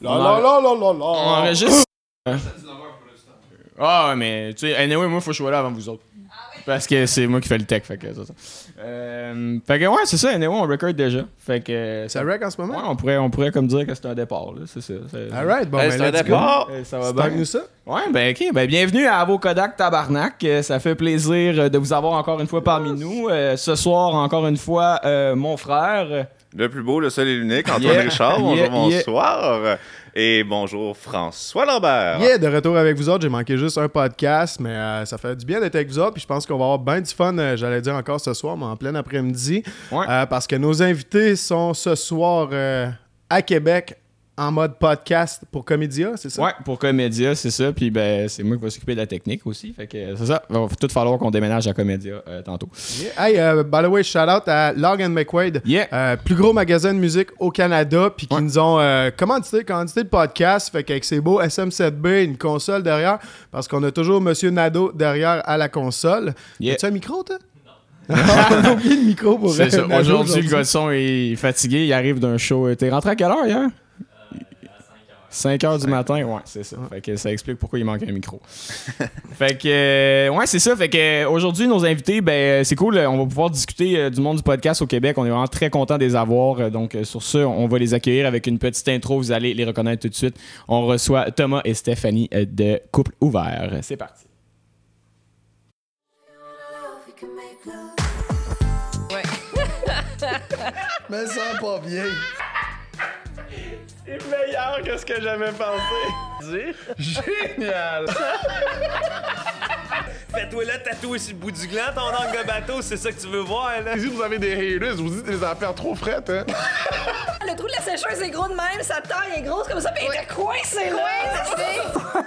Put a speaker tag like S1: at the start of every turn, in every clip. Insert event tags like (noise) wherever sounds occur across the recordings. S1: La la la la la
S2: On
S1: la.
S2: enregistre. Oh. Ah, ouais, mais tu sais, anyway, moi, faut que je sois là avant vous autres. Parce que c'est moi qui fais le tech, fait que ça. ça. Euh, fait que ouais, c'est ça, anyway, on record déjà. Fait que. euh,
S1: Ça rec en ce
S2: Ouais,
S1: moment?
S2: on pourrait, on pourrait comme dire que c'est un départ, là, c'est ça. c'est-
S1: Alright, bon,
S3: Hey,
S1: ben,
S3: c'est un
S1: let's go.
S3: départ.
S2: Euh, Ça va
S1: Spark
S2: bien.
S1: nous ça.
S2: Ouais, ben ok, ben bienvenue à Avocodac Tabarnak. Euh, ça fait plaisir euh, de vous avoir encore une fois parmi nous. Euh, ce soir, encore une fois, euh, mon frère. euh,
S3: Le plus beau, le seul et l'unique, Antoine
S2: Yeah,
S3: Richard, bonjour,
S2: yeah, yeah.
S3: bonsoir. Et bonjour François Lambert.
S1: Yeah, de retour avec vous autres. J'ai manqué juste un podcast, mais euh, ça fait du bien d'être avec vous autres. Puis je pense qu'on va avoir bien du fun, euh, j'allais dire encore ce soir, mais en plein après-midi.
S2: Ouais.
S1: Euh, parce que nos invités sont ce soir euh, à Québec en mode podcast pour Comédia, c'est ça?
S2: Ouais, pour Comédia, c'est ça. Puis ben, c'est moi qui vais s'occuper de la technique aussi. Fait que euh, c'est ça. Va tout falloir qu'on déménage à Comédia euh, tantôt.
S1: Yeah. Hey, euh, by the way, shout out à Log McQuaid,
S2: Yeah.
S1: euh, plus gros magasin de musique au Canada, puis qui
S2: Ouais.
S1: nous ont euh, commandité, commandité le podcast, fait qu'avec ces beaux SM7B, une console derrière, parce qu'on a toujours Monsieur Nadeau derrière à la console.
S2: Yeah.
S1: As-tu un micro, toi? (laughs) on a oublié le micro pour euh,
S2: C'est ça.
S1: Nadeau
S2: Aujourd'hui, le gars de son est fatigué. Il arrive d'un show. Euh, T'es rentré à quelle heure hier? 5 heures du matin, ouais, c'est ça. Fait que ça explique pourquoi il manque un
S4: (laughs)
S2: micro. fait que, euh, ouais, c'est ça. Fait que euh, aujourd'hui, nos invités, ben, euh, c'est cool. euh, On va pouvoir discuter euh, du monde du podcast au Québec. On est vraiment très content de les avoir. Euh, Donc, euh, sur ce, on va les accueillir avec une petite intro. Vous allez les reconnaître tout de suite. On reçoit Thomas et Stéphanie euh, de Couple Ouvert. C'est parti.
S1: Mais ça va pas bien.
S3: Meilleur que ce que j'avais pensé. Génial.
S5: Fais-toi là tatoué sur le bout du gland, ton angle de bateau, c'est ça que tu veux voir, là.
S6: Si vous avez des haters, vous dites les affaires trop frettes, hein?
S7: Le trou de la sécheuse est gros de même, sa taille est grosse comme ça, pis elle était coincée là!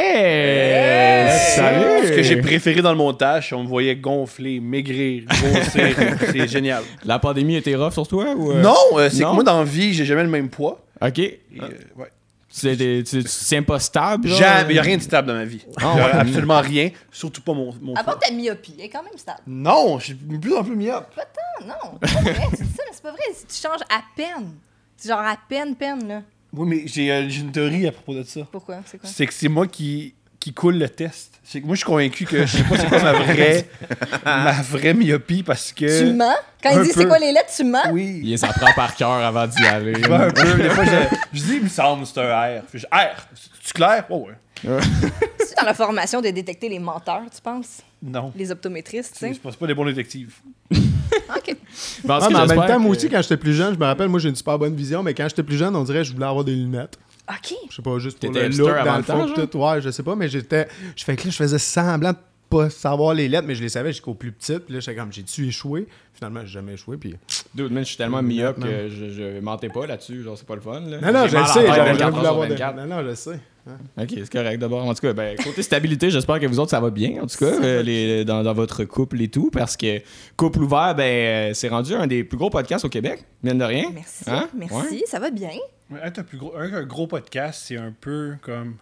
S2: Hey! Salut!
S4: Ce que j'ai préféré dans le montage, on me voyait gonfler, maigrir, (laughs) grossir. c'est génial.
S2: La pandémie était rough sur toi? Ou euh?
S4: Non, euh, c'est
S2: Non?
S4: que moi, dans la vie, j'ai jamais le même poids.
S2: OK.
S4: Et, euh, ouais.
S2: Tu, tu, tu, tu te tiens pas stable? genre? euh,
S4: Jamais, il n'y a rien de stable dans ma vie.
S2: Ah,
S4: Y a
S2: ouais.
S4: Absolument rien, surtout pas mon, mon
S7: À part
S4: poids.
S7: ta myopie, elle est quand même stable.
S4: Non, je suis de plus en plus myope.
S7: Pas tant, Ah, non! C'est pas vrai, c'est ça, mais c'est pas vrai, si tu changes à peine. C'est genre à peine, peine, là.
S4: Oui, mais j'ai euh, j'ai une théorie à propos de ça.
S7: Pourquoi? C'est quoi?
S4: C'est que c'est moi qui, qui coule le test. C'est que moi, je suis convaincu que je sais pas c'est quoi
S2: (laughs)
S4: ma vraie, ma vraie myopie parce que.
S7: Tu mens? Quand ils
S4: Euh, un
S7: disent
S4: peu.
S7: c'est quoi les lettres, tu mens?
S4: Oui.
S2: Il s'en prend par cœur avant d'y aller.
S4: (laughs) Ouais, un peu. Des fois, je, je dis, il me semble, c'est un R. Puis je, R, c'est-tu clair? Ouais, ouais.
S7: C'est dans la formation de détecter les menteurs, tu penses?
S4: Non.
S7: Les optométristes, tu
S4: C'est
S7: sais?
S4: c'est pas, c'est pas des bons détectives.
S7: Ok.
S2: Parce
S1: Ouais,
S2: que
S1: mais en
S2: j'espère
S1: même temps, moi
S2: que-
S1: aussi, quand j'étais plus jeune, je me rappelle, moi j'ai une super bonne vision, mais quand j'étais plus jeune, on dirait que je voulais avoir des lunettes.
S7: Ok.
S1: Je sais pas, juste pour
S2: T'étais
S1: le
S2: hipster
S1: look
S2: avant
S1: dans
S2: le
S1: le
S2: temps,
S1: fond, pis
S2: genre?
S1: tout. Ouais, je sais pas, mais j'étais. Je fais que là, je faisais semblant de pas savoir les lettres, mais je les savais jusqu'au plus petit. Puis là, j'étais comme, j'ai-tu échoué? Finalement, j'ai jamais échoué. Puis.
S2: Dude, man, je suis tellement myope que je, je mentais pas là-dessus. Genre, c'est pas le fun. Là.
S1: Non, non,
S2: J'ai mal
S1: je le
S2: à
S1: sais,
S2: la tête
S1: j'aurais
S2: 24
S1: jamais
S2: heures
S1: voulu
S2: sur
S1: avoir des.
S2: 24.
S1: Non, non, je le sais.
S2: Ok, c'est correct d'abord. En tout cas, ben, côté stabilité, j'espère que vous autres, ça va bien, en tout cas, euh, les- dans, dans votre couple et tout, parce que Couple ouvert, ben, euh, c'est rendu un des plus gros podcasts au Québec, mine de rien.
S7: Merci,
S2: Hein?
S7: merci,
S2: Ouais.
S7: ça va bien.
S4: Mais être un, plus gros, un, un gros podcast, c'est un peu comme.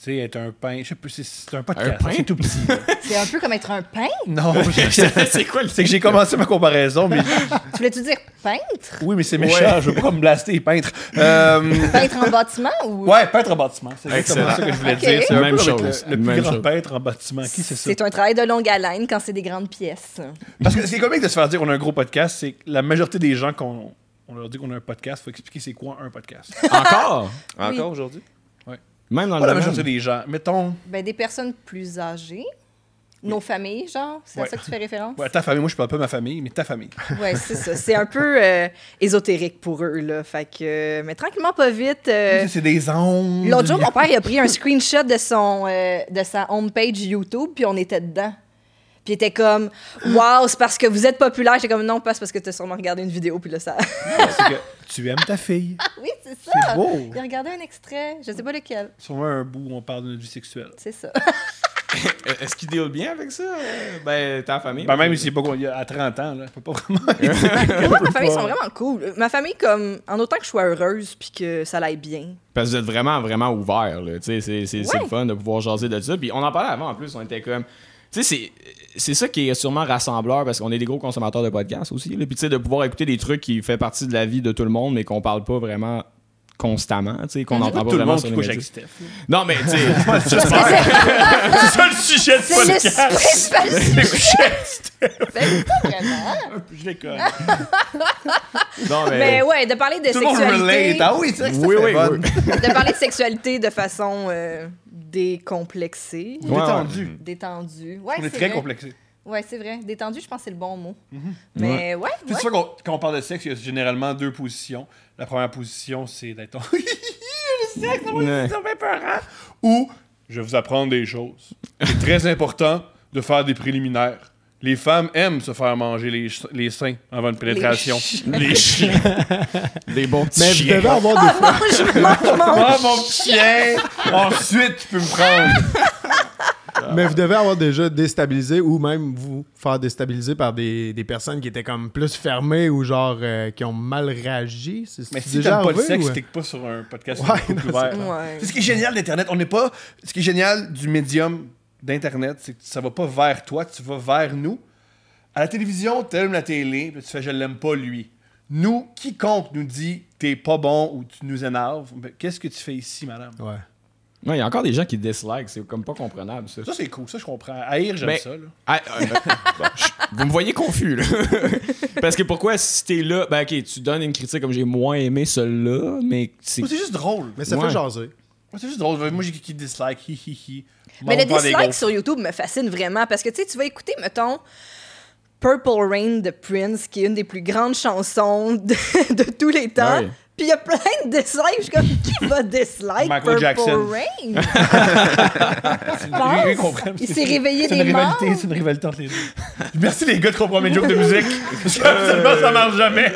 S4: Tu sais, être un pain. Je sais plus, c'est- c'est un
S2: Un
S4: podcast.
S2: pain?
S4: C'est tout (laughs) petit. là.
S7: C'est un peu comme être un peintre.
S4: non, (laughs)
S2: (laughs)
S4: c'est
S2: quoi le
S4: C'est que j'ai commencé ma comparaison, mais
S7: Tu voulais-tu dire (laughs) peintre?
S4: oui, mais c'est méchant. Je veux pas comme blaster et peintre. (laughs) Euh,
S7: Peintre en bâtiment ou.
S4: ouais, peintre en bâtiment. C'est exactement
S2: Excellent.
S4: ça que je voulais
S7: Ok.
S4: dire. C'est un
S2: Même
S4: peu avec
S2: chose,
S4: Le, le plus
S2: même
S4: grand
S2: chose.
S4: peintre en bâtiment. Qui c'est ça?
S7: C'est un travail de longue haleine quand c'est des grandes pièces.
S4: Parce que ce qui est comique de se faire dire qu'on a un gros podcast, c'est que la majorité des gens qu'on on leur dit qu'on a un podcast, faut expliquer c'est quoi un podcast.
S2: Encore?
S3: Encore
S7: Oui.
S3: aujourd'hui?
S2: Même dans
S4: Pas la
S2: Ah, le
S4: majorité
S2: domaine.
S4: des gens. Mettons,
S7: Ben, des personnes plus âgées. Nos familles, genre, c'est à
S4: Ouais.
S7: ça que tu fais référence?
S4: ouais, ta famille, moi je parle pas de ma famille, mais ta famille.
S7: Ouais, c'est ça. C'est un peu euh, ésotérique pour eux, là. Fait que, euh, mais tranquillement, pas vite. euh,
S4: c'est des ondes.
S7: L'autre jour, mon père, il a pris un screenshot de, son, euh, de sa homepage YouTube, puis on était dedans. Puis il était comme,
S4: Ah.
S7: Wow, c'est parce que vous êtes populaire. J'étais comme, Non, pas c'est parce que tu as sûrement regardé une vidéo, puis là, ça.
S4: C'est que tu aimes ta fille.
S7: oui, c'est ça.
S4: (laughs) C'est beau.
S7: Il a regardé un extrait, je sais pas lequel.
S4: Sûrement un bout où on parle de notre vie sexuelle.
S7: C'est ça.
S2: Euh, Est-ce qu'il deal bien avec ça? Euh, Ben, ta famille.
S4: Ben, même s'il est pas con- il a- à 30 ans, là, il peut pas vraiment.
S3: Moi, ma famille, ils sont vraiment cool. Ma famille, comme, en autant que je sois heureuse puis que ça l'aille bien.
S2: Parce que vous êtes vraiment, vraiment ouvert. là. Tu sais, C'est c'est- c'est
S3: Ouais.
S2: le fun de pouvoir jaser de ça. Puis on en parlait avant en plus, on était comme. Tu sais, c'est- c'est ça qui est sûrement rassembleur parce qu'on est des gros consommateurs de podcasts aussi. Là. Puis tu sais, de pouvoir écouter des trucs qui font partie de la vie de tout le monde mais qu'on parle pas vraiment constamment. tu sais, Qu'on entend pas
S4: Tout le
S2: vraiment
S4: monde
S2: sur
S4: qui
S2: les
S4: couche
S2: médias.
S4: avec Steph.
S2: Non, mais tu sais.
S4: C'est ça le sujet
S3: C'est le principal Ben, pas vraiment.
S4: (laughs) Je l'école.
S2: non, mais.
S3: Mais ouais, de parler de
S4: Ah, Tout le monde relate.
S3: sexualité.
S4: Ah oui, c'est vrai que
S2: oui,
S4: c'était
S2: oui,
S4: bonne.
S2: oui.
S3: (laughs) De parler de sexualité de façon euh, décomplexée.
S2: Ouais, ouais.
S4: Détendu.
S3: Détendue. Ouais,
S4: On
S3: c'est
S4: est très
S3: vrai.
S4: complexé.
S3: Ouais, c'est vrai. Détendue, je pense que c'est le bon mot. Mais ouais, (laughs)
S4: C'est
S3: ouais.
S4: sûr qu'on, quand on parle de sexe, il y a généralement deux positions. La première position, c'est d'être en- (laughs) le sexe, ça va
S2: Ouais.
S4: être bien peurant. Ou je vais vous apprendre des choses. C'est très important de faire des préliminaires. Les femmes aiment se faire manger les, ch- les seins avant une pénétration. Les (laughs) chiens.
S2: (laughs) Des bons petits
S1: Mais vous
S2: chiens.
S1: devez
S2: (laughs)
S1: avoir des fois.
S4: (laughs) Oh mon petit chien! Ensuite, tu peux me prendre.
S1: Mais vous devez avoir déjà déstabilisé ou même vous faire déstabiliser par des, des personnes qui étaient comme plus fermées ou genre euh, qui ont mal réagi. C'est
S4: Mais
S1: c'est
S4: si
S1: déjà
S4: t'aimes pas le
S1: arrivé
S4: sexe,
S1: ou-
S4: clique pas sur un podcast
S1: Ouais,
S4: sur le
S1: non,
S4: couvert.
S3: Ouais.
S4: C'est ce qui est génial d'Internet. On n'est pas. Ce qui est génial du médium d'Internet, c'est que ça va pas vers toi, tu vas vers nous. À la télévision, t'aimes la télé, puis tu fais je l'aime pas lui. Nous, quiconque nous dit t'es pas bon ou tu nous énerves, ben, qu'est-ce que tu fais ici, madame?
S1: Ouais.
S2: Ouais, Il y a encore des gens qui dislikent. C'est comme pas comprenable, ça.
S4: Ça, c'est cool, ça, je comprends. Haïr, j'aime
S2: Mais-
S4: ça. Là.
S2: Ah, (laughs) euh, bon, je- vous me voyez confus, là. (laughs) Parce que pourquoi, si t'es là, ben ok, tu donnes une critique comme j'ai moins aimé celle-là, mais c'est.
S4: Moi, c'est juste drôle.
S1: Mais ça
S2: Ouais.
S1: fait jaser.
S4: Moi, c'est juste drôle. Moi, j'ai qui dislike, hi hi hi.
S3: Mais le
S4: Monte voir des
S3: dislike
S4: gosses.
S3: sur YouTube me fascine vraiment parce que tu sais, tu vas écouter, mettons, Purple Rain de Prince, qui est une des plus grandes chansons de, (laughs) de tous les temps.
S2: Ouais.
S3: Puis il y a plein de dislikes. Je suis comme, qui va dislike
S4: Michael
S3: Purple
S4: Jackson. (laughs)
S3: Rain?
S4: Lui, lui,
S3: Tu
S4: il comprend.
S3: penses? Il s'est réveillé
S4: C'est une
S3: des morts.
S4: rivalité, c'est une rivalité entre les deux. Merci les gars de comprendre mes jokes de musique. (laughs) Parce que Absolument, ça marche (laughs) jamais.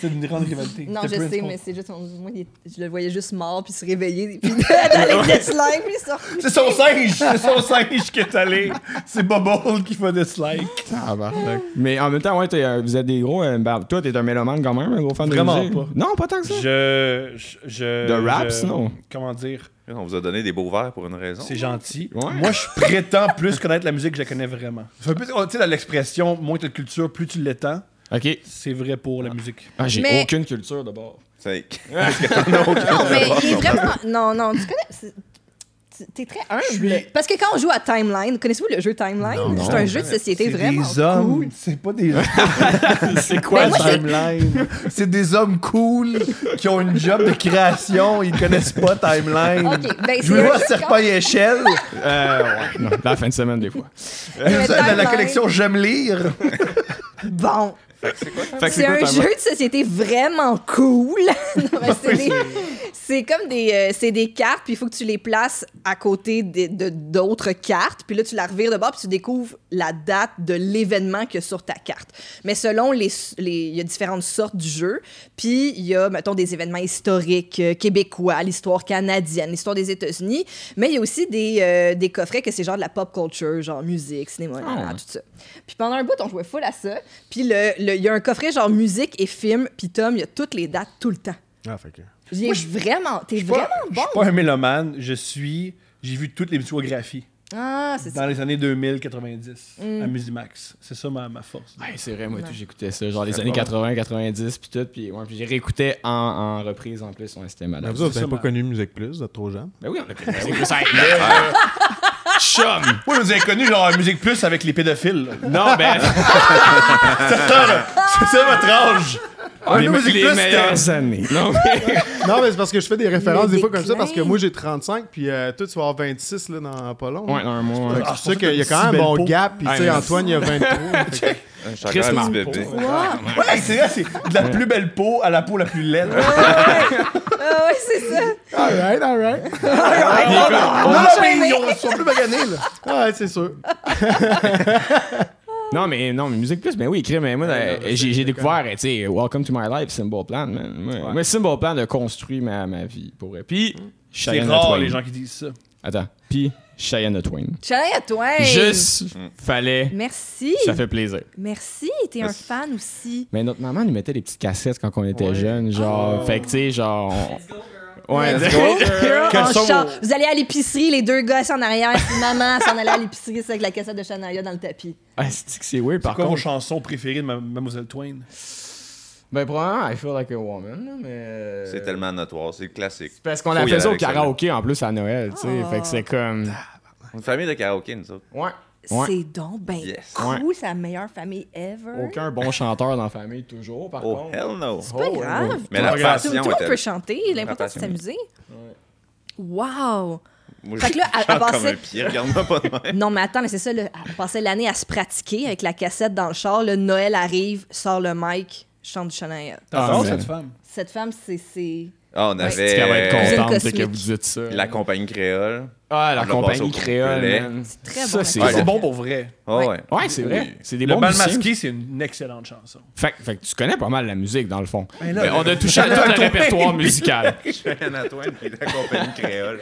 S4: c'est une grande rivalité.
S3: Non,
S4: C'est
S3: je
S4: Prince
S3: sais,
S4: qu'on-
S3: mais c'est juste, on- moi, il est- je le voyais juste mort, puis se réveiller, puis (laughs) dans les dislikes, puis ça.
S4: C'est son singe, c'est son singe qui est allé. C'est Bubble qui fait dislike.
S2: Tabarnak. Mais en même temps, ouais, t'es, euh, vous êtes des gros. euh, ben, toi, t'es un mélomane quand même, un gros fan
S4: Vraiment
S2: de musique.
S4: pas.
S2: Non, pas tant que ça.
S4: Je, je, je.
S2: De rap,
S4: je-
S2: sinon?
S4: Comment dire
S8: On vous a donné des beaux verres pour une raison.
S4: C'est gentil.
S2: Ouais.
S4: Moi, je prétends plus connaître la musique que je la connais vraiment. C'est un peu, oh, tu sais, dans l'expression, moins tu de culture, plus tu l'étends.
S2: Ok.
S4: C'est vrai pour la musique.
S2: Ah, j'ai
S3: Mais-
S2: aucune culture de bord.
S8: C'est-
S4: Ah,
S3: Non, mais il est
S4: (laughs)
S3: vraiment. Non, non, tu connais. c'est- tu- T'es très humble. Parce que quand on joue à Timeline, connaissez-vous le jeu Timeline? C'est un jeu de société vraiment. Ben,
S4: des hommes,
S3: cool.
S4: c'est pas des
S2: c'est quoi
S3: Ben, moi,
S2: ça?
S3: c'est-
S4: Timeline. C'est des hommes cool qui ont une job de création, ils connaissent pas Timeline.
S3: Ok, ben
S4: Je veux
S3: c'est un
S4: voir
S3: jeu
S4: Serpent
S3: (laughs)
S4: et Échelle,
S2: Euh, ouais. Non, la fin de semaine, des fois.
S3: quand- mais
S4: Vous avez la, la
S3: Timeline, Ah,
S4: collection J'aime lire.
S3: Bon,
S2: Fait que
S3: c'est
S2: quoi
S3: un
S2: ta-
S3: jeu de société vraiment cool. (laughs) Non,
S2: (laughs)
S3: mais c'est des- C'est comme des, euh, c'est des cartes, puis il faut que tu les places à côté des- de d'autres cartes, puis là tu la revires de bord, puis tu découvres la date de l'événement qu'il y a sur ta carte. Mais selon les, les- il y a différentes sortes du jeu, puis il y a mettons des événements historiques euh, québécois, l'histoire canadienne, l'histoire des États-Unis, mais il y a aussi des, euh, des coffrets que c'est genre de la pop culture, genre musique, cinéma,
S2: Ah ouais.
S3: tout ça. Puis pendant un bout, on jouait full à ça, puis le- le- il y a un coffret genre musique et film, puis Tom, il y a toutes les dates tout le temps.
S1: Ah, fait que-
S3: J'ai vraiment, t'es
S4: Je suis
S3: vraiment
S4: pas- je
S3: bon.
S4: suis pas un mélomane, je suis. J'ai vu toutes les discographies
S3: Ah, c'est ça. Mm.
S4: dans les années 2000-90 à Musimax. C'est ça ma, ma force.
S2: (laughs) Ouais, c'est vrai, moi, tout, j'écoutais ça, genre les années 80, 90, puis tout. Puis ouais, puis j'ai réécouté en, en reprise en plus. Ouais, c'était
S1: Mais
S2: malade.
S1: Ah, vous autres, vous avez
S4: sûrement.
S1: pas connu Musique Plus, vous êtes trop jeune.
S2: Ben oui, on a connu Musique Plus. Hey, là, (laughs) euh, Chum!
S4: Moi, je vous ai connu genre Musique Plus avec les pédophiles.
S2: Non, ben.
S1: Ah.
S4: C'est ça votre âge. Ah,
S2: les,
S4: nous, Musique
S2: les
S4: Plus, c'était-
S2: meilleures années. Non, mais.
S1: Non, mais c'est parce que je fais des références
S3: Le
S1: des fois comme ça
S3: déclin.
S1: parce que moi j'ai 35 puis euh, toi tu vas avoir 26 là dans pas long.
S2: Ouais,
S1: là.
S2: un mois. ouais.
S1: Fait que
S4: Ah,
S1: c'est
S4: c'est
S1: sûr
S4: pour ça
S1: qu'il y a
S4: que t'as
S1: quand
S4: une
S1: même
S4: si
S1: un bon
S4: belle peau.
S1: gap puis tu sais
S2: Ah,
S1: Antoine il y a 23. (laughs)
S8: Je suis encore un petit bébé.
S4: Ouais, c'est vrai, c'est de la plus belle peau à la peau la plus laide.
S3: Ah ouais, c'est
S4: (laughs)
S3: ça.
S1: alright, alright.
S4: non, non, mais ils ont- ils sont plus maganés, là.
S1: Ah, Ouais, c'est sûr.
S2: Non, mais non, mais Musique Plus, ben oui, crime. Mais moi, euh, j'ai j'ai découvert, euh, tu sais, Welcome to My Life, Symbol Plan, man. Moi, moi, Symbol Plan a construit ma, ma vie. Pour... Puis,
S4: C'est rare, les gens qui disent ça.
S2: Attends. Puis Cheyenne Twain.
S3: Shania Twain!
S2: Juste, fallait.
S3: Merci!
S2: Ça fait plaisir.
S3: Merci, t'es un fan aussi.
S2: Mais notre maman nous mettait des petites cassettes quand on était jeunes, genre. Fait que, tu sais, genre. on- Ouais,
S3: Let's go,
S4: Euh,
S3: girl, en char. Vous allez à l'épicerie, les deux gars sont en arrière, puis maman (laughs) s'en allait à l'épicerie, c'est avec la cassette de Shania dans le tapis.
S2: Ah, c'est que c'est weird,
S4: C'est
S2: par
S4: quoi vos
S2: contre.
S4: chansons préférées de Ma- Mademoiselle Twain?
S2: Ben, probablement, I feel like a woman, là, mais.
S8: C'est tellement notoire, c'est classique.
S2: Euh, C'est Parce qu'on
S8: Faut
S2: la
S8: y aller
S2: faisait au
S8: avec ça, là.
S2: karaoké en plus à Noël, tu sais. Fait que c'est comme.
S8: Une famille de karaoké, nous autres.
S2: Ouais. Ouais.
S3: Ah. C'est donc ben
S8: Yes.
S3: cool, c'est la meilleure famille ever.
S2: Aucun bon chanteur dans la famille, toujours, par
S8: Oh,
S2: contre.
S8: hell no.
S3: C'est pas grave.
S8: Mais la
S3: tout,
S8: passion
S3: tout le monde
S8: est
S3: peut
S8: elle.
S3: chanter, l'important c'est de
S8: passion.
S3: s'amuser. Wow!
S8: Moi,
S3: Fait que là, elle-
S8: chante
S3: elle
S8: comme
S3: pensait-
S8: un pied, regarde-moi pas de même.
S3: Non, mais attends, mais c'est ça, là, elle passait l'année à se pratiquer avec la cassette dans le char. Le Noël arrive, sort le mic, chante du Shania.
S2: Ah,
S4: T'as
S2: mais-
S4: cette femme?
S3: Cette femme, c'est- c'est.
S8: Ah, on
S2: Est-ce qu'elle va être
S8: avait euh,
S3: Cuisine
S2: contente de
S3: Euh, cosmique.
S2: que vous dites ça?
S8: la compagnie créole.
S2: Ah, la
S8: On l'a passé au
S2: compagnie
S8: complet.
S2: créole, man.
S3: C'est très bon,
S2: Ça, c'est
S8: Ouais,
S4: C'est
S2: bon.
S4: bon pour vrai.
S8: Ah
S3: Ouais.
S8: ouais.
S2: Ouais, c'est vrai. C'est des
S4: Le
S2: bons
S4: bal
S2: musiciens.
S4: masqué, c'est une excellente chanson.
S2: Fait, que- fait que tu connais pas mal la musique, dans le
S8: (laughs)
S2: fond.
S4: Ben là,
S2: Mais on a
S4: (laughs)
S2: touché à tout le répertoire musical.
S8: Anna Twain qui est la compagnie
S2: (laughs)
S8: créole.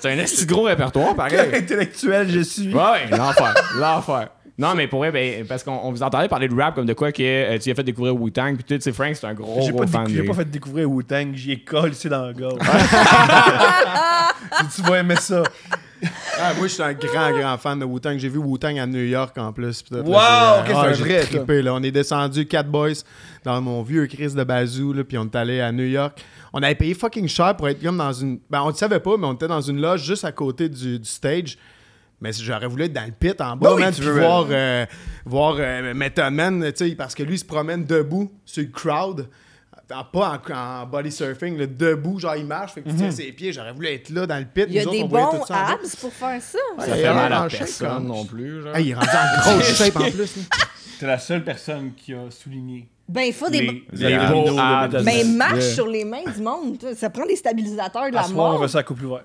S2: C'est un assez gros répertoire,
S8: (laughs)
S2: pareil.
S4: Intellectuel, je suis.
S2: Ouais, ouais, (laughs) l'enfer, l'enfer. Non, mais pour vrai, ben, parce qu'on on vous entendait parler de rap comme de quoi que euh, tu as fait découvrir Wu-Tang, puis tout, tu sais, Frank, c'est un gros,
S4: J'ai
S2: gros
S4: pas,
S2: fan.
S4: décou- j'ai
S2: des-
S4: pas fait découvrir Wu-Tang, j'y ai collé c'est dans le gorge. J'ai dit, (laughs) tu vas aimer ça.
S1: Ah, moi, je suis un grand, grand fan de Wu-Tang. J'ai vu Wu-Tang à New York en plus. pis tout, là,
S4: Wow,
S1: j'ai-
S4: ok, c'est
S1: ah,
S4: un
S1: j'ai
S4: vrai,
S1: trippé, là. On est descendu, quatre boys, dans mon vieux Chris de Bazou, là, puis on est allé à New York. On avait payé fucking cher pour être comme dans une. Ben, on le savait pas, mais on était dans une loge juste à côté du, du stage. Mais si j'aurais voulu être dans le pit en bas,
S4: oui,
S1: man,
S4: tu
S1: puis
S4: veux-
S1: voir, euh, voir euh, Method Man, tu sais, parce que lui, il se promène debout sur le crowd. en- pas en, en body surfing, là, debout, genre il marche, fait que tu
S4: Mhm.
S1: tiens ses pieds, j'aurais voulu être là dans le pit.
S3: Il y a
S1: nous autres,
S3: des
S1: on voyait
S3: bons
S1: tout ça en bas.
S3: abs pour faire ça.
S2: Ça
S1: Et
S2: fait mal
S1: en
S2: à
S1: shape,
S2: personne
S1: comme-
S2: non plus. genre.
S1: Ah, il est rendu en grosse
S8: (laughs)
S1: shape en plus. là.
S4: T'es la seule personne qui a souligné
S3: Ben, il faut des.
S4: les,
S8: les
S4: abdos
S2: beaux
S4: de
S2: abs.
S4: Madonna.
S3: Mais
S2: Yeah.
S3: marche sur les mains du monde. toi. Ça prend des stabilisateurs de la
S4: À ce soir, on
S3: mort.
S4: va ça à coupe ouverte.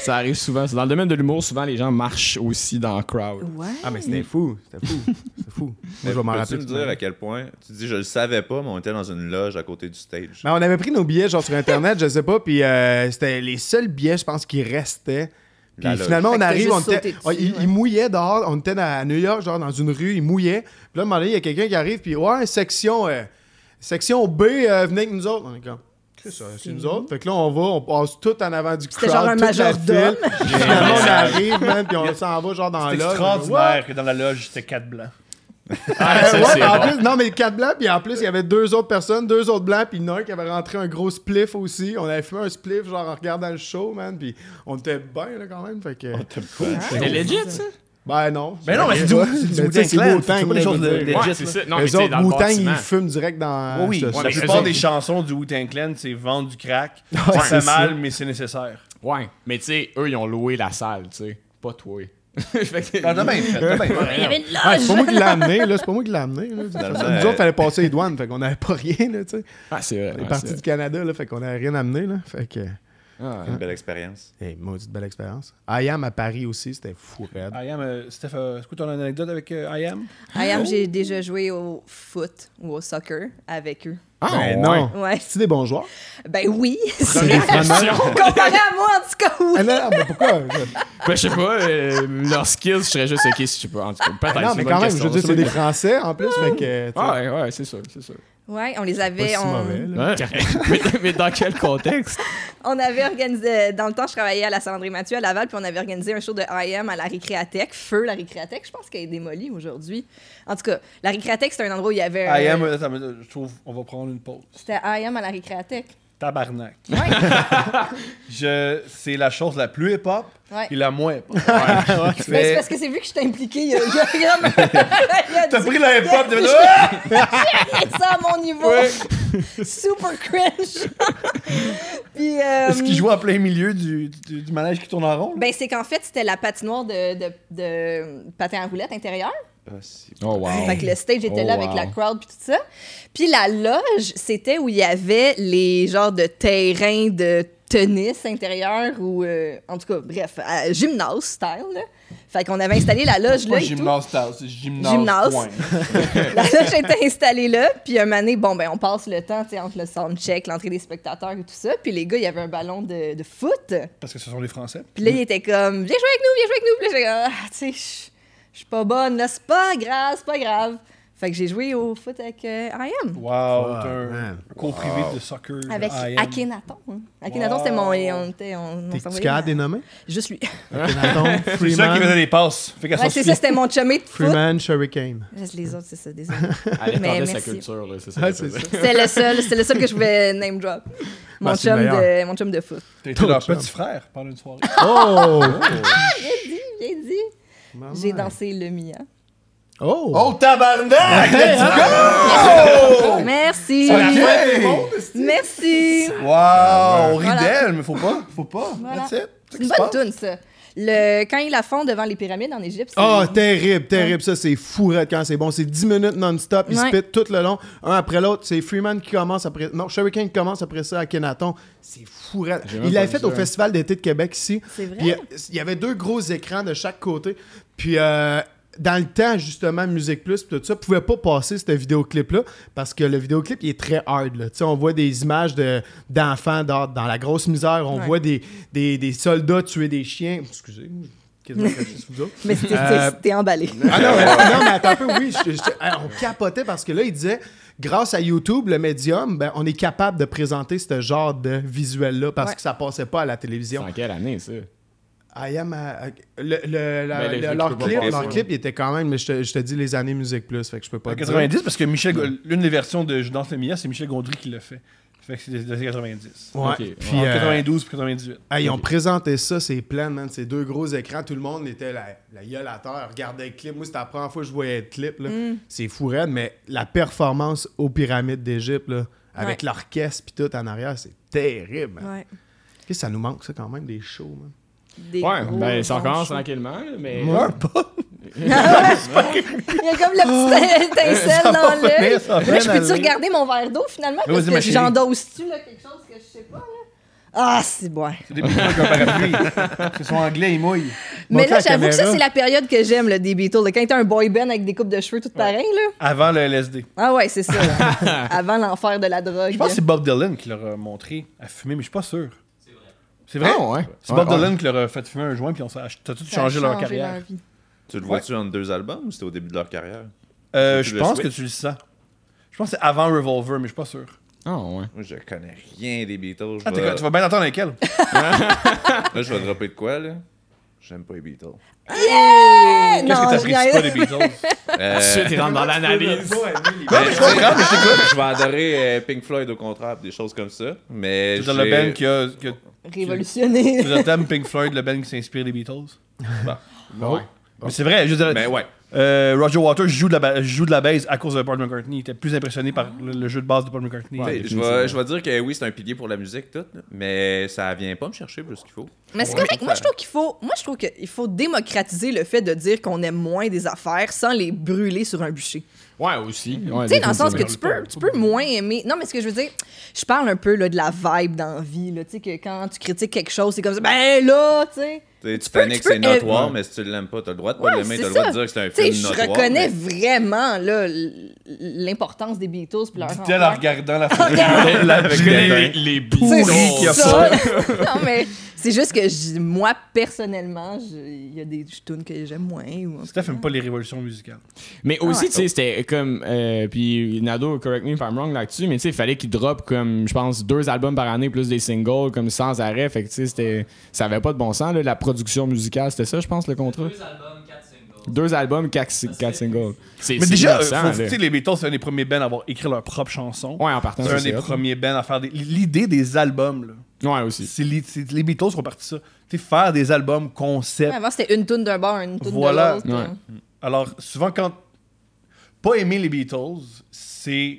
S2: Ça arrive souvent. C'est Dans le domaine de l'humour, souvent, les gens marchent aussi dans le crowd.
S3: Ouais.
S1: Ah, mais c'était fou. C'était fou. C'était fou. Moi, je vais m'en
S8: Peux-tu
S1: rappeler.
S8: me
S1: toute ma
S8: dire
S1: vie.
S8: à quel point tu dis je le savais pas, mais on était dans une loge à côté du stage.
S1: Ben, on avait pris nos billets, genre sur Internet, je sais pas, puis euh, c'était les seuls billets, je pense, qui restaient. Puis
S8: La loge.
S1: finalement,
S3: Fait
S1: on
S3: que t'as
S1: arrive,
S3: juste
S1: on était,
S3: sauté dessus,
S1: ah, il,
S3: ouais.
S1: il mouillait dehors, on était dans- à New York, genre dans une rue, il mouillait. Puis là, à un moment donné, il y a quelqu'un qui arrive, puis ouais, section, euh, section B, euh, venez avec nous autres. On est comme, c'est ça, c'est nous autres. Fait que là, on va, on passe tout en avant du crowd,
S3: genre un
S1: toute la
S3: majordome.
S1: file. Finalement,
S8: (laughs)
S1: on arrive, man, puis on s'en va, genre dans
S4: C'est
S1: la loge.
S4: extraordinaire que dans la loge, c'était quatre blancs.
S2: Ah,
S1: Ouais,
S2: ça, c'est
S1: mais en
S2: bon.
S1: plus, non, mais quatre blancs, puis en plus, il y avait deux autres personnes, deux autres blancs, puis il y en a un qui avait rentré un gros spliff aussi. On avait fait un spliff, genre en regardant le show, man, puis on était bien, là, quand même. Fait que.
S2: C'était legit, ça?
S1: Ben non.
S4: Mais non, mais c'est du-
S1: Ouais,
S4: c'est du
S1: mais tu sais,
S4: Wu-Tang
S1: c'est
S4: Clan,
S1: Wu-Tang,
S4: c'est pas des
S1: là,
S4: choses
S1: je veux
S4: de-
S1: dire.
S4: legit,
S2: Ouais,
S4: là.
S2: c'est ça. Non, mais
S1: Les
S2: tu sais, dans
S1: autres,
S2: le
S1: Wu-Tang,
S2: bâtiment.
S1: ils fument direct dans.
S4: Oui,
S1: ce-
S4: la
S2: mais
S4: plupart
S2: eux
S4: des
S2: autres-
S4: chansons du Wu-Tang Clan, c'est vendre
S2: (laughs)
S4: du crack.
S1: Ouais,
S4: ça fait
S1: c'est
S4: mal, mais c'est nécessaire.
S2: Ouais. Mais tu sais, eux, ils ont loué la salle, tu sais. Pas toi. (laughs) fait que...
S4: Ah, t'as bien fait, t'as
S2: (laughs)
S4: bien fait.
S3: Il y avait une
S4: Ah,
S1: Ouais, c'est pas
S3: loge.
S1: moi qui l'ai amené, là. C'est pas moi qui l'ai amené, là.
S8: Finalement,
S1: Nous
S8: euh,
S1: autres, fallait passer les douanes, fait qu'on avait pas rien, là, tu sais.
S2: Ah, c'est vrai.
S1: On est
S2: ouais,
S1: parti
S2: c'est-
S1: du Canada, là, fait qu'on avait rien amené, là. Fait que.
S2: Ah, ouais.
S8: Une belle expérience.
S1: Hey, maudite belle expérience. I am à Paris aussi, c'était fou, raide.
S4: I am, euh, Steph, euh, est-ce que t'as une anecdote avec euh, I am?
S3: I am, j'ai déjà joué au foot ou au soccer avec eux.
S2: Ah,
S1: Ben
S2: ouais.
S1: non.
S3: Ouais.
S1: C'est-tu des bons joueurs?
S3: Ben oui. c'est-
S2: Première question.
S3: Comparé à moi, en tout cas,
S1: Ah,
S3: oui.
S1: non, non, mais
S2: (laughs)
S1: pourquoi? Je-
S2: Ben, je sais pas, euh, leurs skills, je serais juste ok si je sais pas. En tout cas, peut-être.
S1: Ah non,
S2: c'est
S1: mais
S2: une
S1: quand
S2: bonne
S1: même, je
S2: question,
S1: veux dire,
S2: c'est
S1: c'est
S2: une
S1: des
S2: bonne-
S1: Français en plus, fait que. tu
S2: Ah,
S1: sais,
S2: ouais, ouais, c'est sûr, c'est sûr.
S3: Ouais, on les avait.
S1: Pas si
S3: Ben, on...
S1: mauvais, là.
S2: Ouais. (laughs) mais, mais dans quel contexte?
S3: On avait organisé, euh, dans le temps, je travaillais à la Sandrine Mathieu à Laval, puis on avait organisé un show de IM à la Récréathèque, Feu, la Récréathèque, je pense qu'elle est démolie aujourd'hui. En tout cas, la Récréathèque, c'était un endroit où il y avait. un-
S4: I am, attends, mais, euh, je trouve, on va prendre une pause.
S3: C'était IM à la Récréathèque.
S4: Tabarnak.
S3: Ouais.
S4: (laughs) Je, c'est la chose la plus hip-hop
S3: Ouais.
S4: et la moins hip-hop. (laughs)
S3: Ben, c'est
S4: Mais-
S3: parce que c'est vu que je t'ai impliqué. Il y a, il y a- il y
S4: (laughs)
S3: a- il y a
S4: T'as
S3: du-
S4: pris la hip-hop, t'as fait,
S3: (laughs) il y a ça à mon niveau. Super cringe. (laughs) puis. euh,
S4: Ah! Est-ce qu'il joue en plein milieu du, du, du manège qui tourne en rond? là?
S3: Ben, c'est qu'en fait, c'était la patinoire de, de, de patin à roulette intérieure.
S4: Euh,
S8: Ah, si.
S2: Oh, wow.
S3: Fait que le stage était
S2: Oh,
S3: là avec
S2: wow.
S3: la crowd puis tout ça. Puis la loge, c'était où il y avait les genres de terrains de tennis intérieur ou euh, en tout cas bref à- gymnase style là. fait qu'on avait installé la loge là
S4: Pas
S3: et tout.
S4: gymnase, tasse, c'est gymnase.
S3: Gymnase.
S4: point.
S3: (laughs) La loge était installée là, puis un moment donné, bon, ben, on passe le temps, tu sais, entre le soundcheck, l'entrée des spectateurs et tout ça. Puis les gars, il y avait un ballon de, de foot.
S4: Parce que ce sont les Français.
S3: Puis là, il était comme, viens jouer avec nous, viens jouer avec nous. Puis là, j'étais comme, ah, tu sais, je- je suis pas bonne, là, c'est pas grave, c'est pas grave. Fait que j'ai joué au foot avec euh, IM.
S4: Wow,
S1: Fuck,
S4: t'es un
S1: man.
S4: co-privé de soccer.
S3: Avec
S4: I am.
S3: Akhenaton. hein. Akhenaton, c'était mon. On était. On, on
S1: T'es-tu
S3: s'envoyait
S1: capable
S3: dans-
S2: (laughs)
S1: des nommer? (laughs)
S3: Juste lui.
S1: Akhenaton,
S4: C'est ça qui faisait
S1: Freeman,
S4: les passes. Fait qu'elle
S3: Ouais,
S4: s'en
S3: c'est
S4: souvient.
S3: ça, c'était mon chumé de foot.
S1: Freeman, Shuricane.
S3: Les autres, c'est
S1: (laughs)
S3: ça, désolé.
S2: Elle
S3: Mais
S2: étendait sa
S3: merci.
S2: culture, là, c'est ça.
S1: Ouais,
S2: qu'elle
S1: c'est
S2: faisait.
S1: ça.
S3: C'est le seul, c'est le seul que je pouvais name drop. Mon,
S1: Ben, c'est
S3: chum
S1: le
S3: de, mon chum de foot.
S4: T'as été leur
S1: Ton chum.
S4: petit frère pendant une soirée.
S2: (laughs)
S1: Oh!
S3: Bien dit, bien dit. J'ai dansé le mien.
S1: Oh!
S4: Oh, tabarnak!
S1: Oh!
S3: Merci. Merci.
S4: Wow, on rit
S3: Voilà.
S4: d'elle, mais faut pas, Ah, faut pas.
S3: Voilà.
S4: That's it. C'est
S3: C'est une bonne tune ça. Le, quand ils la font devant les pyramides en Égypte, c'est-
S1: Ah, terrible, terrible. Ça, c'est fourrette quand c'est bon. C'est 10 minutes non-stop. Ils
S3: Ouais.
S1: se pitent tout le long, un après l'autre. C'est Freeman qui commence après. Non, Shuriken qui commence après ça à Kenaton. C'est fourrette.
S2: J'ai même
S1: Il
S2: pas
S1: l'avait
S2: vu
S1: fait
S2: ça,
S1: au
S2: hein.
S1: Festival d'été de Québec ici.
S3: C'est vrai?
S1: Puis, euh, il y avait deux gros écrans de chaque côté. Puis. euh, dans le temps, justement, Musique Plus pis tout ça, pouvait pas passer ce vidéoclip-là parce que le vidéoclip, il est très hard. Là. Tu sais, On voit des images de- d'enfants dans, dans la grosse misère. On
S3: Ouais.
S1: voit des, des, des soldats tuer des chiens. Excusez, qu'est-ce
S3: (laughs)
S1: que vous autres?
S3: mais c'était
S1: Euh,
S3: c'était emballé.
S1: Ah non, mais, non, mais attends un peu, oui. je- je- euh, on capotait parce que là, il disait, grâce à YouTube, le médium, ben, on est capable de présenter ce genre de visuel-là parce
S3: Ouais.
S1: que ça passait pas à la télévision.
S2: En quelle année, ça?
S1: I am a- le, le- la-
S2: Ben, les
S1: le-
S2: jeux que
S1: leur
S2: tu peux
S1: clip,
S2: pas
S1: leur
S2: passer,
S1: clip, il était quand même, mais je te, je te dis les années Musique Plus, fait que je peux pas.
S4: En
S1: te dire.
S4: 90, parce que Michel, Go- l'une des versions de Je danse le Mia, c'est Michel Gondry qui l'a fait. Fait que c'est des années 90.
S1: Ouais.
S2: Ok.
S1: Puis,
S4: en
S1: euh,
S4: 92 puis 98.
S1: hey, ils ont présenté ça, c'est plein, man. Ces deux gros écrans, tout le monde était la, la gueule à terre, regardait le clip. Moi, c'était la première fois que je voyais le clip. là.
S3: Mm.
S1: C'est fou raide, mais la performance aux pyramides d'Égypte, là, avec
S3: Ouais.
S1: l'orchestre puis tout en arrière, c'est terrible. man.
S3: Ouais.
S1: Qu'est-ce que ça nous manque, ça, quand même, des shows, man.
S3: Des
S2: Ouais,
S3: gros
S2: ben ça
S3: bons
S2: commence
S3: shows. (laughs)
S2: tranquillement, mais.
S3: Ah Il y a comme la petite étincelle dans l'œil.
S4: Ah. ça va
S3: Là, je peux-tu
S4: aller.
S3: regarder mon verre d'eau finalement?
S4: Mais
S3: Parce
S4: vas-y,
S3: que
S4: ma chérie.
S3: j'endosse-tu là, quelque chose que je sais pas? Là? Ah, c'est bon.
S4: C'est des petits trucs comme parapluie. Ils sont anglais, ils mouillent.
S3: Mais
S1: Montre
S3: là,
S1: la
S3: j'avoue que ça,
S1: caméra.
S3: c'est la période que j'aime, le des Beatles. là. Quand t'es un boy band avec des coupes de cheveux toutes pareilles, là.
S4: Avant le LSD.
S3: Ah ouais, c'est ça. là. Avant l'enfer de la drogue.
S4: Je pense que c'est Bob Dylan qui leur a montré à fumer, mais je suis pas sûr. C'est vrai. C'est vrai?
S2: Ah, ouais.
S4: C'est Bob
S2: Ouais,
S4: Dylan qui leur a fait fumer un joint, puis on a
S3: Ça
S4: tout
S3: a
S4: changé leur
S3: changé
S4: carrière.
S3: leur vie.
S8: Tu le vois-tu entre deux albums ou c'était au début de leur carrière?
S4: Euh,
S8: Tu
S4: je
S8: le
S4: pense que
S8: switches?
S4: tu le sens. Je pense que c'est avant Revolver, mais je suis pas sûr.
S2: Ah, ouais.
S8: Moi, je connais rien des Beatles. Je
S4: Ah, t'es
S8: vais-
S4: co- tu vas bien
S3: (laughs)
S4: entendre laquelle.
S8: Là, je vais dropper de quoi, là? J'aime pas les Beatles.
S4: Ah,
S3: Eh, non,
S4: Qu'est-ce que
S3: je
S4: t'apprécies
S3: viens-
S4: pas des Beatles? (laughs)
S8: Euh,
S2: Ensuite, il rentre dans l'analyse.
S8: Ben, ah! je vais adorer euh, Pink Floyd au contraire, des choses comme ça. Mais
S4: Je veux dire, le band
S8: j'ai-
S4: qui a... qui a-
S3: révolutionner.
S4: Je veux dire, t'aimes Pink Floyd, le band qui s'inspire des Beatles.
S2: Ouais.
S4: Mais c'est vrai, je veux
S2: Ben
S4: dire,
S8: Mais ouais.
S4: euh, Roger Waters joue de, la ba- joue de la base à cause de Paul McCartney. Il était plus impressionné par le, le jeu de base de Paul McCartney.
S8: Tu sais, je vais, je vais dire que oui, c'est un pilier pour la musique, tout, là, mais ça vient pas me chercher plus qu'il faut.
S3: Mais c'est
S8: Ouais.
S3: correct. Moi, je trouve qu'il faut, moi, je trouve qu'il faut démocratiser le fait de dire qu'on aime moins des affaires sans les brûler sur un bûcher.
S2: Ouais, aussi.
S8: Ah,
S2: Ouais,
S3: Tu sais, dans le sens que
S2: définitivement.
S3: tu peux, tu peux moins aimer. Non, mais ce que je veux dire, je parle un peu là, de la vibe dans la vie. là, Tu sais, que quand tu critiques quelque chose, c'est comme ça, ben là, tu sais.
S8: Tu sais,
S3: peux-
S8: Titanic,
S3: tu peux
S8: c'est notoire,
S3: aimer.
S8: mais si tu l'aimes pas, t'as le droit de pas
S3: Ouais,
S8: l'aimer,
S3: c'est
S8: t'as le droit
S3: ça.
S8: de dire que c'est un
S3: Tu sais,
S8: film
S3: je
S8: notoire.
S3: reconnais
S8: mais-
S3: vraiment là, l- l'importance des Beatles puis leur
S4: Dit-elle en
S3: emploi.
S4: regardant la photo.
S2: La
S8: Avec
S2: les,
S8: les-
S2: les
S3: C'est
S2: boulons.
S3: (laughs)
S4: qui a
S3: ça. non, mais c'est juste que je- moi, personnellement, je- il y a des tunes que j'aime moins. Ou en tout cas.
S4: Steph aime pas les révolutions musicales.
S2: Mais aussi,
S3: Ah ouais.
S2: tu sais, c'était comme. euh, puis Nado, correct me if I'm wrong là-dessus, mais tu sais, il fallait qu'il drop comme, je pense, deux albums par année plus des singles, comme sans arrêt. Fait que tu sais, c'était. Ça avait pas de bon sens, là, la production musicale. C'était ça, je pense, le contrat. Deux albums, quatre singles. Deux albums, quatre, singles. C'est
S4: Mais
S2: c'est
S4: déjà,
S2: innocent,
S4: euh, faut-
S2: là.
S4: tu sais, les Beatles, c'est un des premiers bands à avoir écrit leur propre chanson.
S2: Ouais, en partant,
S4: C'est un
S2: c'est
S4: des
S2: hot.
S4: premiers bands à faire des... L'idée des albums, là.
S2: Ouais, aussi.
S4: C'est li- c'est- les Beatles sont partis de ça. Tu sais, faire des albums concept.
S3: Avant, c'était une tune d'un bar, une tune
S4: Voilà.
S3: de l'autre.
S2: Ouais.
S4: Alors, souvent, quand. Pas aimer les Beatles,
S2: (laughs)
S4: c'est.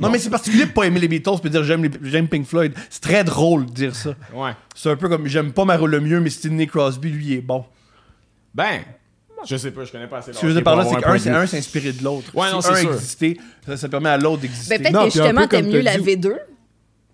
S4: non, mais c'est particulier de pas aimer les Beatles puis dire j'aime les- j'aime Pink Floyd. C'est très drôle de dire ça.
S2: Ouais.
S4: C'est un peu comme j'aime pas Maro le mieux, mais Sidney Crosby, lui, il est bon.
S2: Ben. Je sais pas, je connais pas assez.
S4: Ce que je veux dire par là, c'est qu'un c'est- un s'est inspiré de l'autre.
S2: Ouais, non,
S4: si
S2: c'est
S4: un
S2: sûr.
S4: existait, ça, ça permet à l'autre d'exister.
S3: Ben, peut-être
S1: Non,
S3: que
S1: puis un
S3: justement,
S1: peu comme
S3: t'aimes mieux
S1: t'as
S3: la
S1: dit-
S3: V2.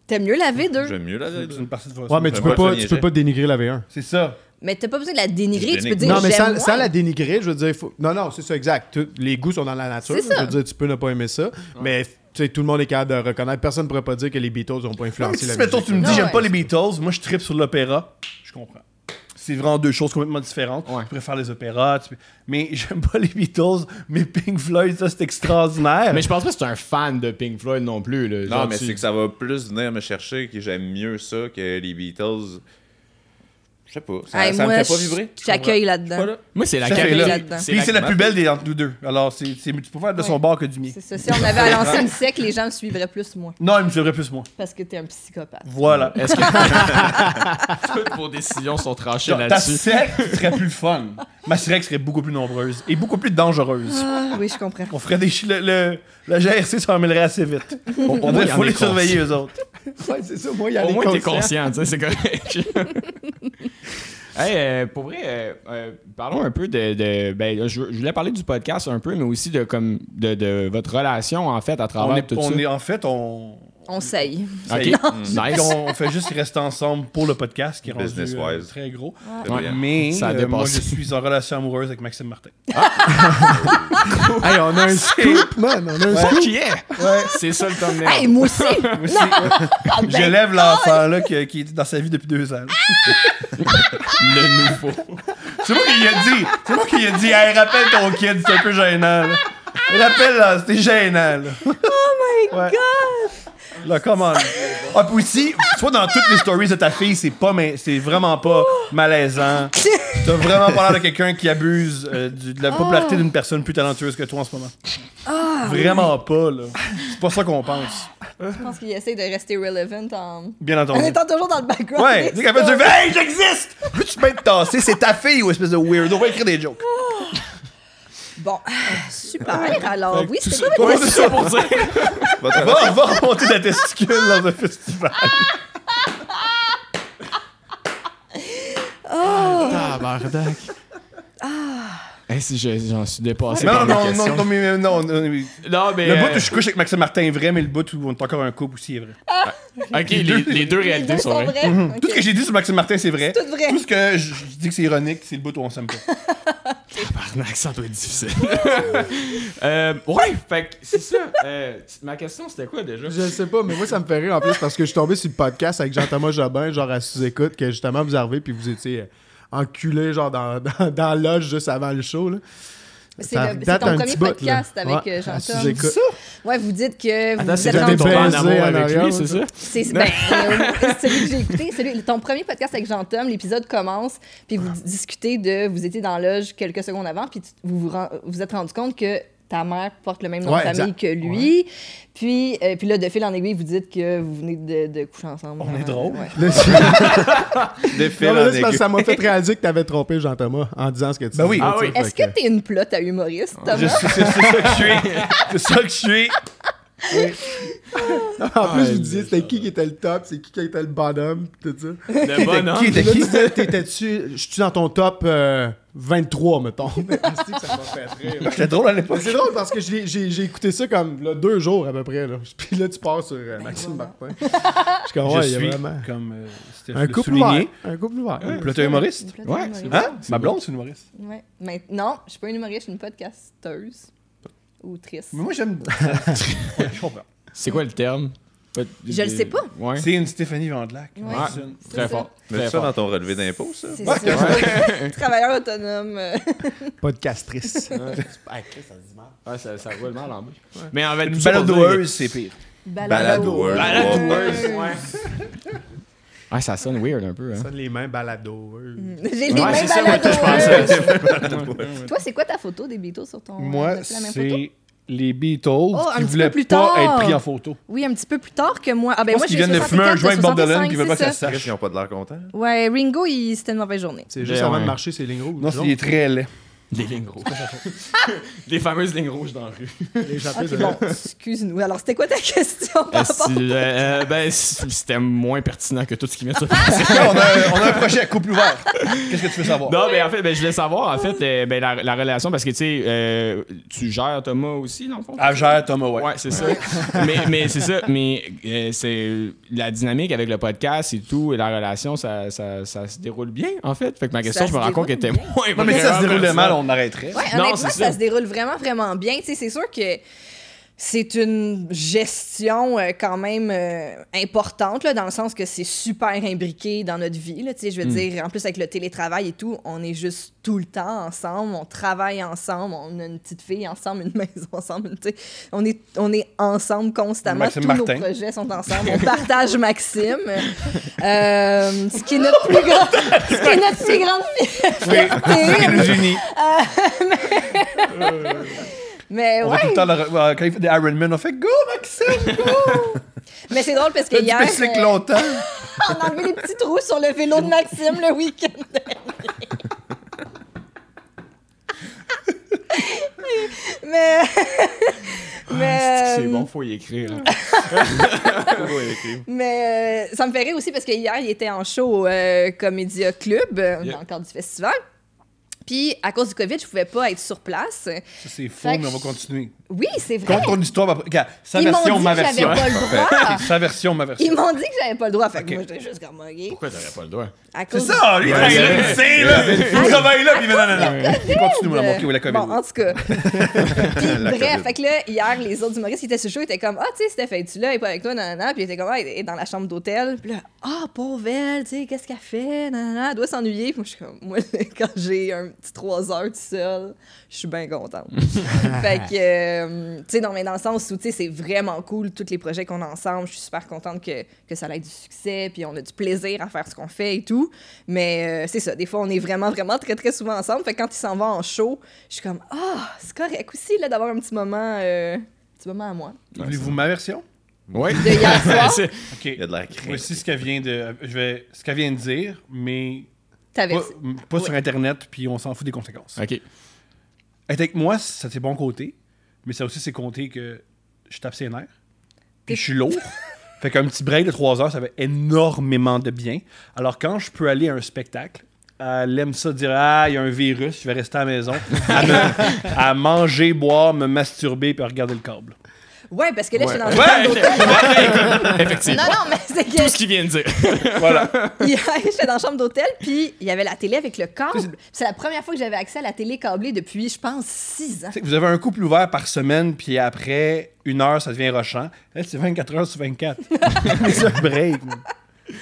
S3: T'aimes mieux la V2,
S8: J'aime mieux la
S4: C'est une partie de votre-
S1: Ouais, mais tu
S8: moi,
S1: peux, pas,
S8: je
S1: tu
S8: viens
S1: peux
S8: j'ai.
S1: pas dénigrer la V1.
S4: C'est ça.
S3: mais t'as pas besoin de la dénigrer. Tu peux
S8: Dénigre.
S3: dire
S1: Non, mais
S3: j'aime
S1: sans,
S3: moins.
S1: sans la dénigrer, je veux dire, faut- non, non, c'est ça, exact. Tout- les goûts sont dans la nature.
S3: C'est ça.
S1: Je veux dire, tu peux ne pas aimer ça, mais tu sais, tout le monde est capable de reconnaître. Personne ne pourrait pas dire que les Beatles n'ont pas
S4: Non, mais
S1: influencé
S4: si,
S1: la
S4: mettons,
S1: musique.
S4: tu me dis,
S3: Non,
S4: j'aime pas
S3: ouais.
S4: les Beatles, moi, je tripe sur l'opéra. Je comprends. C'est vraiment deux choses complètement différentes.
S2: Ouais.
S4: Tu préfères les opéras, tu- mais (laughs) j'aime pas les Beatles, mais Pink Floyd, ça, c'est extraordinaire.
S2: Mais je pense pas que c'est un fan de Pink Floyd non plus. là.
S8: Non,
S2: Genre,
S8: mais
S2: tu-
S8: c'est que ça va plus venir me chercher que j'aime mieux ça que les Beatles. Je sais pas. Ça,
S3: Hey,
S8: ça
S3: moi,
S8: me fait pas
S3: je-
S8: vibrer.
S3: Je t'accueille
S8: Je suis pas
S3: là-dedans.
S8: là.
S2: Moi, c'est la
S4: Ça, c'est
S2: catégorie.
S4: là.
S3: là-dedans.
S4: Puis c'est la plus belle des entre nous deux. Alors, c'est, c'est- tu peux faire de son
S3: Ouais.
S4: bord que du mien.
S3: C'est ça. Si on avait à lancer une sec, les gens me suivraient plus moi.
S4: Non, il me suivrait plus moi.
S3: Parce que t'es un psychopathe.
S4: Voilà.
S2: Est-ce que toutes vos décisions sont tranchées
S4: Genre, ta
S2: là-dessus?
S4: secte serait plus fun. Ma secte serait beaucoup plus nombreuse et beaucoup plus dangereuse.
S3: Ah, oui, je comprends.
S4: On ferait des chi- le, le, le GRC s'en mêlerait assez vite. On, on
S2: moins, il y en
S4: faut
S2: est
S4: les
S2: conscient.
S4: surveiller eux autres.
S1: Ouais, c'est ça, moi, il y a
S2: Au
S1: les
S2: moins, t'es
S1: conscients.
S2: conscient, tu sais, c'est correct. hey, euh, pour vrai, euh, euh, parlons un peu de. de- ben, je, je voulais parler du podcast un peu, mais aussi de, comme, de, de votre relation, en fait, à
S4: On
S2: travers
S4: est,
S2: tout
S4: on
S2: ça.
S4: est- en fait, on,
S3: On saye.
S2: Ok.
S4: Mm.
S2: Mm. Nice.
S4: on, on fait juste rester ensemble pour le podcast qui est rendu euh,
S8: Business-wise.
S4: très gros.
S8: Très bien.
S4: Mais
S2: Ça a
S4: euh, moi, je
S2: dépassé.
S4: suis en relation amoureuse avec Maxime Martin.
S1: Hey, on a un scoop, man. On a un scoop.
S2: Fuck yeah! C'est ça le thumbnail.
S3: Hey, moi aussi!
S4: Aussi,
S3: Ah,
S4: je
S3: ben, oh!
S4: lève l'enfant là qui, qui est dans sa vie depuis deux ans.
S2: le nouveau.
S4: C'est moi qui lui ai dit. C'est moi qui lui ai dit. Hey, rappelle ton kid, c'est un peu gênant. Là. Rappelle là, c'était gênant. Là. Oh my god. Là, comment Ah, puis aussi, soit dans toutes les stories de ta fille, c'est pas, mais c'est vraiment pas malaisant. T'as vraiment pas l'air de quelqu'un qui abuse euh, du- de la popularité d'une personne plus talentueuse que toi en ce moment. vraiment pas là. C'est pas ça qu'on pense.
S3: Je pense qu'il essaie de rester relevant en.
S4: Bien
S3: En
S4: entendu.
S3: étant toujours dans le background.
S4: Ouais,
S3: des
S4: dès qu'elle fait du
S3: stories.
S4: Hey, j'existe! Veux-tu bien te tasser? C'est ta fille ou espèce de weirdo? Va écrire des jokes.
S3: Bon, super. Alors, oui, c'est
S4: Pas
S3: quoi
S4: mal de ça pour dire.
S8: Votre-
S4: Va, va remonter ta testicule dans un festival.
S2: Tabarnak. Ah. Hey, si je- j'en suis dépassé.
S4: Non,
S2: par mes
S4: non, non, non,
S2: questions.
S4: non, mais euh, non, non, mais-
S2: Non, mais.
S4: Le
S2: euh,
S4: bout où je couche avec Maxime Martin est vrai, mais le bout où on est encore un couple aussi est vrai.
S2: Ok, les, les deux
S3: Les deux
S2: réalités sont
S3: sont
S2: vraies.
S3: vrais. Ok.
S4: Tout ce que j'ai dit sur Maxime Martin, c'est vrai.
S3: C'est tout vrai.
S4: Tout ce que je, je dis que c'est ironique, c'est le bout où on s'aime pas.
S2: Tabarnak, ça doit être difficile. (laughs) Euh, ouais, fait que c'est ça. Euh, ma question, c'était quoi déjà?
S1: Je sais pas, mais moi, ça me fait rire en plus parce que je suis tombé sur le podcast avec Jean-Thomas Jobin, genre à sous-écoute, que justement, vous arrivez puis vous étiez euh, enculé, genre dans, (laughs) dans, dans la loge juste avant le show. Là.
S3: C'est
S1: Ça
S3: le- c'est
S1: date
S3: ton
S1: un
S3: premier
S1: petit bout, là.
S3: podcast avec
S1: Ouais,
S3: euh,
S1: à
S3: Jean-Tom.
S1: sous-écoute.
S3: Ouais, vous dites que vous vous
S2: c'est
S3: êtes
S1: c'était
S2: quand
S1: tombé
S2: tombé en
S1: baisé
S2: amour
S1: en
S2: avec
S1: arrière,
S2: lui, c'est ça?
S3: (laughs) C'est ben, euh, celui que j'ai écouté, celui, ton premier podcast avec Jean Tom, l'épisode commence, puis vous discutez de, vous étiez dans la loge quelques secondes avant, puis tu- vous vous, ren- vous êtes rendu compte que ta mère porte le même nom
S1: Ouais,
S3: de famille
S1: exact.
S3: que lui, puis euh, puis là de fil en aiguille vous dites que vous venez de, de coucher ensemble.
S4: On est
S3: Euh,
S4: drôle.
S3: ouais.
S1: Là, c'est-
S8: Des fils
S1: Non, mais
S8: en
S1: là, c'est parce
S8: aiguille.
S1: que ça m'a (laughs) fait réaliser que t'avais trompé Jean-Thomas en disant ce que tu
S4: Ben oui.
S1: disais,
S2: Ah
S1: tu
S2: oui.
S1: sais,
S3: Est-ce
S1: fait
S3: que t'es une plotte à humoriste,
S4: Je
S3: Thomas?
S4: suis- (laughs) C'est c'est ça que je suis. C'est ça que je suis.
S1: En plus, je vous disais, c'était qui qui était le top, c'est qui qui était le bottom, pis tout ça.
S2: Le bonhomme.
S4: Qui était
S1: Puis là, tu
S4: qui?
S1: disais, t'étais-tu, je suis dans ton top euh, 23, mettons. Mais asti que ça m'a fait rire.
S4: C'était drôle à l'époque.
S1: Mais c'est drôle parce que j'ai- j'ai j'ai écouté ça comme là, deux jours à peu près. Là. (laughs) Puis là, tu pars sur euh, Maxime Martin. Je suis comme, ouais,
S4: je
S1: il y a
S4: suis
S1: vraiment.
S4: comme euh, Steph
S1: Un
S4: le
S1: couple
S4: soulignait.
S1: ouvert. Un couple ouvert.
S4: Puis là, t'es humoriste?
S3: Une plotte à
S2: Ouais,
S3: humoriste.
S2: c'est
S4: Hein?
S2: C'est
S4: Ma
S2: beau.
S4: blonde, c'est une humoriste.
S3: Ouais. Mais non, je suis pas une humoriste, je suis une podcasteuse. Ou triste.
S4: Mais moi, j'aime. (laughs) Ouais, je comprends.
S2: C'est quoi le terme? Pas-
S3: Je le sais pas.
S2: Ouais.
S4: C'est une Stéphanie Vandelac.
S3: Ouais.
S2: Ouais,
S4: C'est une-
S3: C'est
S2: Très
S3: ça.
S2: fort.
S8: Mais
S2: Très
S8: ça
S2: fort.
S8: dans ton relevé d'impôt, ça.
S3: C'est ça. (laughs) Travailleur autonome. euh.
S1: Podcastrice.
S2: Ouais, ça, ça roule mal en bouche. Mais en fait,
S4: Une
S2: tout ça pour dire-
S4: baladoeuse, c'est pire.
S8: Baladoeuse.
S2: Baladoeuse. Ouais, ça sonne weird un peu. Hein.
S1: Sonne les mains balado. euh.
S3: J'ai les mêmes
S2: c'est ça, moi, je
S3: baladeurs.
S2: pensais.
S3: Toi, c'est quoi ta photo des Beatles sur ton.
S4: Moi,
S3: t'as-tu la même photo? Oh,
S4: c'est les Beatles
S3: un
S4: qui
S3: petit
S4: voulaient
S3: peu plus
S4: pas
S3: tard.
S4: être pris en photo.
S3: Oui, un petit peu plus tard que moi. Ah, ben
S4: Parce
S3: moi,
S4: qu'ils
S3: j'ai
S4: viennent de fumer un joint avec Bob Dylan qui veut pas que ça se
S8: Chris,
S4: sache.
S8: Ils n'ont pas de l'air contents.
S3: Ouais, Ringo, il- c'était une mauvaise journée.
S1: (laughs) C'est juste
S2: Ben
S1: avant
S2: ouais.
S1: de marcher, c'est lignes rouges.
S4: (laughs) Non, c'est il est très laid.
S2: Des lignes rouges. (laughs) Des fameuses lignes rouges dans la rue.
S1: Les
S4: Ah,
S1: Japonais,
S3: Ok,
S1: euh,
S3: bon, excuse-nous. Alors, c'était quoi ta (laughs) question par rapport
S2: Esti, euh, euh, ben, c- c'était moins pertinent que tout ce qui vient de se
S4: on, a, on a un projet à couple ouvert. Qu'est-ce que tu veux savoir?
S2: Non, mais en fait, ben, je voulais savoir, en fait, euh, ben, la, la relation, parce que, tu sais, euh, tu gères Thomas aussi, dans le fond?
S4: Elle gère Thomas White.
S2: Ouais, c'est ça. mais mais c'est ça. Mais euh, c'est la dynamique avec le podcast et tout, et la relation, ça, ça, ça se déroule bien, en fait. Fait que ma
S3: Ça
S2: question,
S3: se
S2: je me rends compte qu'elle était
S3: déroule
S2: moins.
S4: Non, mais si
S2: vraiment
S4: ça se déroulait
S2: pertinente.
S4: mal, on arrêterait.
S3: Ouais,
S2: Non,
S3: honnêtement,
S2: c'est
S3: ça.
S2: ça.
S3: se déroule vraiment, vraiment bien. Tu sais, c'est sûr que c'est une gestion euh, quand même euh, importante, là, dans le sens que c'est super imbriqué dans notre vie. là. Tu sais, je veux
S4: Hmm.
S3: dire, en plus avec le télétravail et tout, on est juste tout le temps ensemble, on travaille ensemble, on a une petite fille ensemble, une (laughs) maison ensemble. tu sais. On est, on est ensemble constamment.
S4: Maxime
S3: Tous
S4: Martin.
S3: nos projets sont ensemble.
S4: (laughs)
S3: On partage Maxime, euh, ce qui est notre plus grand, ce qui est notre plus grande fierté.
S4: Le (laughs) génie.
S3: Mais
S4: On
S3: ouais,
S4: va tout le temps le re- euh, quand il fait des Iron Man, on fait Go, Maxime!
S3: Mais c'est drôle parce que
S4: Tu
S3: hier,
S4: bicycles
S3: euh,
S4: longtemps.
S3: on a enlevé les petits trous sur le vélo de Maxime le week-end. dernier. mais mais euh,
S2: C'est bon, faut y écrire. hein.
S3: mais euh, ça me fait rire aussi parce que hier il était en show au euh, Comédia Club euh, dans le cadre du festival. Puis à cause du Covid, je pouvais pas être sur place.
S4: Ça, c'est faux,
S3: Fait que
S4: mais on va
S3: je-
S4: continuer.
S3: Oui, c'est vrai.
S4: Compte ton histoire. après- Regarde, sa
S3: Ils m'ont
S4: version,
S3: dit
S4: ma
S3: que j'avais
S4: version.
S3: pas le droit.
S4: Ok, (laughs) Sa version, ma version.
S3: Ils m'ont dit que j'avais pas le droit. Fait que
S4: Ok.
S3: moi, j'étais juste comme OK.
S2: Pourquoi t'aurais pas le doigt?
S3: À
S4: C'est
S3: cause du-
S4: ça, lui, il le sait, là. Il travaille là, puis non, non, non. Continue, mon amour, ok, oui, la comédie.
S3: Bon, hein. en tout
S4: (laughs)
S3: cas. Puis, bref, fait que là, hier, les autres humoristes qui étaient sur le show étaient comme Ah, tu sais, Steph, es-tu là? Elle est pas avec toi, nanana. Puis, elle était comme Ah, elle est dans la chambre d'hôtel. Puis là, Ah, pauvre elle, tu sais, qu'est-ce qu'elle fait? Nanana, elle doit s'ennuyer. Puis, moi, je suis comme Moi, (laughs) quand j'ai un petit 3 heures tout seul, je suis bien contente.
S2: Ah.
S3: fait que, euh, tu sais, non, mais dans le sens où, tu sais, c'est vraiment cool, tous les projets qu'on a ensemble. Je suis super contente que, que ça ait du succès. Puis, on a du plaisir à faire ce qu'on fait et tout. Mais euh, c'est ça, des fois, on est vraiment, vraiment très, très souvent ensemble. Fait que quand il s'en va en show, je suis comme « Ah, c'est correct aussi là, d'avoir un petit moment, euh, un petit moment à moi.
S4: Voulez-vous ma version?
S2: Ouais.
S3: De
S2: (laughs)
S3: hier soir,
S2: C'est-
S4: Ok.
S8: Il y a de la crème.
S4: Voici ce qu'elle vient de. Je vais. Ce qu'elle vient de dire, mais
S3: t'avais...
S4: pas, pas sur Internet, puis on s'en fout des conséquences.
S2: Ok.
S4: Être avec moi, ça c'est bon côté, mais ça aussi c'est compté que je tape ses nerfs, puis je suis lourd. (laughs) fait qu'un petit break de 3 heures, ça fait énormément de bien. Alors quand je peux aller à un spectacle, elle aime ça dire Ah, il y a un virus, je vais rester à la maison, à, me- à manger, boire, me masturber, puis à regarder le câble.
S3: Ouais, parce que là, j'étais dans
S2: Ouais.
S3: une chambre
S2: Ouais,
S3: d'hôtel.
S2: (laughs) Effectivement.
S3: Non, non,
S4: (laughs)
S3: mais c'est
S2: Tout ce
S3: que
S2: qu'il vient de dire.
S4: Voilà.
S3: (laughs) hier, j'étais dans la chambre d'hôtel, puis il y avait la télé avec le
S4: C'est-
S3: câble. C'est la première fois que j'avais accès à la télé câblée depuis, je pense, six ans.
S4: Tu sais, vous avez un couple ouvert par semaine, puis après une heure, ça devient rochant. Elle, c'est 24 heures sur 24. (laughs) c'est un break. man.
S3: Mais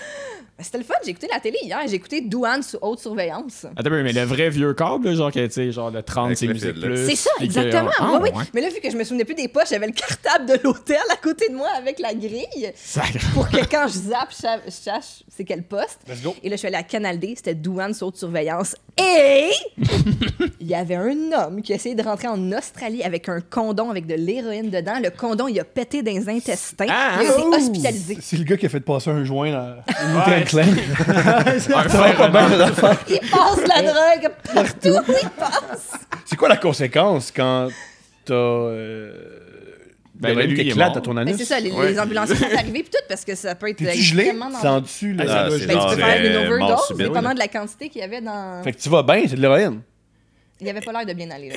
S3: Ben, C'était le fun, j'ai écouté la télé hier. J'ai écouté Douane sous haute surveillance.
S2: Attends, un peu, mais le vrai vieux câble, là, genre, que, tu sais, genre le 30,
S8: Avec
S2: c'est
S8: le
S2: musique
S8: fil, là.
S2: plus.
S3: C'est ça,
S2: puis que-
S3: exactement.
S2: Ah,
S3: Ouais, oui.
S2: ouais.
S3: Mais là, vu que je me souvenais plus des poches, j'avais le cartable de l'hôtel à côté de moi avec la grille
S2: Sacre.
S3: pour que quand je zappe, je sa- je sache c'est quel poste.
S4: Let's go.
S3: Et là, je suis allée à Canal D, c'était douane sur haute surveillance.
S2: (laughs)
S3: Et il y avait un homme qui essayait de rentrer en Australie avec un condom avec de l'héroïne dedans. Le condom, il a pété dans les intestins.
S2: Ah,
S8: hein?
S3: il a été
S4: Oh.
S7: Oh!
S2: ouh.
S3: hospitalisé.
S4: C'est le gars qui a fait passer un joint dans une (laughs) Clan.
S2: Un frère Robert.
S3: Il passe la drogue partout où il passe.
S4: C'est quoi la conséquence quand t'as. Euh,
S2: Ben,
S4: l'héroïne
S2: lui,
S4: qui
S2: il est
S4: éclate
S2: mort.
S4: à ton
S3: Mais
S4: anus.
S3: c'est ça, les,
S8: Ouais.
S3: les ambulanciers sont arrivés puis tout parce que ça peut être
S4: T'es-tu gelé?
S3: extrêmement
S4: C'est en
S3: dangereux.
S4: dessus,
S1: Ah,
S4: là.
S8: Ah,
S1: doit-
S8: c'est
S3: Ben, tu
S8: genre,
S3: peux faire une
S8: euh, mort
S3: overdose,
S8: subite,
S3: dépendant
S8: là.
S3: de la quantité qu'il y avait dans...
S4: Fait que tu vas bien, c'est de l'héroïne.
S3: Il avait pas l'air de bien aller.
S4: (laughs)
S3: là.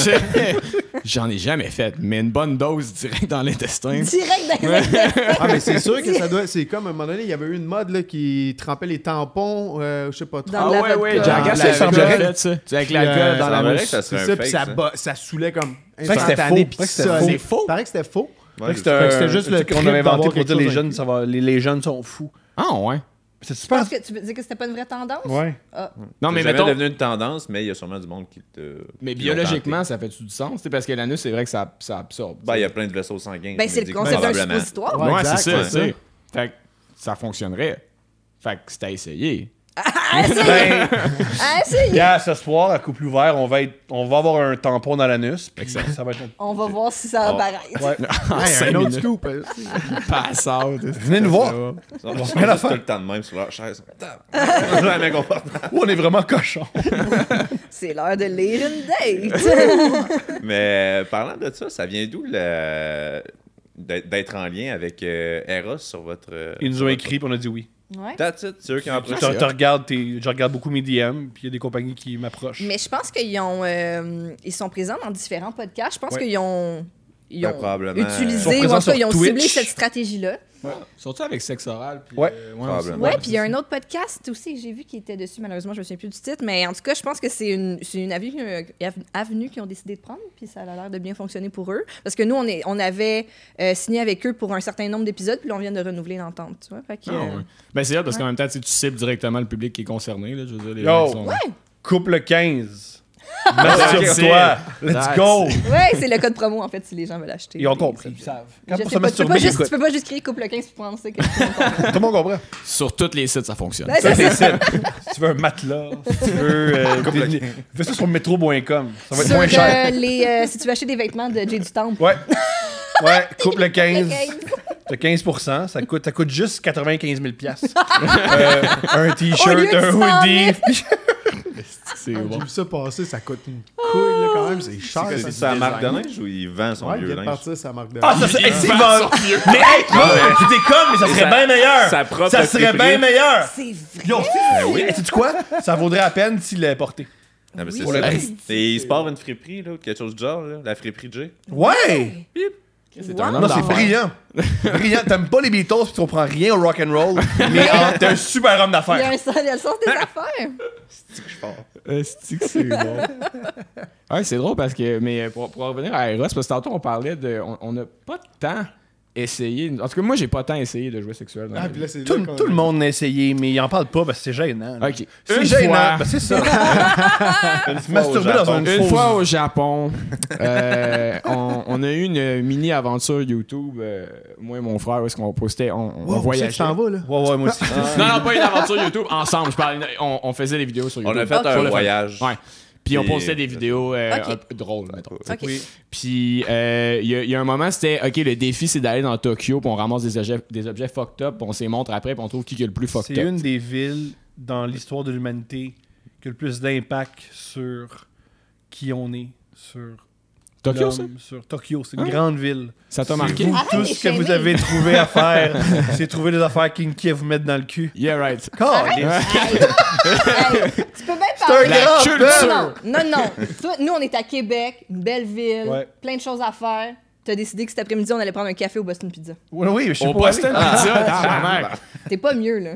S2: (laughs) J'en ai jamais fait, mais une bonne dose direct dans l'intestin.
S3: Direct dans les intestins.
S1: Ah, mais c'est sûr que ça doit. C'est comme à un moment donné, il y avait eu une mode là, qui trempait les tampons, euh, je sais pas trop.
S3: Dans la vodka.
S2: ouais,
S1: Jack
S2: Jackass,
S1: Lasser,
S2: il semblerait.
S1: Jack.
S2: Tu sais, Avec
S1: Puis, euh,
S2: l'alcool dans
S1: ça
S2: la
S8: semblerait
S2: bouche.
S8: que ça
S1: C'est
S8: serait
S1: ça,
S8: un
S1: puis
S8: fake,
S1: ça,
S8: ça.
S1: ba- ça saoulait comme
S4: que c'était
S1: instantané,
S4: faux.
S1: puis
S4: Fait que c'était
S1: ça-
S4: faux.
S1: c'est faux. Paraît que c'était faux.
S8: Ouais,
S4: Fait que
S1: Fait que
S4: c'est
S1: c'était
S4: juste
S1: juste
S4: le
S1: le
S4: qu'on
S1: trip
S4: a inventé
S1: d'avoir
S4: pour dire
S1: quelque
S4: les
S1: chose
S4: jeunes, ça va, les, les jeunes sont fous.
S2: Ah, ouais.
S4: C'est
S3: Je
S4: super.
S3: pense que tu veux dire que c'était pas une vraie tendance?
S4: Ouais.
S3: Ah.
S2: Non, mais
S8: mais jamais
S2: mettons.
S8: devenu une tendance, mais il y a sûrement du monde qui te.
S2: Mais
S8: qui l'ont
S2: biologiquement,
S8: tenté.
S2: ça fait-tu du sens? Tu sais, Parce que l'anus, c'est vrai que ça, ça absorbe.
S8: Ben, il y a plein de vaisseaux sanguins.
S3: Ben,
S8: je
S3: c'est
S8: me dis
S3: le concept d'un
S8: probablement.
S3: suppositoire.
S1: Ouais,
S2: Ouais, c'est
S1: exact,
S2: ça,
S1: ouais.
S2: tu sais. Fait que ça fonctionnerait. Fait que c'était essayé.
S7: À essayer!
S4: (laughs) Ben,
S7: À
S3: Ah,
S7: essayer!
S4: gars, ce soir, à couple ouvert, on va, être, on va avoir un tampon dans l'anus. puis Ça va être un-
S7: On va voir si ça
S8: Oh.
S7: apparaît.
S4: Ouais.
S1: Hey,
S2: cinq
S1: un autre
S2: minutes. (laughs)
S1: scoop. hein.
S2: Pass out.
S4: Venez nous voir. Ou
S8: On va se mettre tout le temps de même sur leur
S4: (laughs)
S8: chaise. C'est jamais confortable.
S4: on est vraiment cochon.
S7: C'est l'heure de lire une
S4: (laughs)
S7: date!
S8: Mais euh, parlant de ça, ça vient d'où le- d'être d'être en lien avec euh, Eros sur votre. euh,
S4: Ils nous ont
S8: votre-
S4: écrit, puis on a dit oui.
S7: ouais.
S8: That's it, c'est eux qui ont
S4: Je
S8: approché.
S4: te- te regarde, tes- je regarde beaucoup mes DM, puis il y a des compagnies qui m'approchent.
S7: Mais je pense qu'ils ont, euh, ils sont présents dans différents podcasts. Je pense
S4: Ouais.
S7: qu'ils ont, ils
S8: Ben,
S7: ont
S8: probablement. Ils sont
S7: utilisé, ou en
S4: présents
S7: tout cas, ils
S4: sur
S7: ont
S4: Twitch.
S7: ciblé cette stratégie-là.
S2: Surtout avec sexe oral. Puis,
S4: Ouais.
S2: euh,
S8: Probablement.
S7: Ouais, puis il y a un autre podcast aussi que j'ai vu qui était dessus. Malheureusement, je me souviens plus du titre, mais en tout cas, je pense que c'est une, c'est une avenue, euh, ave- avenue qu'ils ont décidé de prendre, puis ça a l'air de bien fonctionner pour eux. Parce que nous, on, est, on avait euh, signé avec eux pour un certain nombre d'épisodes, puis là, on vient de renouveler l'entente, tu vois. Fait que,
S2: Ah,
S7: euh,
S2: ouais. Ben, c'est là parce
S7: ouais.
S2: qu'en même temps, tu sais, tu cibles directement le public qui est concerné. Là, je veux dire, les
S4: Yo.
S2: gens qui sont-
S7: Ouais,
S4: Couple (laughs) 15. Masturbe-toi. Let's
S2: That's
S4: go.
S7: ouais, c'est le code promo, en fait, si les gens veulent l'acheter.
S4: Ils ont compris. Ils savent. Quand
S7: Je
S4: on
S7: sais
S4: se
S7: pas, tu, peux
S4: masturbe,
S7: pas
S4: ils
S7: juste, tu (laughs)
S4: écoutent.
S7: peux pas juste crier couple 15 puis penser
S4: (laughs)
S7: que.
S4: Tout le monde comprend.
S2: Sur tous les sites, ça fonctionne.
S7: Ouais,
S4: Ça,
S7: c'est
S4: c'est
S7: Ben, ça.
S4: ça. Si tu veux un matelas, si tu veux. (laughs) euh, des- Fais ça sur métro.com. Ça va être
S7: Sur,
S4: moins cher.
S7: euh, les, euh, si tu veux acheter des vêtements de Jay du Temple.
S4: Ouais.
S7: (laughs)
S4: Ouais, coupe le 15.
S7: Couple
S4: T'as 15 ça coûte, ça coûte juste 95 000
S7: (laughs)
S4: Euh, Un
S7: Au lieu
S4: t-shirt,
S7: de
S4: un
S7: 100
S4: hoodie.
S7: 000.
S2: C'est
S1: J'ai
S2: bon.
S1: vu ça passer, ça coûte une couille, là, quand même. C'est cher.
S8: C'est
S1: Ah, ça.
S8: c'est à marque de linge ou il vend son
S1: Ouais,
S8: vieux
S1: il vient de
S8: linge?
S1: partir, ça marque de
S4: Ah, ça serait. hey, c'est bon. Mais hey, non, tu déconnes, mais ça serait
S8: sa-
S4: bien meilleur.
S8: sa propre Ben
S4: Ça serait bien
S8: friperie.
S4: meilleur.
S7: C'est vrai.
S4: Yo, sais-tu quoi? Ça vaudrait la peine s'il l'avait porté.
S8: Non, mais Ah, ben, c'est
S4: Pour
S8: ça.
S4: le
S8: Hey,
S4: prix.
S8: Et il
S7: euh,
S8: se part une friperie, là, ou quelque chose du genre, là, la friperie de J.
S4: Ouais!
S2: C'est un
S7: Wow.
S2: homme
S4: Non, c'est
S2: d'affaires.
S4: brillant. brillant. T'aimes pas les Beatles pis tu comprends rien au rock and roll,
S8: (laughs)
S4: mais en- t'es un super homme
S7: Il y a
S4: d'affaires.
S7: un sens, il y a le sens des affaires.
S2: Euh, c'est-tu que c'est bon. (laughs) ouais, c'est drôle parce que. Mais euh, pour, pour en revenir à Eros, parce que tantôt on parlait de. On on n'a pas tant essayé. En tout cas, moi, j'ai pas tant essayé de jouer sexuel. dans ma
S1: Ah,
S2: vie.
S1: (laughs) puis là, c'est
S4: Tout,
S1: là qu'on-
S4: tout le monde a essayé, mais il en parle pas parce que c'est gênant. là.
S2: Ok.
S4: C'est
S2: Une
S4: gênant.
S2: fois-
S4: Ben, c'est ça. Masturber dans
S2: (laughs)
S4: une,
S2: Une
S4: fausse-
S2: fois au Japon, euh, on, on a eu une mini aventure YouTube, euh, moi et mon frère, où est-ce qu'on postait, on, on
S1: Wow, c'est que
S2: voyageait.
S1: tu t'en vas, là.
S4: Ouais, ouais,
S2: (laughs)
S4: moi aussi.
S2: Non, non, pas une aventure YouTube, ensemble, je parle, on, on faisait des vidéos sur
S8: On
S2: YouTube.
S8: a fait
S2: Sur le
S8: un
S2: fait-
S8: voyage.
S2: Ouais. Puis on
S8: Et-
S2: postait des vidéos euh,
S7: Ok.
S2: un peu drôles, mettons.
S7: Ok.
S2: Puis euh, il y, a- il y a un moment, c'était OK, le défi, c'est d'aller dans Tokyo, puis on ramasse des objets, des objets fucked up, puis on s'y montre après, puis on trouve qui est le plus
S4: C'est
S2: fucked up.
S4: une des villes dans l'histoire de l'humanité qui a le plus d'impact sur qui on est, sur
S2: Tokyo, ça
S4: l'homme, sur Tokyo. C'est une
S2: Hein?
S4: grande ville.
S2: Ça t'a
S4: C'est
S2: marqué
S4: vous
S7: Arrête
S4: tous
S7: de
S4: ce que
S7: shamer.
S4: vous avez trouvé à faire, (laughs) c'est trouver des affaires kinky à vous mettre dans le cul.
S2: Yeah, right.
S7: Hey, tu peux bien
S4: Ah, un
S7: parler.
S4: grand
S2: La
S4: peuple.
S2: culture!
S7: Non, non, non. Toi, nous, on est à Québec, une belle ville,
S4: Ouais.
S7: plein de choses à faire. T'as décidé que cet après-midi, on allait prendre un café au Boston Pizza.
S4: Oui, oui, je sais
S2: Au
S4: pas. Ah,
S2: Boston Pizza, tabarnak.
S7: T'es pas mieux, là.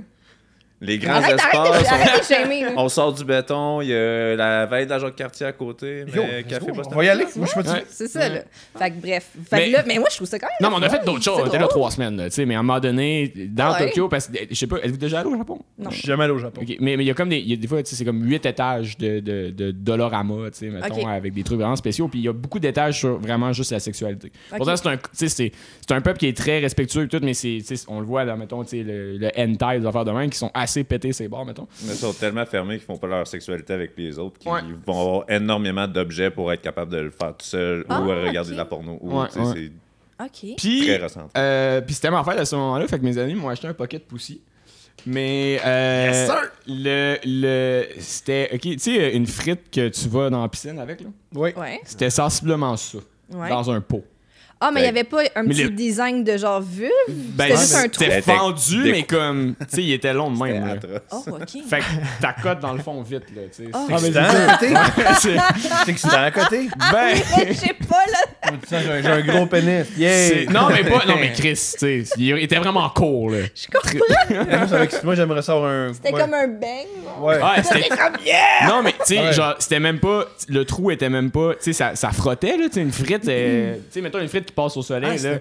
S8: Les grands
S7: Arrête, arrête, de,
S8: espaces. on-
S7: arrête de shamer, là.
S8: On sort du béton, il y a la veille de la Jacques-Cartier à côté,
S4: Yo,
S8: mais
S4: let's
S8: Café
S4: go, on
S8: Boston.
S4: va y aller. Ben, Moi, je me
S2: Ouais.
S7: C'est ça, là. Fait que bref. Fait
S2: Mais-
S7: que là, mais moi, je trouve ça quand même.
S2: Non, mais on a fait d'autres
S7: C'est
S2: choses. On était là
S7: drôle. Ah
S2: trois semaines, là, tu sais, mais à un moment donné, dans
S7: Ouais.
S2: Tokyo, parce que je sais pas, êtes-vous déjà allé au Japon?
S7: Non.
S4: Je suis jamais allé au Japon.
S2: Ok, Mais mais il y a comme des, il y a des fois, tu sais, c'est comme huit étages de, de, de Dolorama, tu sais, mettons,
S7: Ok.
S2: avec des trucs vraiment spéciaux. Puis il y a beaucoup d'étages sur vraiment juste la sexualité.
S7: Ok.
S2: Pourtant, c'est un, tu sais, c'est c'est un peuple qui est très respectueux et tout, mais c'est, tu sais, on le voit dans, mettons, tu sais, le, le hentai, des affaires de même, qui sont assez pétés, ces bars, mettons.
S8: Ils sont tellement fermés qu'ils font pas leur sexualité avec les autres, qu'ils
S2: Ouais.
S8: vont avoir énormément d'objets pour être capable de le faire tout seul
S7: Ah,
S8: ou euh, regarder
S7: ok.
S8: de la porno. Ou,
S2: Ouais,
S8: tu sais,
S2: ouais.
S8: c'est-
S7: OK.
S2: Puis,
S8: Très recentré.
S2: euh, puis c'était ma fête à ce moment-là, fait que mes amis m'ont acheté un pocket pussy. Mais euh, le le c'était OK, tu sais une frite que tu vas dans la piscine avec là,
S4: Oui.
S7: Ouais.
S2: c'était sensiblement ça
S7: Ouais.
S2: dans un pot.
S7: Ah, mais il y avait pas un
S2: Mais
S7: petit
S2: le-
S3: (laughs)
S7: design de genre vulve?
S2: Ben,
S7: C'était juste un trou.
S2: c'était
S8: trou.
S2: fendu
S8: C'était-
S2: mais comme tu sais il était long de même.
S8: c'est
S2: là.
S8: atroce.
S7: Oh, OK.
S2: Fait que ta cote dans le fond vite là, tu sais.
S7: Ah.
S4: C'est excitant à côté.
S2: (laughs) C'est-
S4: C'est excitant à côté.
S2: ben
S7: Je sais pas, là.
S4: (laughs) J'ai un j'ai un gros pénis.
S2: c'est-
S4: Yeah.
S2: non mais pas non mais Chris, tu sais, il était vraiment court là.
S7: Je comprends.
S4: Moi, ça m'excite. Moi, j'aimerais ça avoir un.
S7: C'était
S4: ouais.
S7: comme un bang.
S4: Ouais.
S2: Ouais, c'était Non, mais tu sais,
S4: Ouais.
S2: genre, c'était même pas. Le trou était même pas. Tu sais, ça, ça frottait, là. Tu sais, une frite. euh, tu sais, mettons une frite qui passe au soleil, là.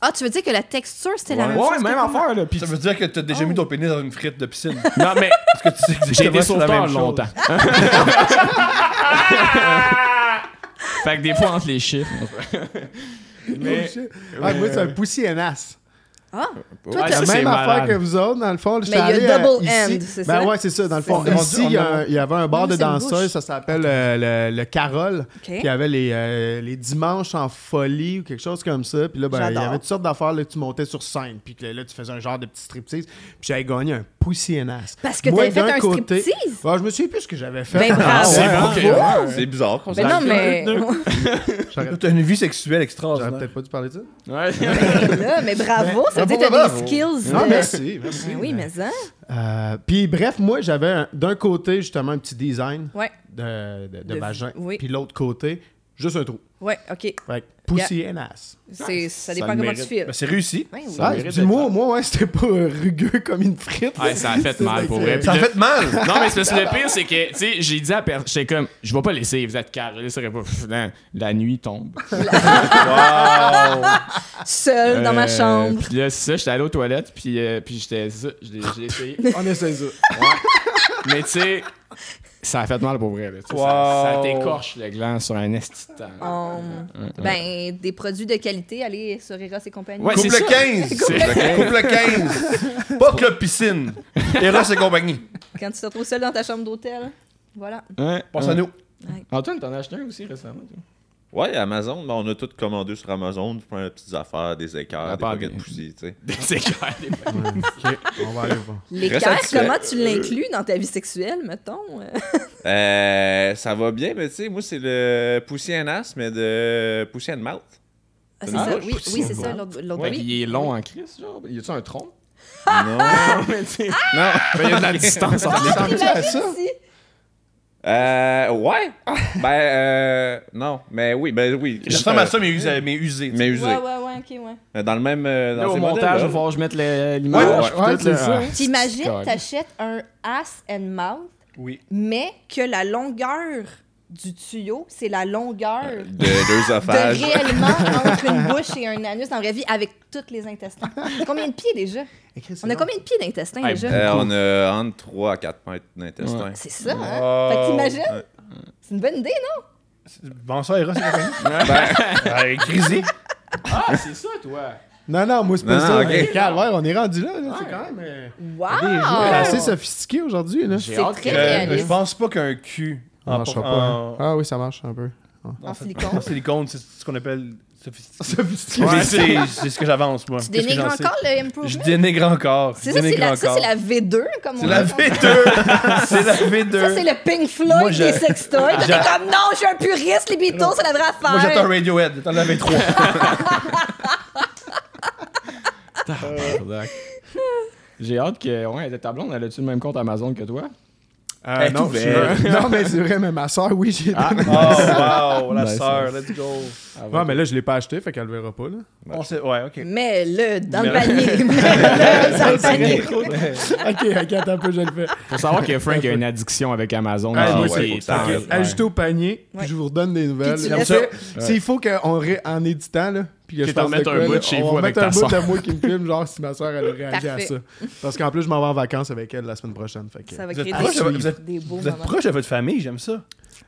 S7: Ah, tu veux dire que la texture, c'était la
S2: Ouais,
S7: même chose?
S2: même affaire, là. Puis,
S4: Ça veut dire que t'as
S7: Oh.
S4: déjà mis ton pénis dans une frite de piscine.
S2: non, mais
S4: Parce que tu sais exactement
S2: j'ai été
S4: c'est la
S2: sauveteur
S4: même chose.
S2: longtemps. fait
S1: Oh,
S2: que des fois, entre les chiffres.
S1: Ah, moi, c'est un poussy en as.
S2: Oh,
S7: Ah, Toi,
S2: ah,
S1: La
S2: ça, c'est
S1: même affaire
S2: malade.
S1: que vous autres, dans le fond. j'étais
S7: il y a
S1: allé,
S7: double
S1: euh,
S7: end,
S1: ici.
S7: c'est
S1: ben
S7: ça?
S1: ouais, c'est ça. Dans le fond,
S4: C'est-
S1: ici, il y, a- il y avait un bar
S7: Non,
S1: de
S7: c'est une
S1: danseuses,
S7: bouche.
S1: ça s'appelle euh, le, le Carole. Puis il y avait les, euh, les dimanches en folie ou quelque chose comme ça. Puis là, ben, il y
S7: J'adore.
S1: avait toutes sortes d'affaires. Là, que tu montais sur scène, puis que là, tu faisais un genre de petit striptease. Puis j'avais gagné un poussy en ass.
S7: Parce que
S1: Moi,
S7: t'avais fait
S1: d'un
S7: un
S1: côté-
S7: striptease?
S1: Ouais, je me souviens plus ce que j'avais fait. Ah,
S7: Ben, bravo.
S1: ouais,
S7: C'est
S1: bravo.
S2: bon.
S8: C'est bizarre qu'on
S7: Mais non, mais. (laughs)
S1: J'aurais-
S4: T'as une vie sexuelle
S1: J'aurais
S4: extraordinaire.
S1: peut-être pas dû parler de ça.
S2: Ouais.
S7: Ben là, mais bravo, ça veut dire que t'as
S4: Bravo, bravo.
S7: des skills.
S1: Non,
S7: de-
S1: Ah, merci, merci.
S7: Ben oui, mais ça.
S1: Euh, puis bref, moi, j'avais un- d'un côté, justement, un petit design
S7: Ouais,
S1: de, de, de
S7: De-
S1: vagin.
S7: oui.
S1: Puis l'autre côté, juste un trou.
S7: ouais, ok.
S1: Fait que pussy and ass.
S7: C'est- Ça
S2: Ça
S7: dépend comment
S2: mérite.
S7: tu files.
S4: Ben, c'est réussi.
S7: Ouais, oui.
S2: Ça
S1: Ah,
S2: mérite
S1: puis
S2: d'être
S1: moi,
S2: fait.
S1: moi, ouais, c'était pas euh, rugueux comme une frite.
S2: Ouais, ça a fait mal pour vrai. Puis
S4: Ça a
S2: le-
S4: fait mal.
S2: Non, mais c'est parce que le pire, c'est que, tu sais, j'ai dit à personne, j'étais comme, je vais pas laisser, vous êtes carré, ça serait pas. Pff, non, la nuit tombe.
S7: Seule dans ma
S2: Euh,
S7: chambre.
S2: Puis là, c'est ça, j'étais allé aux toilettes, puis, euh, puis j'étais, c'est ça, je l'ai je l'ai essayé.
S1: On essaie ça.
S2: mais tu sais, ça a fait mal pour vrai, là, tu sais, ça, ça t'écorche le gland sur un esti de temps, là.
S7: Um, ben, des produits de qualité, allez sur Eros et compagnie.
S2: Ouais, (laughs)
S7: (laughs)
S2: c'est
S4: Couple
S2: ça.
S4: 15.
S2: C'est-
S4: Couple 15. Pas club piscine. Eros et compagnie.
S7: Quand tu te retrouves seul dans ta chambre d'hôtel. Voilà.
S2: Ouais.
S4: Pense à nous.
S2: Antoine, t'en as acheté un aussi récemment, (laughs) toi?
S8: Ouais, Amazon, ben, on a tout commandé sur Amazon pour plein de petites affaires, des équerres,
S2: Ah,
S8: des
S2: pas
S8: paquets de
S2: bien.
S8: poussis, tu sais.
S2: Des écoles, des
S1: On va aller voir.
S7: L'équerre,
S8: satisfait.
S7: comment tu l'inclus dans ta vie sexuelle, mettons? euh?
S8: Euh, ça va bien, mais tu sais, moi, c'est le poussi en as, mais de poussi en mouth.
S7: Ah, c'est
S8: Ah,
S7: ça,
S8: ouais,
S7: oui, oui, c'est ça, l'autre l'autre
S2: Ouais,
S7: oui.
S2: puis il est long en crise, genre. Y a-tu un tronc?
S8: Non.
S2: Non, Ah, mais tu sais. Non, mais (laughs) il y a de la distance entre les
S1: ressemble-tu à ça?
S7: Ici.
S8: Euh, ouais. ben, euh, non, mais oui, ben oui.
S4: Je ressemble à ça, mais usé. Mais usé, tu sais.
S8: Mais
S7: Ouais,
S8: usé.
S7: ouais, ouais, ok, ouais.
S8: Mais Dans le même. euh, Dans
S2: Là, au
S8: ces
S2: montage,
S8: modèles-là.
S2: il va falloir que je mette le- l'image.
S1: Ouais, ouais,
S2: tout,
S1: c'est
S2: là.
S1: ça.
S2: Ah,
S7: T'imagines,
S2: c'est-
S7: t'achètes un ass and mouth,
S4: Oui.
S7: mais que la longueur du tuyau, c'est la longueur
S8: De deux
S7: de
S8: ophages.
S7: réellement entre une bouche et un anus dans la vraie vie avec tous les intestins. Combien de pieds déjà? On a combien de pieds d'intestins
S2: Hey,
S4: ben,
S7: déjà?
S8: Euh, on a entre 3 à 4 mètres d'intestin.
S7: C'est ça, hein? Fait que t'imagines?
S4: Euh,
S7: C'est une bonne idée, non?
S4: Bonsoir, Eros et compagnie. Ben,
S7: (laughs)
S4: Crisy.
S2: Ah, c'est ça, toi.
S1: Non, non, moi, c'est
S8: Non,
S1: pas ça.
S8: non, ok.
S1: Hey, Carl, ouais, on est rendu là. là, C'est quand même euh,
S7: Wow!
S4: Ben,
S1: assez sophistiqué aujourd'hui. là.
S2: J'ai
S7: C'est
S2: hâte
S7: très
S2: que-
S7: réaliste.
S4: euh, Je pense pas qu'un cul
S1: Ça marchera pas. hein. Ah oui, ça marche un peu.
S7: En
S4: En
S2: hein.
S4: (laughs)
S7: silicone.
S4: silicone, c'est ce qu'on appelle sophistiqué.
S1: Sophistiqué.
S4: Ouais, c'est c'est ce que j'avance, moi.
S7: Tu
S4: Qu'est-ce que
S7: dénigres
S4: j'en sais?
S7: encore le
S4: Je
S7: improvement?
S4: dénigre encore.
S7: C'est
S4: Je
S7: ça, c'est
S4: dénigre
S7: la, ça,
S4: encore.
S7: c'est la V2, comme on (laughs)
S4: C'est la
S7: dit.
S4: V2. C'est la V2.
S7: Ça, c'est le Pink Floyd
S4: Moi, je-
S7: des sextoys. Toi, T'es
S4: j'a-
S7: comme, non, je suis un puriste, les Beatles, c'est la vraie affaire.
S4: Moi, j'attends Radiohead. J'attends la V3.
S2: Tabarnak. (laughs) J'ai hâte que. Ouais, de ta blonde, elle a-tu le même compte Amazon que toi?
S7: Ben,
S1: Euh, non,
S4: Hey,
S1: c'est vrai. (laughs) non, mais c'est vrai, mais ma soeur, oui, j'ai donné.
S4: Oh, wow.
S2: (laughs)
S4: La
S2: Nice,
S4: sœur. Let's go.
S1: Ouais, mais là, je l'ai pas acheté, fait qu'elle le verra pas. Là.
S4: On sait... Ouais, OK.
S7: Mets-le dans le
S4: Mais- (laughs)
S7: panier. Mets-le dans le panier.
S1: (laughs) ok, ok, attends un peu, je le fais.
S2: Faut savoir que Frank a une addiction avec Amazon.
S1: Ah,
S2: Genre,
S1: moi,
S8: c'est-
S2: il
S8: faut que
S2: est en-
S8: ça arrête.
S2: ouais.
S1: Ajoutez au panier,
S7: Ouais.
S1: puis je vous redonne des nouvelles.
S7: Puis tu
S1: Comme
S7: laisses-
S1: ça, s'il faut qu'on ré- en éditant, là, puis que
S2: Que
S1: je
S2: t'en
S1: fasse
S2: mettes
S1: de
S2: un
S1: quoi,
S2: bout
S1: là,
S2: de chez
S1: on
S2: vous
S1: va
S2: avec
S1: mettre
S2: ta
S1: un
S2: sœur.
S1: bout de moi qui me filme, genre si ma soeur elle a réagi à
S7: (laughs) Parfait.
S1: ça. Parce qu'en plus, je m'en vais en vacances avec elle la semaine prochaine. Fait que-
S7: Ça va
S4: Vous êtes
S7: créer
S4: proche de
S7: des,
S4: votre- vous êtes-
S7: des beaux
S4: Vous êtes
S7: moments.
S4: proche de votre famille, j'aime ça.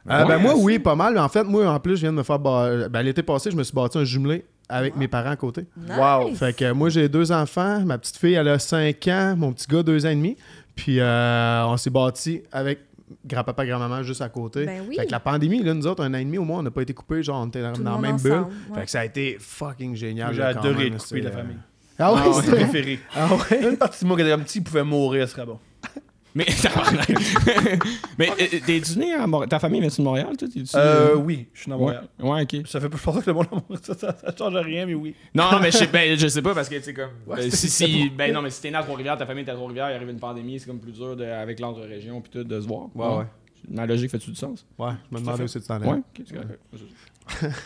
S1: Euh, ben
S2: Ouais,
S1: moi, oui, pas mal. En fait, moi, en plus, je viens de me faire. ba- Ben, l'été passé, je me suis bâti un jumelé avec mes parents à côté.
S7: Ah. Nice.
S1: Fait que euh, moi, j'ai deux enfants. Ma petite fille, elle a 5 ans. Mon petit gars, 2 ans et demi. Puis euh, on s'est bâti avec grand-papa, grand-maman juste à côté.
S7: Ben oui.
S1: Fait que la pandémie, là, nous autres, un an et demi au moins, on n'a pas été coupés. Genre, on était dans,
S7: Tout le
S1: dans la
S7: monde
S1: même
S7: ensemble,
S1: bulle.
S7: ouais.
S1: Fait que ça a été fucking génial.
S4: J'ai
S1: là, Ah, quand
S4: adoré
S1: même,
S4: de couper
S1: c'est-
S4: la famille.
S1: Ah ouais, c'est vrai?
S4: préféré.
S1: Ah ouais?
S4: Une partie de moi qui était comme petit, il pouvait mourir, ce serait bon.
S2: Mais, (laughs) tabarnak. mais euh, euh, t'es-tu né à Montréal? Ta famille vient-tu de Montréal, toi? T'es-tu-
S4: Euh, oui, je suis dans
S2: Ouais,
S4: Montréal.
S2: ouais, ok.
S4: Ça fait pas je pense pas que le monde à Montréal, (laughs) ça, ça, ça change rien, mais oui.
S2: Non, mais je sais, ben, je sais pas parce que tu sais comme ben, si, si- ben non mais si t'es né à Trois-Rivières, ta famille est à Trois-Rivières, il arrive une pandémie, c'est comme plus dur de- avec l'entre-région puis tout de se voir.
S1: Ouais, ouais.
S2: Ma logique fait-tu du sens
S1: Ouais, je me demandais où c'est que t'en
S2: Ouais.
S1: allais.
S2: ok, c'est correct.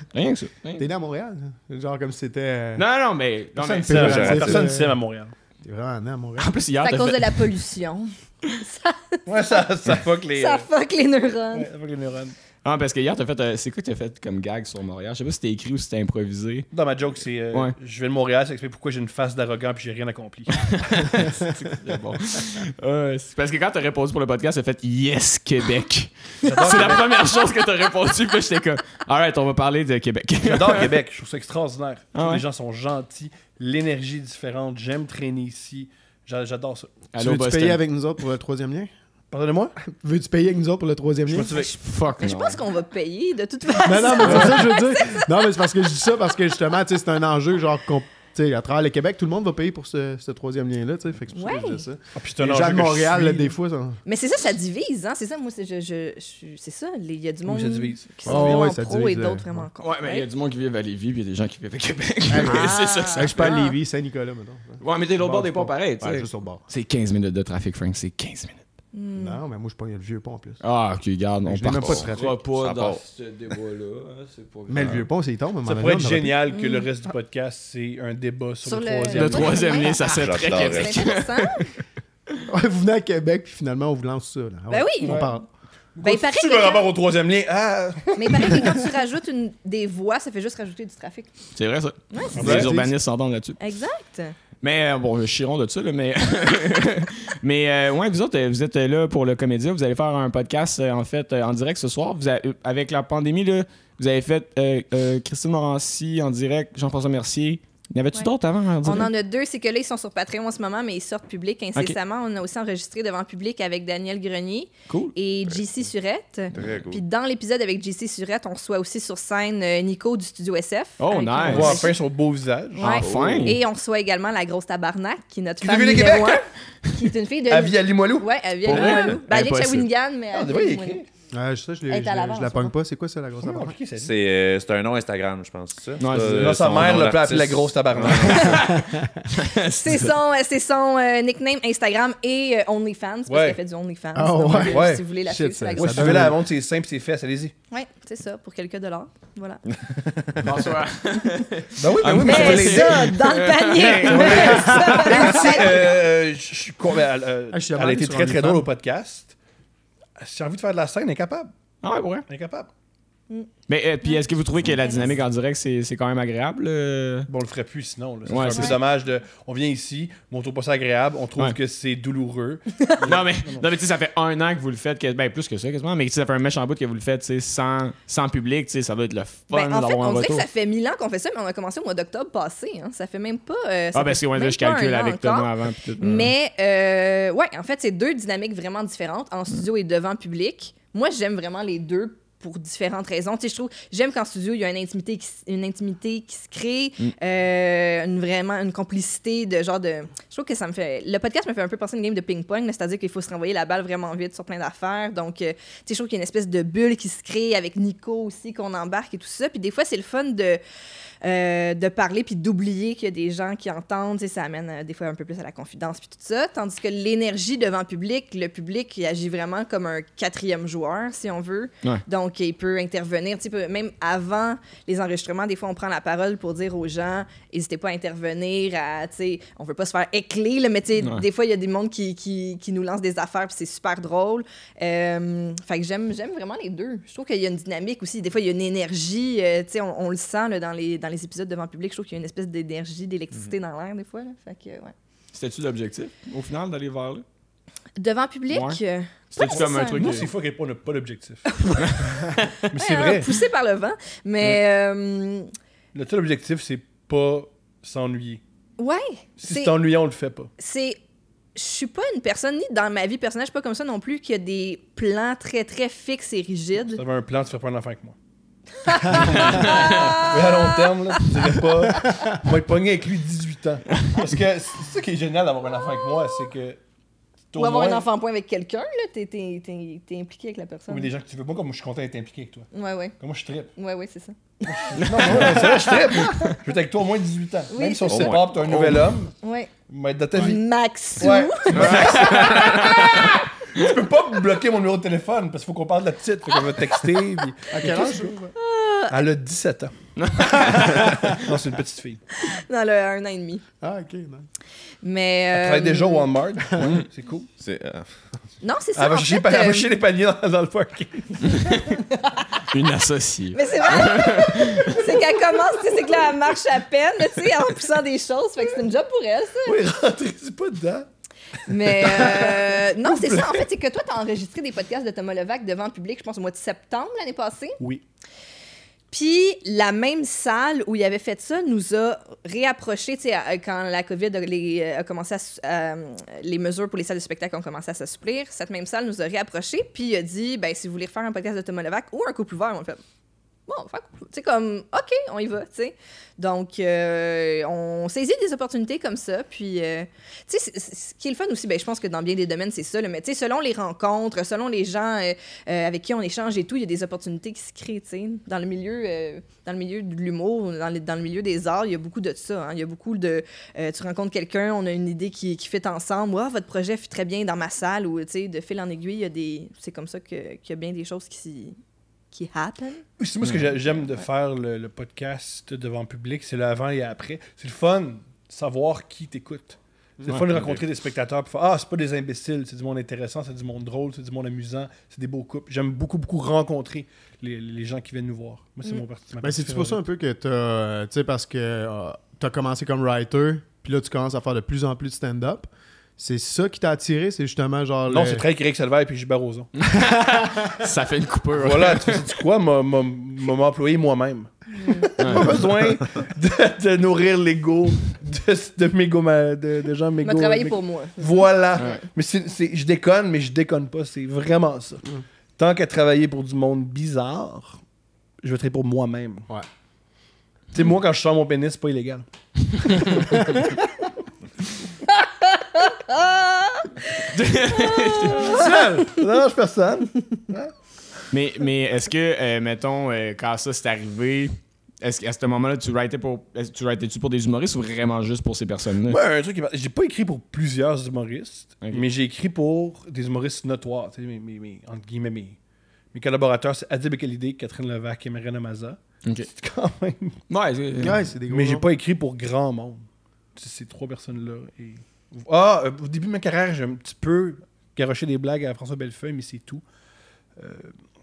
S2: (laughs) Rien que ça. rien que
S1: T'es né à Montréal? hein? Genre comme si c'était. euh,
S2: ça. Non non mais non mais
S4: Personne
S1: c'est-
S4: ne
S1: c'est-
S4: personne ne
S1: c'est-
S4: s'aime à Montréal.
S1: T'es vraiment né à Montréal?
S2: en plus hier
S7: C'est à
S2: t'as
S7: cause de
S2: fait-
S7: la pollution.
S4: Ouais, ça, ça fuck les. (laughs)
S7: Ça fuck les euh, neurones.
S4: ouais, ça fuck les neurones.
S2: Ah, parce que hier, t'as fait. euh, c'est quoi que t'as fait comme gag sur Montréal? Je sais pas si c'était écrit ou si c'était (laughs) improvisé.
S4: Dans ma joke, c'est euh,
S2: Ouais.
S4: je vais de Montréal, ça explique pourquoi j'ai une face d'arrogant puis j'ai rien accompli.
S2: C'est bon. Euh, c'est parce que quand t'as répondu pour le podcast, t'as fait Yes, Québec.
S4: J'adore
S2: C'est la
S4: Québec.
S2: première chose que t'as répondu. Puis là, j'étais comme Alright, on va parler de Québec.
S4: J'adore Québec, je trouve ça extraordinaire. Je trouve
S2: Ah ouais?
S4: Les gens sont gentils, l'énergie est différente, j'aime traîner ici. J'a- J'adore ça.
S1: Tu
S2: (laughs) Allô,
S1: veux-tu
S2: Boston.
S1: payer avec nous autres pour le troisième lien?
S4: Pardonnez-moi?
S1: Veux-tu payer avec nous autres pour le troisième lien?
S2: Fuck.
S7: Mais je
S2: non.
S7: pense qu'on va payer de toute façon.
S1: Mais non, mais c'est ça que je veux
S7: (laughs)
S1: dire. Non, mais c'est parce que je dis ça parce que justement, tu sais, c'est un enjeu genre qu'on- tu sais, à travers le Québec, tout le monde va payer pour ce, ce troisième lien-là, tu sais. Fait que c'est pour ça que je
S7: Ouais.
S1: dis ça.
S4: Ah, puis c'est un
S1: Les
S4: enjeu
S1: gens de
S4: que je
S1: Montréal,
S4: suis,
S1: là,
S4: là.
S1: des fois, ça...
S7: Mais c'est ça, ça divise, hein? C'est ça, moi, c'est je, je, je- c'est ça. Il y a du monde
S4: ça divise.
S7: qui sont
S1: Ah ouais,
S7: vraiment
S1: ça
S7: pro
S1: divise,
S7: et
S1: là.
S7: d'autres vraiment contre.
S2: Ouais, mais il y a du monde qui vit à Lévis, puis il y a des gens qui vivent à Québec. (laughs)
S1: Ah.
S2: c'est ça. que
S1: Hey,
S2: ça.
S1: je suis pas à
S7: Ah.
S1: Lévis, Saint-Nicolas, maintenant.
S2: Ouais, mais t'es l'autre bord des ponts pareil, tu
S1: Ouais,
S2: sais.
S1: juste au bord.
S2: C'est 15 minutes de trafic, Frank. C'est 15 minutes.
S7: Mm.
S1: Non, mais moi, je pogne le vieux pont en plus.
S2: Ah, ok, garde, on
S1: Je n'ai même pas de
S2: partira
S1: trafic.
S2: pas
S8: Ça
S2: dans
S8: part.
S2: ce débat-là. hein, c'est pas
S1: Mais le
S2: grave.
S1: vieux pont, c'est il tombe. à un moment
S4: Ça
S1: donné,
S4: pourrait
S1: on
S4: être
S1: aurait-
S4: génial que le reste du podcast, c'est un débat sur,
S7: Mm. Sur
S4: le
S7: le-
S4: troisième.
S2: Le
S7: Ouais.
S2: troisième lien, ça serait très
S8: J'adorerais.
S2: Québec.
S7: C'est intéressant.
S2: (laughs)
S1: Ouais, (laughs) vous venez à Québec, puis finalement, on vous lance ça. Là.
S7: Ben
S1: On-
S7: oui.
S1: On parle.
S7: ben, il paraît
S4: Tu
S7: que
S4: veux
S7: quand-
S4: rapport au troisième lien?
S7: (laughs)
S4: Ah!
S7: Mais il paraît que quand tu rajoutes une... des voies, ça fait juste rajouter du trafic.
S2: C'est vrai, ça.
S7: Ouais, c'est
S2: Les
S1: ça.
S2: urbanistes s'entendent là-dessus.
S7: Exact.
S2: Mais euh, bon, chiron de ça, là, mais. (laughs) mais euh, ouais, vous autres, euh, vous êtes euh, là pour le comédien. Vous allez faire un podcast, euh, en fait, euh, en direct ce soir. Vous avez- euh, avec la pandémie, là, vous avez fait euh, euh, Christine Morancy en direct, Jean-François Mercier. Y en avait-tu
S7: Ouais.
S2: d'autres avant en
S7: On
S2: direct?
S7: en a deux, c'est que là, ils sont sur Patreon en ce moment, mais ils sortent public incessamment. On a aussi enregistré devant public avec Daniel Grenier
S2: Cool.
S7: et JC Surette.
S8: Très cool.
S7: Puis dans l'épisode avec JC Surette, on reçoit aussi sur scène euh, Nico du studio SF.
S2: Oh,
S7: avec-
S4: On
S2: nice. Ah,
S4: voit enfin son beau visage.
S7: Ouais.
S2: Enfin!
S7: Et on reçoit également la grosse tabarnak, qui est notre
S4: Qui est
S7: femme
S4: devenue
S7: numéro un, qui est une fille de...
S4: Avis à Ah, Limoilou.
S7: Ouais, elle vient
S2: Pour
S7: de
S2: vrai?
S7: Montréal. Ben, elle vient de
S2: Impossible.
S7: Shawinigan, mais...
S4: On
S7: elle
S4: devrait y
S7: vient de
S4: écrire.
S1: Euh, ça, je, l'ai-
S7: Elle est à
S1: je-
S7: l'avance, Oh.
S1: je la
S7: on
S1: pogne
S7: va.
S1: pas. C'est quoi ça, la grosse affaire?
S4: Ok, salut.
S8: C'est euh, c'est un nom Instagram, je pense, c'est ça?
S2: Ouais, c'est-
S8: Euh,
S4: Là, sa
S8: son
S4: mère
S8: nom
S4: l'a appelé
S8: d'artiste.
S4: la grosse tabarnak.
S7: C'est son, euh, c'est son euh, nickname Instagram et euh, OnlyFans, parce
S4: Ouais.
S7: qu'elle fait du OnlyFans.
S1: Ah,
S7: Donc,
S1: ouais.
S7: euh,
S4: Ouais.
S7: Si vous voulez la
S1: Shit,
S7: suivre, c'est la
S1: ça-
S4: Ouais,
S7: grosse
S4: si
S1: ça
S4: tu veux
S1: donne-
S4: la montre, c'est simple, c'est fesses, allez-y.
S7: Ouais, c'est ça, pour quelques dollars.
S4: (laughs)
S7: Voilà.
S2: Bonsoir.
S4: Ben oui,
S8: Ah,
S4: ben oui, mais ça va
S7: Mais
S4: l'aider.
S7: ça, dans le panier!
S2: (laughs)
S4: Et aussi, euh, je- je suis con- mais elle, euh,
S1: Ah, je suis
S4: elle a
S1: abonné
S4: été
S1: sur
S4: très très
S1: OnlyFans.
S4: drôle au podcast. Si j'ai envie de faire de la scène, incapable.
S2: Ah ouais, pour vrai.
S4: Incapable.
S2: Mais euh, puis est-ce que vous trouvez que la dynamique en direct, c'est c'est quand même agréable? euh?
S4: Bon, on le ferait plus sinon. là. Ça
S2: Ouais,
S4: serait
S2: c'est
S4: un peu
S2: ça.
S4: dommage de. On vient ici, mais on trouve pas ça agréable, on trouve
S2: Ouais.
S4: que
S2: (laughs)
S4: c'est douloureux.
S2: Non, mais, non, mais tu sais, ça fait un an que vous le faites, que- ben plus que ça quasiment, mais tu sais, ça fait un méchant bout que vous le faites tu sais, sans, sans public, tu sais, ça doit être le fun
S7: Ben, en fait,
S2: d'avoir un
S7: on dirait que
S2: retour.
S7: ça fait mille ans qu'on fait ça, mais on a commencé au mois d'octobre passé. hein. Ça fait même pas. euh,
S2: Ah,
S7: ça fait
S2: ben c'est ouais,
S7: même
S2: là, je
S7: pas un
S2: calcule
S7: an
S2: avec
S7: encore.
S2: Thomas avant. puis tout.
S7: Mais, euh, ouais, en fait, c'est deux dynamiques vraiment différentes, en studio et devant public. Moi, j'aime vraiment les deux pour différentes raisons. Tu sais, je trouve, j'aime qu'en studio, il y a une intimité qui, s- une intimité qui se crée, euh, une, vraiment une complicité de genre de... Je trouve que ça me fait... Le podcast me fait un peu penser à une game de ping-pong, là, c'est-à-dire qu'il faut se renvoyer la balle vraiment vite sur plein d'affaires. Donc, euh, tu sais, je trouve qu'il y a une espèce de bulle qui se crée avec Nico aussi, qu'on embarque et tout ça. Puis des fois, c'est le fun de... euh, de parler puis d'oublier qu'il y a des gens qui entendent, tu sais, ça amène euh, des fois un peu plus à la confidence puis tout ça, tandis que l'énergie devant le public, le public il agit vraiment comme un quatrième joueur si on veut,
S2: Ouais.
S7: donc il peut intervenir, tu sais, peut- même avant les enregistrements, des fois on prend la parole pour dire aux gens, n'hésitez pas à intervenir, à, tu sais, on veut pas se faire écler, là, mais tu sais,
S2: Ouais.
S7: des fois il y a des mondes qui, qui, qui nous lancent des affaires puis c'est super drôle, euh, fait que j'aime, j'aime vraiment les deux. Je trouve qu'il y a une dynamique aussi. Des fois, il y a une énergie. euh, tu sais, on, on le sent là, dans, les, dans les épisodes devant public. Je trouve qu'il y a une espèce d'énergie,
S2: Mhm.
S7: d'électricité dans l'air, des fois. là. Fait que, ouais.
S2: C'était-tu l'objectif, au final, d'aller vers là?
S7: Devant public,
S2: Ouais.
S7: euh,
S2: C'était-tu
S7: Ouais,
S2: comme un
S7: ça.
S2: truc...
S4: Nous,
S2: euh,
S4: c'est fois qu'il on n'a pas l'objectif. (laughs) mais c'est
S7: hein,
S4: vrai.
S7: poussé par le vent. Mais euh,
S4: Le seul objectif, c'est pas s'ennuyer.
S7: ouais,
S4: Si
S7: C'est-
S4: c'est ennuyant, on le fait pas.
S7: c'est. Je suis pas une personne, ni dans ma vie personnelle, je suis pas comme ça non plus, qui a des plans très, très fixes et rigides.
S4: Si t'avais un plan, tu ferais pas un enfant
S7: (laughs)
S4: avec moi. Mais à long terme, là, tu dirais pas. On va être pogné avec lui 18 ans. Parce que c'est ça qui est génial d'avoir un enfant avec moi, c'est que. t'es au
S7: Ou avoir
S4: moins-
S7: un enfant en point avec quelqu'un, là, t'es, t'es- t'es- t'es impliqué avec la personne.
S4: Ou des gens que tu veux pas, comme je suis content d'être impliqué avec toi.
S7: Ouais, ouais.
S4: Comme moi, je trippe.
S7: Ouais, ouais, c'est ça.
S4: Non, non, non, c'est vrai, je trippe. Je veux être avec toi au moins 18 ans.
S7: Oui.
S4: Même si on se
S8: Au
S4: sépare,
S8: moins.
S4: pis t'es un nouvel homme,
S7: Ouais.
S4: mais dans ta vie.
S7: Max. (laughs)
S4: Ouais. tu peux pas me bloquer mon numéro de téléphone parce qu'il faut qu'on parle de la petite. Fait qu'on va texter. Puis...
S1: À quel âge?
S7: ça
S4: Elle
S8: (laughs)
S4: a 17 ans. non, c'est une petite fille.
S7: dans le un an et demi.
S1: Ah, ok. non.
S7: Mais.
S4: Elle travaille
S7: euh,
S4: déjà au Walmart. Ouais, c'est cool.
S8: C'est, euh,
S7: Non, c'est ça.
S4: Elle va
S7: en
S4: chercher
S7: fait,
S4: les pa- elle va
S7: euh,
S4: chercher les paniers dans, dans le parking.
S2: Une associée.
S7: Mais c'est vrai, c'est qu'elle commence, tu sais, c'est que là, elle marche à peine, là, tu sais, en poussant des choses. Fait que c'est une job pour elle, ça.
S4: Oui, rentrez c'est pas dedans.
S7: Mais euh, non, c'est ça. En fait, c'est que toi, t'as enregistré des podcasts de Thomas Levac devant le public, je pense, au mois de septembre l'année passée.
S4: Oui.
S7: Puis la même salle où il avait fait ça nous a réapprochés, tu sais, à- quand la COVID a, les, a commencé à... s- euh, les mesures pour les salles de spectacle ont commencé à s'assouplir, cette même salle nous a réapprochés, puis il a dit, ben si vous voulez refaire un podcast de Thomas Levac ou un couple ouvert, on le fait. Bon, on va faire couple ouvert. Tu sais, comme, OK, on y va, tu sais. Donc, euh, on saisit des opportunités comme ça, puis... euh, tu sais, c'est- c'est- ce qui est le fun aussi, ben, je pense que dans bien des domaines, c'est ça, là, mais tu sais, selon les rencontres, selon les gens euh, euh, avec qui on échange et tout, il y a des opportunités qui se créent, tu sais. Dans le milieu, euh, dans le milieu de l'humour, dans, le- dans le milieu des arts, il y a beaucoup de ça. hein. Il y a beaucoup de... euh, tu rencontres quelqu'un, on a une idée qui, qui fit ensemble. « Ah, votre projet fit très bien dans ma salle » ou, tu sais, de fil en aiguille, il y a des... C'est comme ça que- qu'il y a bien des choses qui s'y- qui happen.
S4: Oui, c'est moi ce que j'a- j'aime de faire le, le podcast devant le public, c'est le avant et après. C'est le fun de savoir qui t'écoute. C'est le fun de rencontrer des spectateurs puis faire Ah, c'est pas des imbéciles, c'est du monde intéressant, c'est du monde drôle, c'est du monde amusant, c'est des beaux couples. J'aime beaucoup, beaucoup rencontrer les, les gens qui viennent nous voir. Moi, c'est
S7: Mm.
S4: mon parti. ma
S1: Ben,
S4: partie
S1: c'est pour ça
S4: favorite.
S1: un peu que t'as. euh, Tu sais, parce que euh, t'as commencé comme writer, puis là, tu commences à faire de plus en plus de stand-up. C'est ça qui t'a attiré, c'est justement genre.
S4: Non,
S1: le-
S4: c'est très Greg Salvaire et puis Gilbert Rozon.
S2: (laughs) Ça fait une coupure.
S4: voilà, tu sais quoi, m'a m'a- m'a employé moi-même. Pas besoin de, de nourrir l'ego de, de, mégoma- de, de gens
S7: Il
S4: mégo.
S7: m'a travaillé pour moi.
S4: Voilà. Mais c'est- c'est- je déconne, mais je déconne pas. C'est vraiment ça. Tant qu'à travailler pour du monde bizarre, je vais travailler pour moi-même.
S1: Ouais.
S4: Tu sais, moi, quand je sors mon pénis, c'est pas illégal. (laughs) Seul! Ça dérange personne.
S2: Mais, mais est-ce que, euh, mettons, euh, quand ça s'est arrivé, est-ce qu'à ce moment-là, tu writais pour, est-ce que tu writais-tu pour des humoristes ou vraiment juste pour ces personnes-là?
S4: Moi, un truc qui m'a- J'ai pas écrit pour plusieurs humoristes,
S2: Ok.
S4: mais j'ai écrit pour des humoristes notoires. tu sais, mes, mes- mes- entre guillemets, mes, mes collaborateurs, c'est Adib Khalidé, Catherine Levac et Mariana Maza.
S2: Ok.
S4: C'est quand même
S2: Ouais, c'est-
S1: Ouais, c'est (laughs) des gros
S4: Mais j'ai
S1: noms.
S4: pas écrit pour grand monde. C'est ces trois personnes-là. Et... Ah, euh, au début de ma carrière, j'ai un petit peu garoché des blagues à François Bellefeuille, mais c'est tout.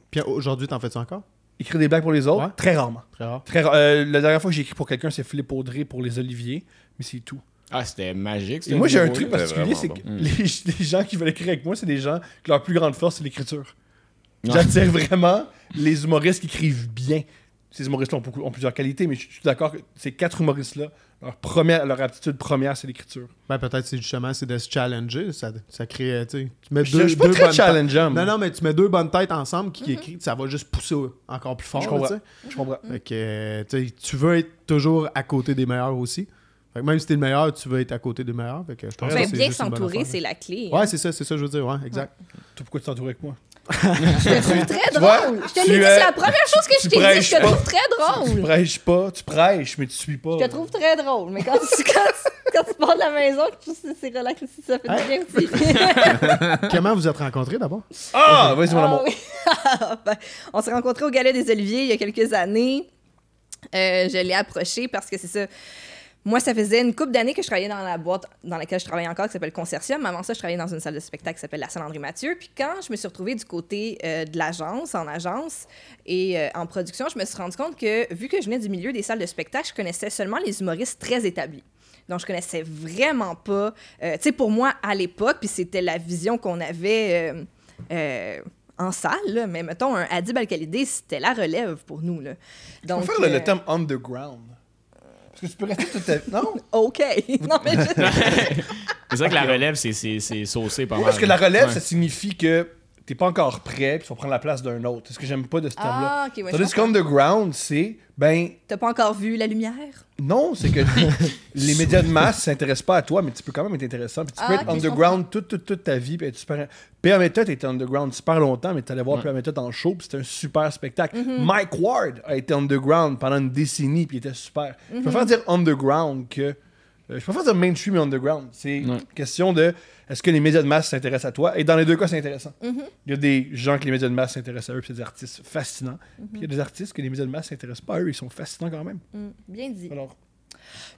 S1: Puis aujourd'hui, t'en fais-tu encore
S4: Écrire des blagues pour les autres,
S1: Ouais.
S4: très rarement.
S1: Très rare.
S4: Très ra- euh, la dernière fois que j'ai écrit pour quelqu'un, c'est Philippe Audrey pour Les Oliviers, mais c'est tout.
S2: Ah, c'était magique.
S4: Et moi, j'ai un truc
S8: c'était
S4: particulier,
S8: vraiment
S4: c'est que
S2: euh, bon.
S4: les, (laughs) les gens qui veulent écrire avec moi, c'est des gens que leur plus grande force, c'est l'écriture.
S2: Ouais.
S4: J'attire vraiment les humoristes qui écrivent bien. Ces humoristes-là ont, beaucoup- ont plusieurs qualités, mais je suis d'accord que ces quatre humoristes-là, leur, première, leur aptitude première, c'est l'écriture.
S1: Ben, peut-être c'est justement c'est de se challenger. Ça, ça crée. euh, Tu sais, tu mets
S4: Je
S1: deux,
S4: je suis pas
S1: deux
S4: très
S1: bonnes têtes.
S4: challengeant. moi.
S1: Non, non, mais tu mets deux bonnes têtes ensemble
S7: Mhm.
S1: qui écrivent, ça va juste pousser encore plus fort.
S4: Je
S1: là,
S4: comprends.
S1: tu sais.
S4: Je comprends.
S1: Fait que euh, tu sais, tu veux être toujours à côté des meilleurs aussi. Fait que même si t'es le meilleur, tu veux être à côté des meilleurs. Fait que je pense
S7: Ben,
S1: que c'est
S7: bien
S1: juste une bonne
S7: s'entourer,
S1: affaire.
S7: c'est la clé.
S1: Ouais, c'est ça, c'est ça, je veux dire. Ouais, exact.
S4: Toi, pourquoi tu t'entoures avec moi?
S7: très
S4: vois,
S7: drôle. Je te
S4: tu
S7: l'ai dit,
S4: es-
S7: c'est la première chose que
S4: tu
S7: je t'ai dit.
S4: prêches
S7: Je te
S4: pas.
S7: trouve très
S4: Tu
S7: drôle.
S4: prêches pas, tu prêches, mais tu suis pas.
S7: Je te trouve très drôle. Mais quand tu, quand tu- quand tu pars de la maison, je trouve que c'est relax, ça fait du bien
S4: (laughs)
S7: aussi.
S2: (laughs)
S1: Comment vous êtes rencontrés d'abord
S4: Ah! Vas-y, mon
S7: Ah
S4: amour.
S7: oui. (laughs) Ben, on s'est rencontrés au Galet des Oliviers il y a quelques années. Euh, je l'ai approché parce que c'est ça. Moi, ça faisait une couple d'années que je travaillais dans la boîte dans laquelle je travaille encore, qui s'appelle Consortium. Avant ça, je travaillais dans une salle de spectacle qui s'appelle la Salle André Mathieu. Puis quand je me suis retrouvée du côté euh, de l'agence, en agence et euh, en production, je me suis rendu compte que, vu que je venais du milieu des salles de spectacle, je connaissais seulement les humoristes très établis. Donc, je connaissais vraiment pas. euh, tu sais, pour moi, à l'époque, puis c'était la vision qu'on avait. euh, euh, en salle, là, mais mettons, un Adib Al-Khalidé, c'était la relève pour nous. Là.
S4: On
S7: Donc,
S4: faire le,
S7: euh,
S4: le thème underground. Parce que tu peux rester toute ta vie. Non?
S7: (laughs) OK. non, mais je-
S4: (laughs)
S2: C'est vrai que la
S7: Ah,
S2: relève, c'est, c'est, c'est saucé pas mal.
S4: Parce que la relève,
S2: Ouais.
S4: ça signifie que t'es pas encore prêt, puis tu vas prendre la place d'un autre. C'est ce que j'aime pas de ce terme-là.
S7: Ah, OK, ouais, je
S4: Tandis
S7: comprends.
S4: qu'underground, c'est. Ben,
S7: T'as pas encore vu la lumière?
S4: non, c'est que les médias de masse s'intéressent pas à toi, mais tu peux quand même être intéressant. Puis tu peux
S7: Ah,
S4: être
S7: ok, je
S4: underground toute, toute, toute ta vie. Puis être super. Pierre Méthode était underground super longtemps, mais tu allais voir Pierre Méthode en show, puis c'était un super spectacle.
S7: Mhm.
S4: Mike
S7: Mhm.
S4: Ward a été underground pendant une décennie, puis il était super. Je préfère dire underground que euh, je peux pas dire mainstream et underground. C'est
S2: Ouais.
S4: une question de est-ce que les médias de masse s'intéressent à toi? Et dans les deux cas, c'est intéressant.
S7: Mhm.
S4: Il y a des gens que les médias de masse s'intéressent à eux, puis c'est des artistes fascinants.
S7: Mhm.
S4: Puis il y a des artistes que les médias de masse s'intéressent pas à eux, ils sont fascinants quand même.
S7: Mm, bien dit.
S4: Alors,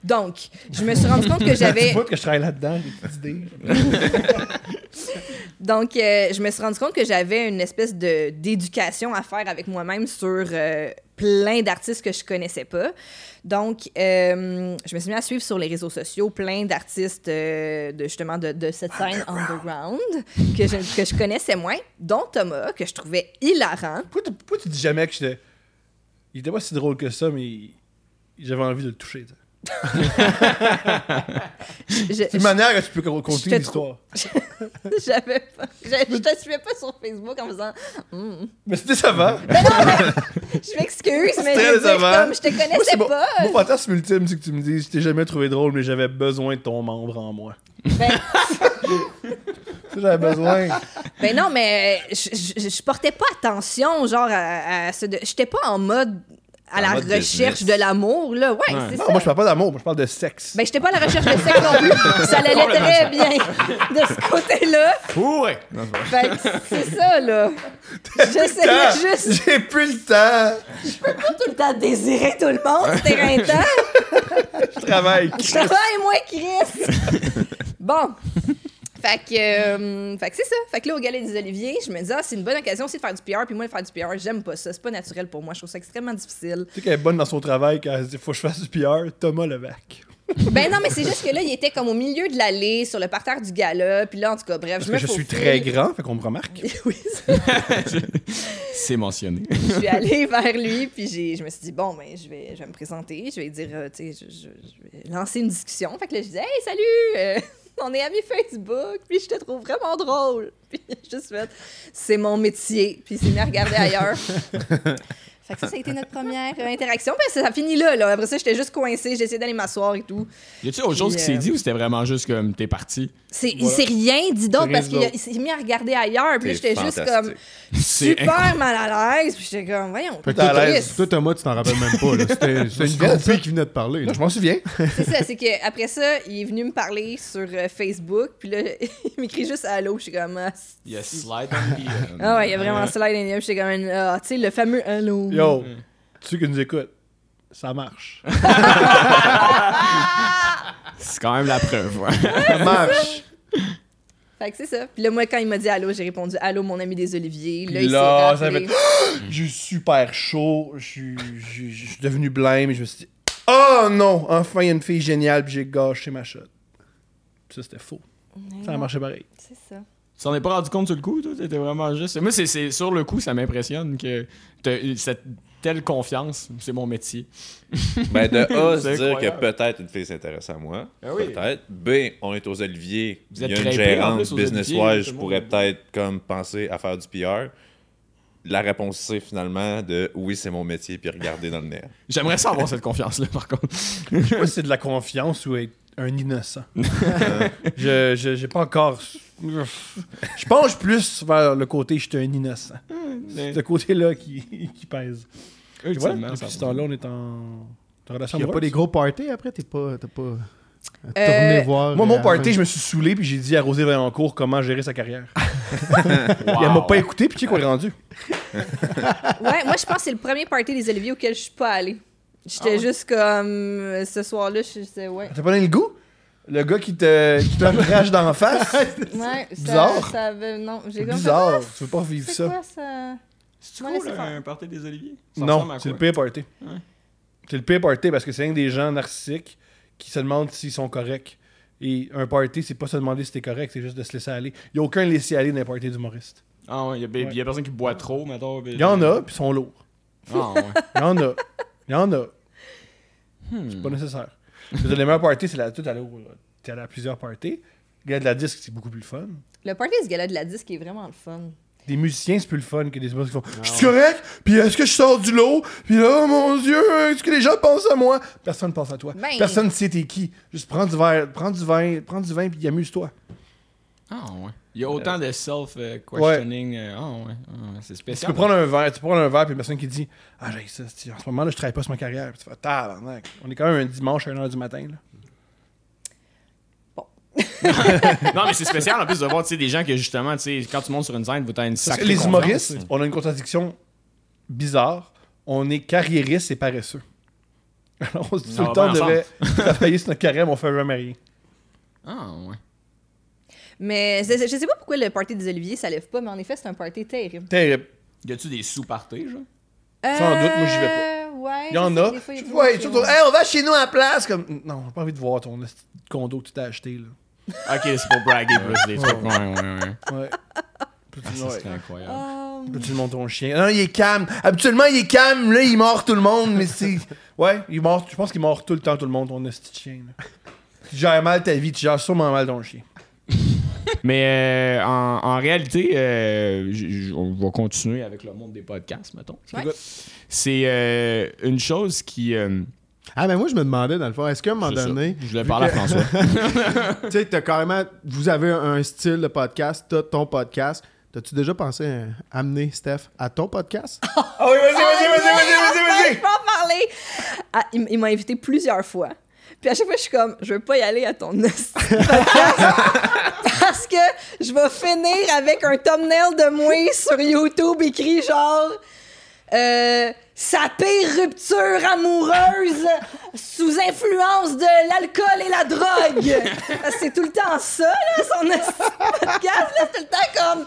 S7: Donc, je me suis rendu compte que
S4: c'est
S7: j'avais.
S4: pas que je travaille là-dedans, j'ai des petites idées.
S7: Donc, euh, je me suis rendu compte que j'avais une espèce de d'éducation à faire avec moi-même sur euh, plein d'artistes que je connaissais pas. Donc, euh, je me suis mis à suivre sur les réseaux sociaux plein d'artistes euh, de justement de, de cette scène underground que je, que je connaissais moins, dont Thomas, que je trouvais hilarant.
S4: Pourquoi, tu- pourquoi tu dis jamais que j'étais. Il était pas si drôle que ça, mais il- j'avais envie de le toucher. tu sais.
S7: Je-
S4: C'est une manière que tu peux raconter
S7: te
S4: une histoire.
S7: je- j'avais pas- je- je te suivais pas sur Facebook en faisant. Hmm.
S4: Mais c'était ça va.
S7: Ben, Je m'excuse, mais
S4: très
S7: je, veux dire,
S4: décevant.
S7: comme je te connaissais
S4: Moi,
S7: pas.
S4: Mon fantasme ultime, c'est que tu me dises, je t'ai jamais trouvé drôle, mais j'avais besoin de ton membre en moi.
S7: Ben,
S4: Ça, J'avais
S1: (laughs)
S4: besoin.
S7: Ben non, mais euh, je, je- je portais pas attention, genre, à, à ce de... J'étais pas en mode à
S8: En
S7: la
S8: mode
S7: recherche
S8: business.
S7: de l'amour, là. Ouais,
S2: Ouais.
S7: c'est
S4: Non,
S7: ça.
S4: moi je parle pas d'amour, moi je parle de sexe. (laughs)
S7: Ben, j'étais pas à la recherche de sexe non plus. Ça l'allait très bien (laughs) de ce côté-là.
S2: Ouais.
S7: Fait que c'est ça, là. J'essayais
S4: temps.
S7: juste
S4: J'ai plus le temps.
S7: tout le temps de désirer tout le monde.
S4: (laughs)
S7: C'était rintant.
S4: Je travaille.
S7: Je travaille, moi, Chris.
S4: (laughs)
S7: bon. Fait que, euh, fait que c'est ça. Fait que là, au Galet des Oliviers, je me dis, ah, c'est une bonne occasion aussi de faire du PR. Puis moi, faire du PR, j'aime pas ça. C'est pas naturel pour moi. Je trouve ça extrêmement difficile.
S4: Tu sais qu'elle est bonne dans son travail quand elle se dit faut que je fasse du PR, Thomas Levac.
S7: Ben non, mais c'est juste que là, il était comme au milieu de l'allée, sur le parterre du gala. Puis là, en tout cas, bref,
S4: Parce
S7: je
S4: que
S7: me
S4: je suis
S7: faufile. (laughs)
S4: très grand, fait qu'on me remarque.
S7: oui, c'est-
S2: C'est mentionné.
S7: je
S4: (laughs)
S7: suis allée vers lui, puis j'ai- je me suis dit, bon, ben, je vais, je vais me présenter, je vais dire, euh, tu sais, je, je- je vais lancer une discussion. Fait que là, je disais, hey, salut, euh, (laughs) on est amis Facebook, puis je te trouve vraiment drôle. (laughs) Puis juste fait, c'est mon métier, puis c'est mis à regarder
S4: (laughs)
S7: ailleurs. Fait que ça, ça a été notre première euh, interaction. Puis ça, ça finit là, là. Après ça, j'étais juste coincée, j'ai essayé d'aller m'asseoir et tout.
S2: Y a-tu autre chose qui
S7: Puis,
S2: s'est
S7: euh,
S2: dit ou c'était vraiment juste comme t'es parti?
S7: C'est, Il
S4: Voilà.
S7: s'est rien dit d'autre
S4: rien
S7: parce
S4: dit
S7: qu'il a-
S4: d'autre.
S7: il s'est mis à regarder ailleurs. Puis là,
S8: T'es
S7: j'étais juste comme
S8: fantastique.
S2: C'est
S7: super mal à l'aise. Puis j'étais comme, voyons,
S1: Fait que
S4: T'es à
S1: toi,
S4: l'aise.
S1: Thomas- toi, Thomas, tu t'en rappelles même pas. là. C'était
S4: (laughs)
S1: c'était une
S4: souviens de
S1: grande
S4: ça.
S1: fille qui venait de parler. là.
S4: Je m'en souviens.
S7: C'est ça, c'est que après ça, il est venu me parler sur euh, Facebook, puis là, (laughs) il m'écrit juste allô, je suis comme ah, c-
S2: Il y a slide on (laughs) the-
S7: ah ouais, il y a vraiment cela et je suis comme ah, tu sais le fameux allô.
S4: Yo, tu qui nous écoutes, ça marche.
S2: C'est quand même la preuve.
S4: (laughs)
S2: ouais.
S4: Ça marche.
S7: Fait que c'est ça. Puis là moi quand il m'a dit allô, j'ai répondu allô mon ami des oliviers. Là,
S4: Puis
S7: il s'est
S4: là, ça
S7: rappelé.
S4: fait- J'ai eu super chaud, je suis- je je- je suis devenu blême et je me suis dit Oh non, enfin il y a une fille géniale, puis j'ai gâché ma shot. Puis ça c'était faux. Ça a marché pareil.
S7: (laughs) C'est ça.
S2: Tu t'en es pas rendu compte sur le coup, toi? T'étais vraiment juste. Moi, c'est, c'est- sur le coup, ça m'impressionne que t'as eu cette telle confiance. C'est mon métier.
S8: Ben,
S2: (laughs)
S8: de A, se
S2: C'est
S8: dire que
S2: incroyable.
S8: peut-être une fille s'intéresse à moi.
S2: Ah oui.
S8: Peut-être. B, on est aux Oliviers.
S2: Vous
S8: Il y
S2: êtes
S8: a une
S2: crêpés, en
S8: gérante
S2: plus, aux Oliviers,
S8: business-wise.
S2: tout
S8: Je
S2: le
S8: pourrais
S2: monde.
S8: peut-être comme penser à faire du PR. La réponse C, finalement, de oui, c'est mon métier, puis regarder dans
S2: (laughs)
S8: le nerf.
S2: J'aimerais ça
S4: (laughs)
S2: avoir cette confiance-là, par contre.
S4: Je sais pas si c'est de la confiance ou être
S1: (laughs)
S4: un innocent.
S1: Euh.
S4: je je- j'ai pas encore. Je penche plus vers le côté je suis un innocent.
S2: Mais,
S4: Ce côté-là qui, qui pèse. Et voilà,
S2: ultimement,
S4: depuis
S2: ça
S4: ce
S2: va.
S4: temps-là, on est en, en relation
S1: Il n'y a pas
S4: amoureuse.
S1: des gros parties après, t'es pas. T'as pas.
S7: Euh,
S1: Tourné voir.
S4: Moi,
S1: euh,
S4: mon
S1: la
S4: party,
S1: fin.
S4: je me suis saoulé puis j'ai dit à Rosé Vaillancourt comment gérer
S1: (laughs)
S4: sa carrière.
S2: Wow.
S4: Elle m'a pas écouté puis tu sais qu'on est rendu.
S7: Ouais, moi je pense que c'est le premier party des oliviers auquel je suis pas allée.
S4: Ah
S7: J'étais juste comme euh, ce soir-là, je disais ouais.
S4: T'as pas donné le goût? Le gars qui te, qui te crache
S2: (laughs)
S4: d'en face?
S7: Ouais, ça,
S4: Bizarre.
S7: ça avait- non, j'ai
S4: C'est
S7: comme
S4: bizarre. Tu veux pas vivre
S7: C'est
S4: ça?
S7: quoi ça
S2: C'est
S7: Ouais,
S2: cool,
S7: laissez faire.
S2: un party des Oliviers? Ça ressemble
S4: Non,
S2: à
S4: c'est le
S2: quoi?
S4: pire party.
S2: Ouais.
S4: C'est le pire party parce que c'est un des gens narcissiques qui se demandent s'ils sont corrects. Et un party, c'est pas se demander si t'es correct, c'est juste de se laisser aller. Il y a aucun laisser aller dans les parties d'humoristes.
S2: Ah ouais, il y, a- ben,
S4: Ouais.
S2: y a personne qui boit trop, mettons. ben-
S4: Il y en a, puis ils sont lourds.
S2: Ah ouais.
S4: Il y en a. Il y en a.
S2: Hmm.
S4: C'est pas nécessaire. Je veux dire, les meilleurs parties, c'est la toute allée au- T'es allé à plusieurs parties. Le gars de la disque, c'est beaucoup plus le fun.
S7: Le party ce gala de la disque est vraiment le fun.
S4: Des musiciens, c'est plus le fun que des humoristes qui font Je suis correct, puis est-ce que je sors du lot, puis là, oh mon Dieu, est-ce que les gens pensent à moi Personne pense à toi.
S7: Ben-
S4: Personne ne sait t'es qui. Juste prends du verre, prends du vin, prends du vin, puis amuse-toi.
S2: Ah ouais. Il y a autant de self-questioning. euh, Ah ouais. Ah ouais, C'est
S4: Tu
S2: spécial.
S4: peux prendre un verre, tu peux prendre un verre, puis une personne qui dit Ah, j'ai ça, c'est- en ce moment, là, je travaille pas sur ma carrière. Puis tu fais Tabarnak. On est quand même un dimanche à 1h du matin, là.
S2: non, mais c'est spécial en plus de voir tu sais, des gens que justement, tu sais, quand tu montes sur une scène, vous t'as une
S4: Parce que
S2: sacrée
S4: les
S2: confiance.
S4: humoristes, on a une contradiction bizarre. On est carriériste et paresseux. (laughs) Alors, on se dit
S2: Ça
S4: tout
S2: va
S4: le temps, on
S2: bien
S4: devait travailler sur notre carrière, mais on fait jamais rien.
S2: Ah, ouais.
S7: Mais c'est- c'est- je sais pas pourquoi le party des Oliviers, ça lève pas, mais en effet, c'est un party terrible.
S4: Terrible.
S2: Y a-tu des sous-parties, genre
S4: Sans doute, moi, j'y vais
S7: pas. Euh, Ouais,
S4: Il y en
S7: je sais,
S4: a.
S7: des fois, il y a
S4: Tu
S7: des
S4: vois,
S7: gens
S4: tu
S7: qui
S4: retournes,
S7: vont-
S4: Hey, on va chez nous à la place. Comme... Non, j'ai pas envie de voir ton esti de condo que tu t'as acheté. Là.
S2: Ok, c'est pour braguer plus des trucs. Ouais, ouais, ouais.
S4: Ouais. Puis tu,
S2: Ça,
S4: ouais.
S2: Ah, c'est incroyable.
S7: Ah,
S4: Puis tu le montres ton chien. Non, il est calme. Habituellement, il est calme. Là, il mord tout le monde. Mais c'est. Ouais, il mord. Je pense qu'il mord tout le temps tout le monde, ton esti de chien. là. Tu gères mal ta vie, tu gères sûrement mal ton chien.
S2: Mais euh, en, en réalité, euh, j- j- on va continuer avec le monde des podcasts, mettons.
S7: Ouais.
S2: C'est euh, une chose qui. euh,
S1: Ah, ben moi, je me demandais, dans le fond, est-ce qu'à un moment
S2: c'est ça.
S1: donné,
S2: je voulais parler à François.
S1: tu sais, t'as carrément. Vous avez un style de podcast, t'as ton podcast. T'as-tu déjà pensé euh, amener Steph à ton podcast?
S4: Ah oui, vas-y,
S7: Ah,
S4: vas-y, vas-y,
S7: ouais,
S4: vas-y,
S7: enfin,
S4: vas-y, vas-y.
S7: Je peux en parler. Ah, il m- il m'a invité plusieurs fois. Puis à chaque fois, je suis comme, je veux pas y aller à ton esti de podcast (laughs) parce que je vais finir avec un thumbnail de moi sur YouTube écrit genre euh, sa pire rupture amoureuse sous influence de l'alcool et la drogue. Parce que C'est tout le temps ça, là, son esti de podcast. là, C'est tout le temps comme.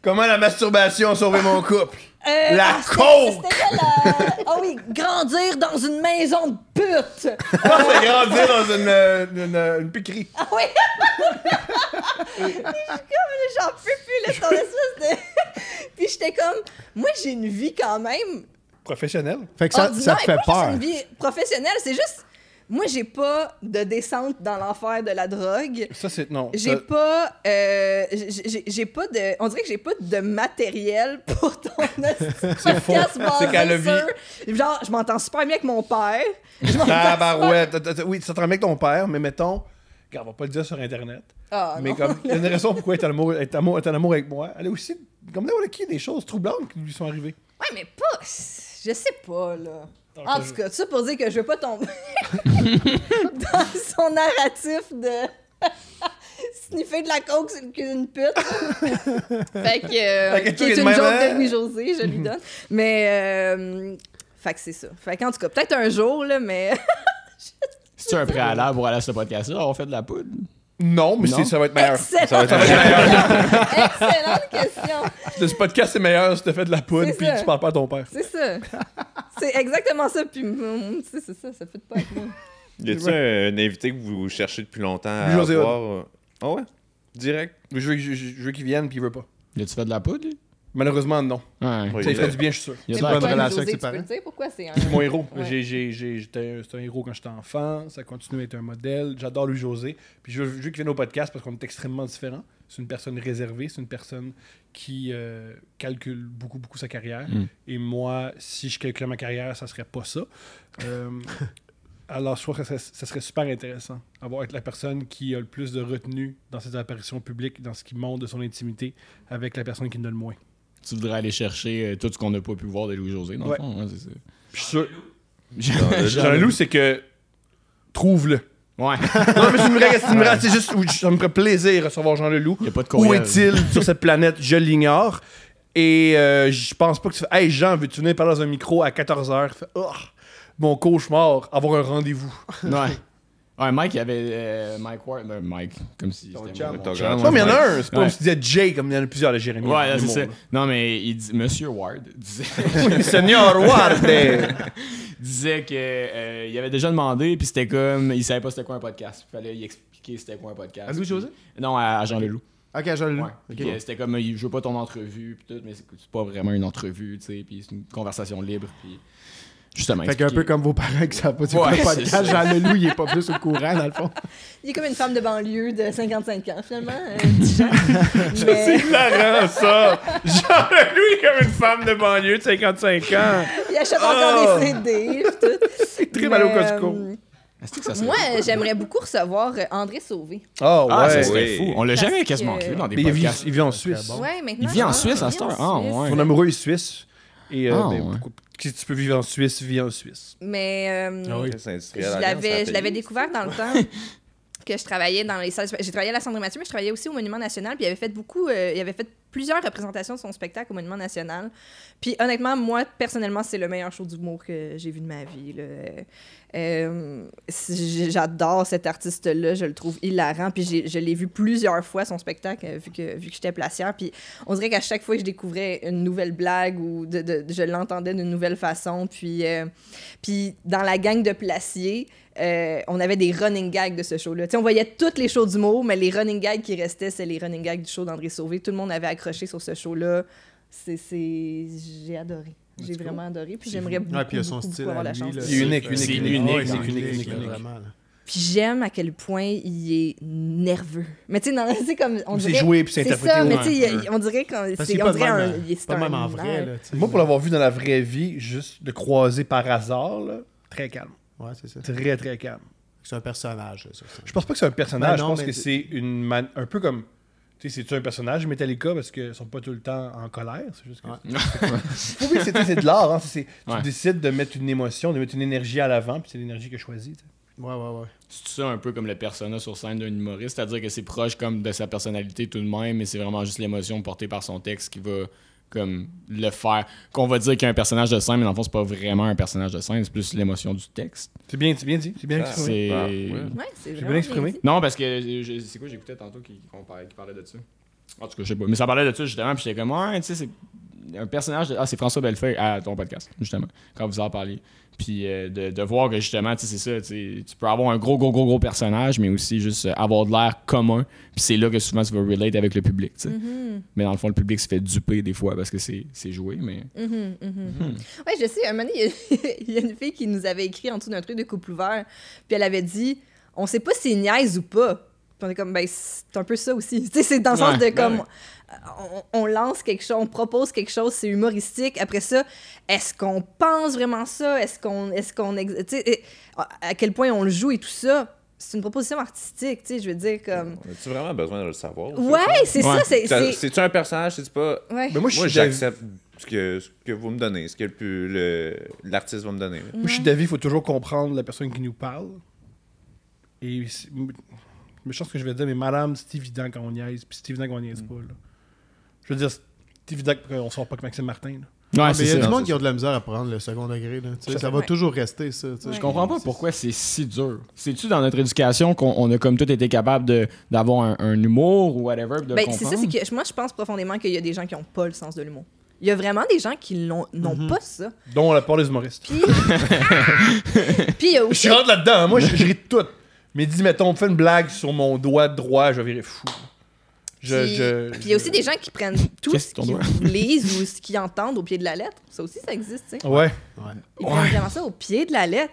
S4: Comment la masturbation a sauvé mon couple?
S7: Euh,
S4: La
S7: ah, c'était-
S4: coke!
S7: c'était quoi la- Ah oui, grandir dans une maison de pute!
S4: On s'est grandi dans une, euh, une, euh, une piquerie.
S7: Ah oui! (laughs) Je suis comme, j'en peux plus, là, ton espèce de. (laughs) Puis j'étais comme, moi j'ai une vie quand même.
S4: Professionnelle.
S1: Fait
S2: Oh,
S1: que ça,
S7: ordinaire.
S1: ça te
S7: Et
S1: fait
S7: pas juste
S1: peur.
S7: une vie professionnelle, c'est juste. Moi j'ai pas de descente dans l'enfer de la drogue.
S4: Ça, c'est. Non.
S7: J'ai
S4: ça-
S7: pas. euh, j'ai- j'ai j'ai pas de. On dirait que j'ai pas de matériel (laughs) pour ton
S4: C'est faux.
S7: podcast
S4: C'est qu'elle a
S7: basé sur.
S4: vu.
S7: Genre, je m'entends super bien avec mon père. Je m'entends-
S4: Ah, Tabarouette. T'as- t'as- t'as- Oui, ça te remet avec ton père, mais mettons. Regarde, on va pas le dire sur Internet.
S7: Ah,
S4: mais
S7: non.
S4: comme. Il y a une raison pourquoi elle est en amour, est en amour, est en amour avec moi. Elle est aussi. Comme là, on a qui des choses troublantes qui lui sont arrivées.
S7: Ouais, mais pas. Je sais pas, là. en tout cas, tout ça pour dire que je veux pas
S4: (laughs)
S7: tomber dans son narratif de (laughs) sniffer de la coke sur le cul d'une
S4: (laughs)
S7: pute. fait que. euh,
S4: Fait que
S7: qui
S4: tout est
S7: est
S4: de
S7: une
S4: même,
S7: joke
S4: hein?
S7: de Louis-José, je lui
S4: (laughs)
S7: donne. Mais. euh, fait que c'est ça. Fait qu'en tout cas, peut-être un jour, là, mais. (laughs)
S2: C'est un préalable pour aller à ce podcast-là, on fait de la poudre.
S4: Non, mais
S2: Non.
S4: c'est- ça va être meilleur.
S7: Excellente, excellente question.
S4: (laughs) Ce podcast, c'est meilleur si t'as fait de la poudre
S7: C'est
S4: puis
S7: ça.
S4: tu parles pas à ton père.
S7: C'est ça. C'est exactement ça. Puis, mm, c'est c'est ça, ça fait pas avec moi.
S8: Y a-tu un invité que vous cherchez depuis longtemps à
S4: Louis-José
S8: avoir? euh? Ah ouais? Direct?
S4: Je veux, je- je- je veux qu'il vienne puis il veut pas.
S2: Y a-tu fait de la poudre, lui?
S4: Malheureusement, non.
S2: Ouais.
S8: Oui,
S4: Ça lui ferait
S8: euh,
S4: du bien, je suis sûr.
S2: Y a
S7: Mais
S2: de la-
S1: bonne
S7: pourquoi,
S1: relation
S7: José,
S1: avec ses
S7: tu peux
S1: parents.
S7: le dire? Pourquoi c'est un.
S4: C'est mon héros.
S7: Ouais.
S4: J'ai- j'ai- j'ai- j'étais un- C'était un héros quand j'étais enfant. Ça continue à être un modèle. J'adore lui José. Puis je veux, je veux qu'il vienne au podcast parce qu'on est extrêmement différents. C'est une personne réservée. C'est une personne qui euh, calcule beaucoup, beaucoup sa carrière.
S2: Mm.
S4: Et moi, si je calculais ma carrière, ça serait pas ça. Euh, alors, je trouve que ça, serait- ça serait super intéressant. Avoir être la personne qui a le plus de retenue dans ses apparitions publiques, dans ce qui monte de son intimité, avec la personne qui ne le moins.
S2: Tu voudrais aller chercher euh, tout ce qu'on n'a pas pu voir de Louis-José, dans
S4: Ouais.
S2: le fond. ouais, c'est ça.
S4: Je suis sûr.
S8: Jean-Leloup.
S4: Jean-Loup, c'est que. Trouve-le.
S2: (laughs) Ouais.
S4: Non, mais c'est une vraie question. c'est une vraie- C'est juste, oui, ça me ferait plaisir de recevoir Jean Leloup.
S2: Y a pas de
S4: Où
S2: courriel.
S4: est-il sur cette planète Je l'ignore. Et euh, je pense pas que tu fais Hey Jean, veux-tu venir parler dans un micro à 14h oh, Mon cauchemar, avoir un rendez-vous.
S2: Ouais. Ouais, Mike, il y avait euh, Mike Ward. ben, Mike, comme si. c'était
S4: chum,
S2: mon-
S8: ton
S2: chum,
S8: grand-
S4: Non, mais il y en a un, c'est pas
S2: Ouais.
S4: comme si tu disais Jay, comme il y en a plusieurs, là, Jérémy.
S2: Ouais, là,
S4: Du
S2: c'est
S4: monde,
S2: ça. Non, mais il dit, Monsieur Ward (laughs) disait,
S4: là. Seigneur
S2: (laughs)
S4: Ward
S2: disait que euh, il avait déjà demandé, puis c'était comme, il savait pas c'était quoi un podcast. Il fallait y expliquer c'était quoi un podcast.
S1: À Louis-José?
S2: Puis- Non, à, à Jean Leloup.
S1: Ok, je le
S2: Ouais. Puis, euh, c'était comme, il veut pas ton entrevue, puis tout, mais c'est c'est pas vraiment une entrevue, tu sais, puis c'est une conversation libre, puis justement.
S1: Fait qu'un peu
S2: expliquer.
S1: comme vos parents qui savent pas c'est
S2: Ouais,
S1: quoi le
S2: c'est ça.
S1: podcast, Jean Leloup, il est pas plus au courant, dans le fond.
S7: Il est comme une femme de banlieue de 55 ans,
S2: (laughs)
S7: finalement. euh, petit Jean. Mais
S4: hilarant, ça Jean Leloup est comme une femme de banlieue de 55 ans.
S7: il achète encore
S2: Oh!
S7: des CD. puis tout.
S4: Très mal au
S7: Mais,
S4: Costco.
S7: euh,
S2: Est-ce que ça serait-
S7: Moi, j'aimerais beaucoup recevoir euh, André Sauvé.
S4: Oh,
S2: Ah, ça
S4: ouais.
S2: serait
S8: Oui.
S2: fou. On l'a
S7: Parce
S2: jamais quasiment
S7: que-
S2: vu dans des
S4: Mais il vit,
S2: podcasts.
S4: il vit en Suisse.
S7: Ouais,
S2: Il
S7: maintenant.
S2: vit en
S7: ah,
S2: Suisse à
S7: il
S2: cette
S7: vit en
S2: heure. Ah,
S7: Suisse.
S2: ouais.
S4: Mon amoureux est suisse. Et euh,
S2: Ah,
S4: ben,
S2: ouais.
S4: beaucoup- si tu peux vivre en Suisse, vis en Suisse.
S7: Mais euh,
S2: Ah
S8: Très industriel,
S7: je
S8: Alliance, ça
S7: l'avais, je
S8: paye.
S7: l'avais découvert dans le temps. que je travaillais dans les salles. J'ai travaillé à la Cendrée Mathieu, mais je travaillais aussi au Monument National. Puis il avait fait beaucoup, euh, il avait fait plusieurs représentations de son spectacle au Monument National. Puis honnêtement, moi, personnellement, c'est le meilleur show d'humour que j'ai vu de ma vie. là. Euh, c'est- J'adore cet artiste-là, je le trouve hilarant. Puis j'ai- je l'ai vu plusieurs fois, son spectacle, euh, vu que, vu que j'étais placière. Puis on dirait qu'à chaque fois que je découvrais une nouvelle blague ou de, de- je l'entendais d'une nouvelle façon. Puis, euh, puis dans la gang de placiers, euh, on avait des running gags de ce show-là. Tu sais, on voyait toutes les shows d'humour, mais les running gags qui restaient, c'est les running gags du show d'André Sauvé. Tout le monde avait accroché sur ce show-là. C'est, c'est... J'ai adoré. J'ai vraiment adoré. Puis j'aimerais beaucoup,
S1: Ouais, puis il a son
S7: beaucoup, beaucoup
S1: style
S7: avoir
S1: à
S7: la
S1: lui,
S7: chance
S1: là.
S7: de-
S4: Il est unique,
S1: C'est
S4: unique,
S2: Ah
S1: unique,
S4: unique,
S1: c'est
S4: unique,
S1: unique,
S4: unique,
S1: là,
S4: unique.
S1: vraiment, là.
S7: Puis j'aime à quel point il est nerveux. Mais tu sais, non, (laughs) c'est comme. On
S4: C'est
S7: dirait-
S4: joué puis c'est
S7: C'est
S4: interprété.
S7: ça,
S4: ouais.
S7: mais tu sais, il- on dirait qu'on.
S1: Parce
S7: c'est-
S1: qu'il est
S7: on
S1: pas de
S7: dirait
S1: même,
S7: un.
S1: euh,
S7: il- c'est
S1: pas de
S7: un
S1: même en vrai.
S7: nerf.
S1: là, tu sais.
S4: Moi, pour l'avoir vu dans la vraie vie, juste de croiser par hasard, là, très calme.
S1: Ouais, c'est ça.
S4: Très, très calme.
S1: C'est un personnage, là, ça, ça.
S4: Je pense pas que c'est un personnage.
S1: Ben non,
S4: je pense
S1: mais
S4: que
S1: c'est-
S4: c'est une man- un peu comme. Tu sais, c'est-tu un personnage Metallica parce qu'ils sont pas tout le temps en colère? C'est juste que.
S1: Ouais.
S4: (laughs) Faut oublier que c'est- c'est de l'art. Hein. c'est- c'est-
S2: Ouais.
S4: Tu décides de mettre une émotion, de mettre une énergie à l'avant, puis c'est l'énergie que je choisis. tu sais.
S1: Ouais, ouais, ouais.
S2: C'est ça un peu comme le persona sur scène d'un humoriste, c'est-à-dire que c'est proche comme de sa personnalité tout de même, mais c'est vraiment juste l'émotion portée par son texte qui va comme le faire. Qu'on va dire qu'il y a un personnage de scène, mais dans le fond, c'est pas vraiment un personnage de scène, c'est plus l'émotion du texte.
S4: C'est bien, c'est bien dit. C'est bien exprimé.
S2: C'est.
S8: Ah, ouais.
S7: Ouais, c'est
S4: bien
S7: vraiment
S4: exprimé.
S7: dit.
S2: Non, parce que euh, je- c'est quoi j'écoutais tantôt qui, qu'on parlait, qui parlait de ça. En tout cas, je sais pas. Mais ça parlait de ça justement, puis j'étais comme, ouais, tu sais, c'est un personnage. de- Ah, c'est François Bellefeuille à ton podcast, justement, quand vous en parliez. Puis euh, de, de voir que justement, tu sais, c'est ça, tu sais, tu peux avoir un gros, gros, gros, gros personnage, mais aussi juste euh, avoir de l'air commun. Puis c'est là que souvent tu vas relate avec le public, tu sais. Mais dans le fond, le public se fait duper des fois parce que c'est, c'est joué, mais.
S7: Mhm, mhm. Ouais, je sais, un moment donné, il y a- (laughs) il y, a une fille qui nous avait écrit en dessous d'un truc de couple ouvert, puis elle avait dit On sait pas si niaise ou pas. Puis on est comme Ben, c'est un peu ça aussi. (laughs) Tu sais, c'est dans le sens
S2: Ouais,
S7: de comme. On, on lance quelque chose, on propose quelque chose, c'est humoristique. Après ça, est-ce qu'on pense vraiment ça Est-ce qu'on. Est-ce qu'on ex- tu sais, et- à à quel point on le joue et tout ça C'est une proposition artistique, tu sais, je veux dire, comme.
S8: As-tu vraiment besoin de le savoir?
S7: Ouais, c'est
S2: Ouais.
S7: ça, c'est.
S8: Ça-
S7: c'est-
S8: C'est-tu un personnage? C'est-tu pas.
S7: ouais.
S4: Mais moi, je
S8: Moi,
S4: suis d'avis-
S8: j'accepte ce que, ce que vous me donnez, ce que le plus- le- l'artiste va me donner.
S4: moi, je suis d'avis, il faut toujours comprendre la personne qui nous parle. Et c'est- mais je pense que je vais dire, mais madame, c'est évident qu'on niaise, puis c'est évident qu'on
S7: Mm.
S4: niaise pas. Là. Je veux dire, c'est évident qu'on sort pas que Maxime Martin. là.
S2: Ouais,
S1: Ah, mais il y a du
S8: ça,
S1: monde
S8: c'est
S1: qui a de la misère à prendre le second degré. Là, tu sais, ça va
S7: Ouais.
S1: toujours rester, ça. tu sais.
S7: Ouais.
S2: Je comprends pas pourquoi c'est si dur. C'est-tu dans notre éducation qu'on on a comme tout été capable de- d'avoir un, un humour ou whatever, de
S7: Ben, c'est
S2: comprendre?
S7: ça, c'est que moi, je pense profondément qu'il y a des gens qui n'ont pas le sens de l'humour. Il y a vraiment des gens qui l'ont- n'ont
S4: Mhm.
S7: pas
S4: (laughs)
S7: ça.
S4: Dont la part des humoristes.
S7: Puis. (laughs) Puis il y a
S4: Je
S7: aussi.
S4: rentre là-dedans. hein. Moi, je, je ris de tout. Mais dis, mettons, on fait une blague sur mon doigt droit, je vais virer fou. Je,
S7: puis-
S4: je-
S7: puis il y a aussi des gens qui prennent tout
S2: Qu'est-ce
S7: ce
S2: qu'on
S7: qu'ils lisent ou ce qu'ils entendent au pied de la lettre. Ça aussi, ça existe, tu sais.
S4: Ouais.
S7: Ils prennent vraiment ça au pied de la lettre.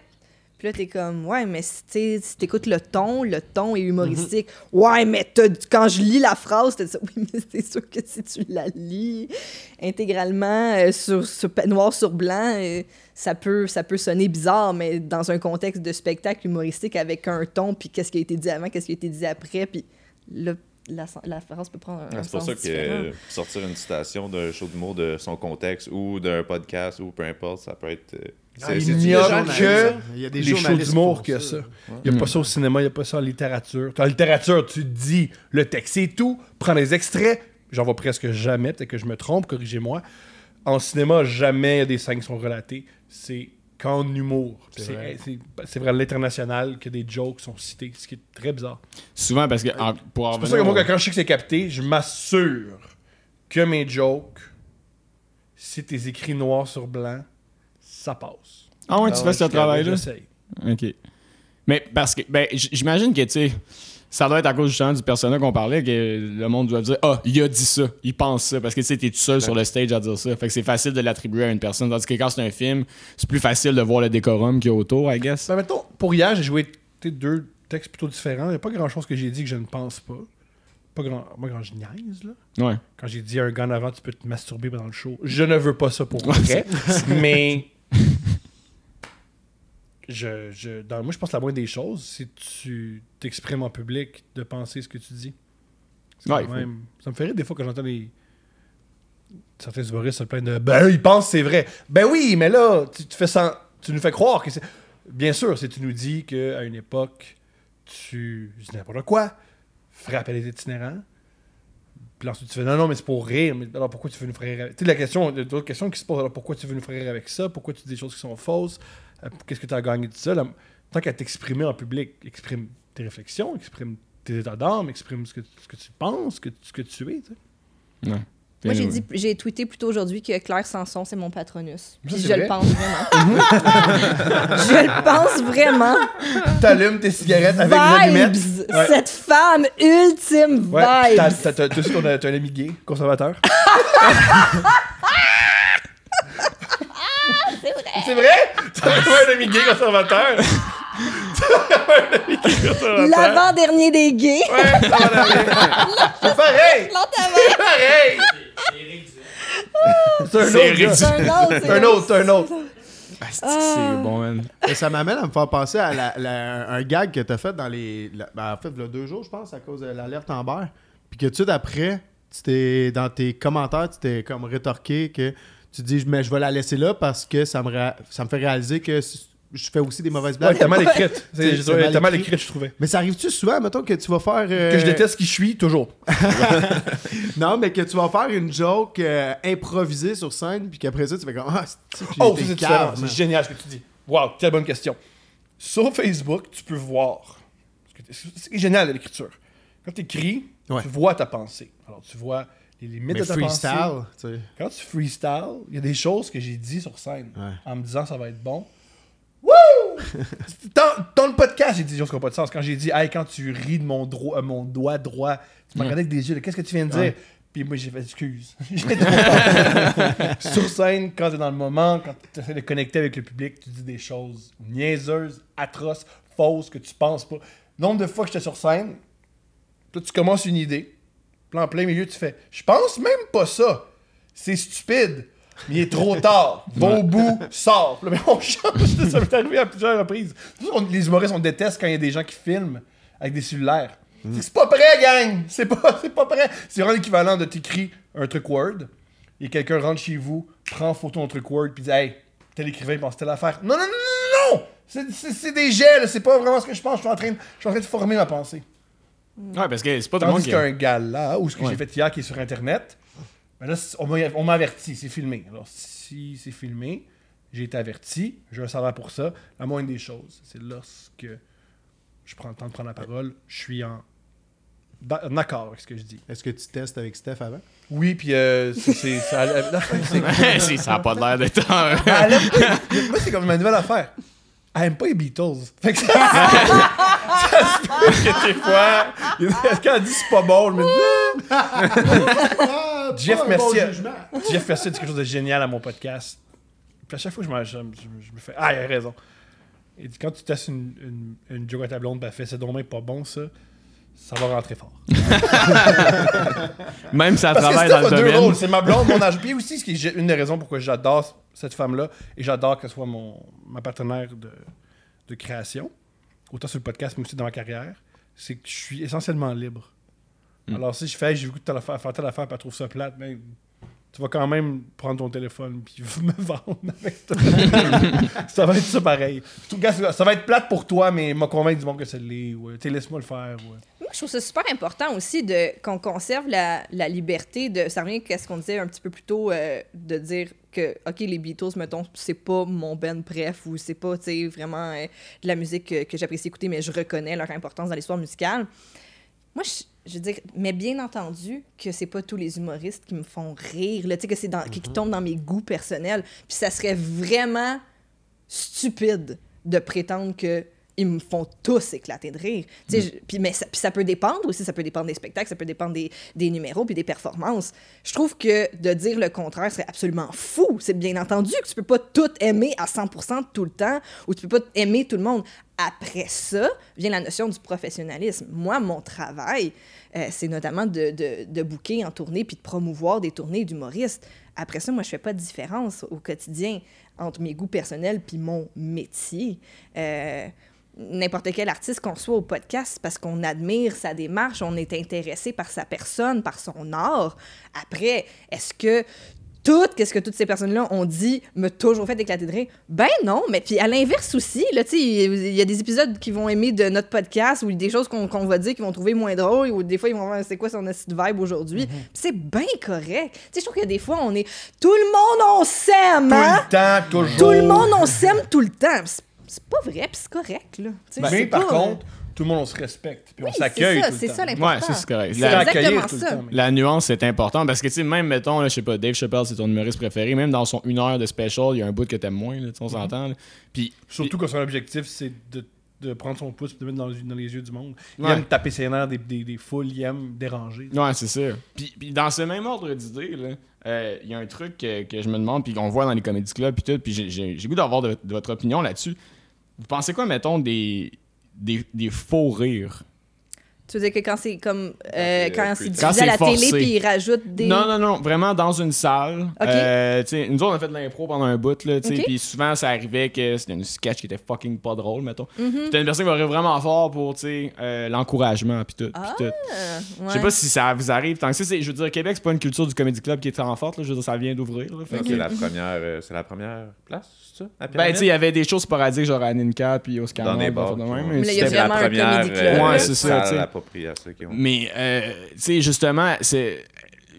S7: Puis là, t'es comme, ouais, mais si t'sais, si t'écoutes le ton, le ton est humoristique.
S8: Mm-hmm.
S7: Ouais, mais t'as- quand je lis la phrase, t'as dit (laughs) ça. Oui, mais c'est sûr que si tu la lis intégralement, euh, sur, sur pa- noir sur blanc, euh, ça, peut, ça peut sonner bizarre, mais dans un contexte de spectacle humoristique avec un ton, puis qu'est-ce qui a été dit avant, qu'est-ce qui a été dit après, puis là, la, la phrase peut prendre un,
S8: Ah,
S7: un
S8: C'est pour
S7: sens
S8: ça que
S7: différent.
S8: euh, sortir une citation d'un show d'humour de son contexte ou d'un podcast ou peu importe, ça peut être. euh, c'est-
S4: il
S8: c'est-
S4: n'y
S1: des
S4: a
S1: journalistes,
S4: que
S1: hein. Il y a des
S4: des shows
S1: journalistes
S4: d'humour
S1: qui font
S4: que
S1: ça.
S4: ça. Il n'y
S2: Mm.
S4: a pas ça au cinéma, il n'y a pas ça en littérature. En littérature, tu dis le texte et tout, prends les extraits. J'en vois presque jamais, peut-être que je me trompe, corrigez-moi. En cinéma, jamais il y a des scènes qui sont relatées. C'est qu'en humour. Puis C'est eh,
S1: vrai.
S4: c'est- c'est vrai, à l'international, que des jokes sont cités, ce qui est très bizarre.
S2: Ah, Souvent, parce que en- pour en
S4: C'est pour ça que moi,
S2: revenir
S4: quand je sais que c'est capté, je m'assure que mes jokes, si t'es écrit noir sur blanc, ça passe.
S2: au- Ah ouais, tu fais ce travail-là?
S4: J'essaye.
S2: OK. Mais parce que, ben, j- j'imagine que, tu sais, ça doit être à cause justement du persona qu'on parlait que le monde doit dire Ah, il a dit ça, il pense ça. Parce que, tu sais, t'es tout seul sur le stage à dire ça. Fait que c'est facile de l'attribuer à une personne. Tandis que quand c'est un film, c'est plus facile de voir le décorum qu'il y a autour, I guess.
S4: Ben, mettons, pour hier, j'ai joué tu sais, deux textes plutôt différents. Il n'y a pas grand-chose que j'ai dit que je ne pense pas. Pas grand, pas grand je niaise, là.
S2: Ouais.
S4: Quand j'ai dit à un gars en avant, tu peux te masturber pendant le show. Je ne veux pas ça pour vrai, mais... Je, je, dans, moi, je pense que la moindre des choses, c'est que tu t'exprimes en public de penser ce que tu dis. C'est
S2: Ouais,
S4: quand
S2: il
S4: même- Ça me fait rire des fois quand j'entends des... Certains humoristes se plaignent de « Ben, ils pensent que c'est vrai. » Ben oui, mais là, tu, tu fais sans- tu nous fais croire que c'est... Bien sûr, si tu nous dis qu'à une époque, tu dis n'importe quoi, frappe les itinérants. Puis ensuite, tu fais non, non, mais c'est pour rire. Mais alors pourquoi tu veux nous faire rire avec Tu sais, la question, il y a d'autres questions qui se posent. Alors pourquoi tu veux nous faire rire avec ça Pourquoi tu dis des choses qui sont fausses Euh, Qu'est-ce que tu as gagné de ça La- Tant qu'à t'exprimer en public, exprime tes réflexions, exprime tes états d'âme, exprime ce que, ce que tu penses, ce que, ce que tu es. tu sais.
S2: Ben
S7: Moi, j'ai dit, j'ai tweeté plus tôt aujourd'hui que Claire Sanson, c'est mon patronus. Puis
S4: c'est
S7: je le
S4: vrai.
S7: pense vraiment. (laughs) je le pense vraiment.
S4: T'allumes tes cigarettes avec des allumettes.
S7: Vibes!
S4: Ouais.
S7: Cette femme ultime
S4: Ouais, puis t'as-
S7: vibes!
S4: t'as- t'as- t'as aussi ton- t'as un ami gay, conservateur. C'est vrai? (laughs) T'as un ami gay conservateur? (laughs)
S7: L'avant-dernier des gays! (laughs)
S4: C'est pareil!
S7: L'avant-dernier!
S4: Pareil! C'est un autre gars.
S7: C'est un autre!
S4: C'est (laughs) un autre, c'est un autre.
S2: Ah,
S7: ah.
S2: c'est bon, man.
S1: Et ça m'amène à me faire penser à la- la- un gag que t'as fait dans les. la- ben, en fait, il y a deux jours, je pense, à cause de l'alerte Amber. Puis que tout de suite après, tu t'es, dans tes commentaires, tu t'es comme rétorqué que tu dis, mais je vais la laisser là parce que ça me, ra- ça me fait réaliser que s- je fais aussi des mauvaises
S4: Ouais,
S1: blagues.
S4: t'as mal écrite.
S1: C'est-
S4: C'est-
S1: c'est mal
S4: ouais, T'as mal
S1: écrit.
S4: écrite, je trouvais.
S1: mais ça arrive-tu souvent, mettons, que tu vas faire. euh,
S4: Que je déteste qui je suis, toujours.
S1: Non, mais que tu vas faire une joke euh, improvisée sur scène, puis qu'après ça, tu fais comme. Ah, c'est- j'ai
S4: Oh, ça,
S1: été
S4: c'est
S1: cave,
S4: différent.
S1: man.
S4: C'est génial ce que tu dis. Wow, quelle bonne question. Sur Facebook, tu peux voir. C'est génial l'écriture. Quand tu écris,
S1: Ouais.
S4: tu vois ta pensée. Alors, tu vois les limites
S1: Mais
S4: de ta pensée.
S1: freestyle, tu sais.
S4: Quand tu freestyle, il y a des choses que j'ai dit sur scène
S1: Ouais.
S4: en me disant ça va être bon. Wouh! dans, dans le podcast, j'ai dit des choses qui n'ont pas de sens. Quand j'ai dit, hey, quand tu ris de mon, dro- euh, mon doigt droit, tu me regardais avec des yeux, là, qu'est-ce que tu viens de dire? Puis moi, j'ai fait excuse. (laughs) J'ai trop parlé. Sur scène, quand t'es dans le moment, quand tu essaies de connecter avec le public, tu dis des choses niaiseuses, atroces, fausses, que tu penses pas. Nombre de fois que j'étais sur scène, toi, tu commences une idée. Puis en plein milieu, tu fais Je pense même pas ça. C'est stupide. Mais il est trop tard. Va au bout, sors. Puis là, mais on change. Ça m'est arrivé à plusieurs reprises. Nous, on- les humoristes, on déteste quand il y a des gens qui filment avec des cellulaires. C'est pas prêt, gang. C'est pas, (laughs) c'est pas prêt. C'est vraiment l'équivalent de t'écris un truc Word et quelqu'un rentre chez vous, prend photo un truc Word, puis dit Hey, tel écrivain pense telle affaire. Non, non, non, non, non. C'est- C'est c'est des gels. C'est pas vraiment ce que je pense. Je suis en train de- je suis en train de former ma pensée.
S2: Ouais, parce que c'est pas tout le monde
S4: Tandis
S2: qui.
S4: qu'un gala, ou ce que
S2: Ouais.
S4: j'ai fait hier qui est sur Internet, ben là, c'est- on m'a- on m'a averti, c'est filmé. Alors, si c'est filmé, j'ai été averti, j'ai un salaire pour ça. La moindre des choses, c'est lorsque je prends le temps de prendre la parole, je suis en, d'a- en accord avec ce que je dis.
S1: Est-ce que tu testes avec Steph avant?
S4: Oui, puis euh, c'est- c'est- ça allait- non, c'est-
S2: (laughs) Ouais, si, ça a pas l'air d'être
S4: (laughs)
S2: un.
S4: elle aime pas- Ah, Moi, c'est comme ma nouvelle affaire. Elle aime pas les Beatles. Fait (laughs) que ça, ça se peut que des fois, il y a des- quand elle dit c'est pas bon, je me dis, (laughs) Jeff, merci. Jeff Mercier dit quelque chose de génial à mon podcast. Puis à chaque fois, je me, je, je- je me fais Ah, il a raison. Il dit Quand tu testes une, une, une joke à ta blonde, ben, elle fait c'est dommage pas bon, ça. Ça va rentrer fort.
S2: Même si ça
S4: Parce que
S2: travaille dans
S4: Steph
S2: le
S4: a deux rôles.
S2: domaine.
S4: C'est ma blonde, mon âge. Puis aussi, ce qui est j'ai- une des raisons pourquoi j'adore cette femme-là et j'adore qu'elle soit mon, ma partenaire de, de création, autant sur le podcast, mais aussi dans ma carrière, c'est que je suis essentiellement libre.
S2: Hmm.
S4: Alors, si je fais, j'ai le goût de telle affaire, faire telle affaire, puis elle trouve ça plate, mais tu vas quand même prendre ton téléphone puis (laughs) me vendre avec toi. (laughs) ça va être ça pareil. En tout cas, ça ça va être plate pour toi, mais m'a convaincu du bon que c'est l'est, ou euh, tu sais, laisse-moi le faire. ou, euh.
S7: Moi, je trouve ça super important aussi de qu'on conserve la, la liberté de. Ça revient à ce qu'on disait un petit peu plus tôt, euh, de dire que, OK, les Beatles, mettons, c'est pas mon ben bref ou c'est pas, tu sais, vraiment euh, de la musique que, que j'apprécie écouter, mais je reconnais leur importance dans l'histoire musicale. Moi, je, je veux dire, mais bien entendu que c'est pas tous les humoristes qui me font rire, là, tu sais, que c'est dans, qui, qui tombent dans mes goûts personnels. Puis ça serait vraiment stupide de prétendre que ils me font tous éclater de rire. Tu sais, je- puis, mais ça, puis ça peut dépendre aussi, ça peut dépendre des spectacles, ça peut dépendre des, des numéros puis des performances. Je trouve que de dire le contraire serait absolument fou. C'est bien entendu que tu peux pas tout aimer à 100% tout le temps ou tu peux pas aimer tout le monde. Après ça vient la notion du professionnalisme. Moi, mon travail, euh, c'est notamment de, de, de booker en tournée puis de promouvoir des tournées d'humoristes. Après ça, moi, je fais pas de différence au quotidien entre mes goûts personnels puis mon métier. Euh, n'importe quel artiste qu'on soit au podcast c'est parce qu'on admire sa démarche, on est intéressé par sa personne, par son art. Après, est-ce que tout qu'est-ce que toutes ces personnes-là ont dit m'a toujours fait éclater de rire. Ben non, mais puis à l'inverse aussi, là, tu sais, il y a des épisodes qui vont aimer de notre podcast ou des choses qu'on qu'on va dire qu'ils vont trouver moins drôles ou des fois ils vont voir c'est quoi son acide vibe
S2: Mm-hmm.
S7: aujourd'hui. Puis c'est bien correct. Tu sais, je trouve que des fois on est tout le monde on s'aime,
S4: Tout
S7: hein?
S4: le temps, toujours.
S7: Tout
S2: Oh.
S7: le monde on s'aime tout le temps. Puis c'est- C'est pas vrai, puis c'est correct là. Tu sais,
S2: Ben,
S4: Mais
S7: c'est
S4: Ben, par
S7: pas- euh,
S4: contre, tout le monde, on se respecte. Puis
S7: oui,
S4: on
S7: c'est
S4: s'accueille.
S7: ça,
S4: tout le
S7: C'est
S4: temps.
S7: ça l'important.
S2: Ouais, ça, c'est correct.
S7: C'est
S2: La-
S4: S'accueillir
S7: exactement
S4: tout le
S7: ça.
S4: temps, mais-
S2: La nuance est importante parce que, tu sais, même, mettons, là, je sais pas, Dave Chappelle, c'est ton humoriste préféré, même dans son une heure de special, il y a un bout que t'aimes moins, là, tu sais,
S4: Mm-hmm.
S2: on s'entend. là. Puis,
S4: Surtout quand son objectif, c'est de, de prendre son pouce et de le mettre dans, les- dans les yeux du monde. Il
S2: Ouais.
S4: aime taper ses nerfs des, des, des foules, il aime déranger.
S2: Ouais, c'est ça. Puis, puis dans ce même ordre d'idée, là, euh, il y a un truc que, que je me demande, puis qu'on voit dans les comédies clubs, puis tout, puis j'ai- j'ai j'ai goût d'avoir de, de votre opinion là-dessus. Vous pensez quoi, mettons, des, des, des faux rires?
S7: Tu veux dire que quand c'est comme euh,
S8: c'est,
S7: quand
S8: euh,
S7: c'est
S8: plus-
S7: diffusé
S2: Quand
S7: à la
S2: c'est forcé.
S7: télé puis ils rajoutent des
S2: Non, non, non, vraiment dans une salle.
S7: Ok.
S2: Euh, tu sais, nous autres, on a fait de l'impro pendant un bout, là, tu sais,
S7: Ok.
S2: puis souvent, ça arrivait que c'était une sketch qui était fucking pas drôle, mettons.
S7: Mhm.
S2: Puis t'as une personne qui va rire vraiment fort pour, tu sais, euh, l'encouragement, puis tout, puis
S7: Ah,
S2: tout.
S7: Euh,
S2: Je sais
S7: ouais.
S2: pas si ça vous arrive tant que ça. c'est- Je veux dire, Québec, c'est pas une culture du comedy club qui est en forte. Là, je veux dire, ça vient d'ouvrir. là, fait
S8: Non,
S2: que-
S8: hein. C'est la première, euh, c'est la première place, c'est ça? à
S2: Ben,
S8: Pyramide?
S2: tu sais, il y avait des choses sporadiques, genre à Ninka, puis au Scanner,
S8: dans des bars.
S2: de
S8: qui
S2: même,
S8: ont-
S2: mais
S7: là, il y a
S2: c'était-
S8: C'est la
S7: vraiment un
S8: première, euh,
S7: comedy club,
S2: Ouais, c'est ça,
S8: salle
S2: tu sais.
S8: appropriée à ceux qui ont.
S2: Mais, euh, tu sais, justement, c'est.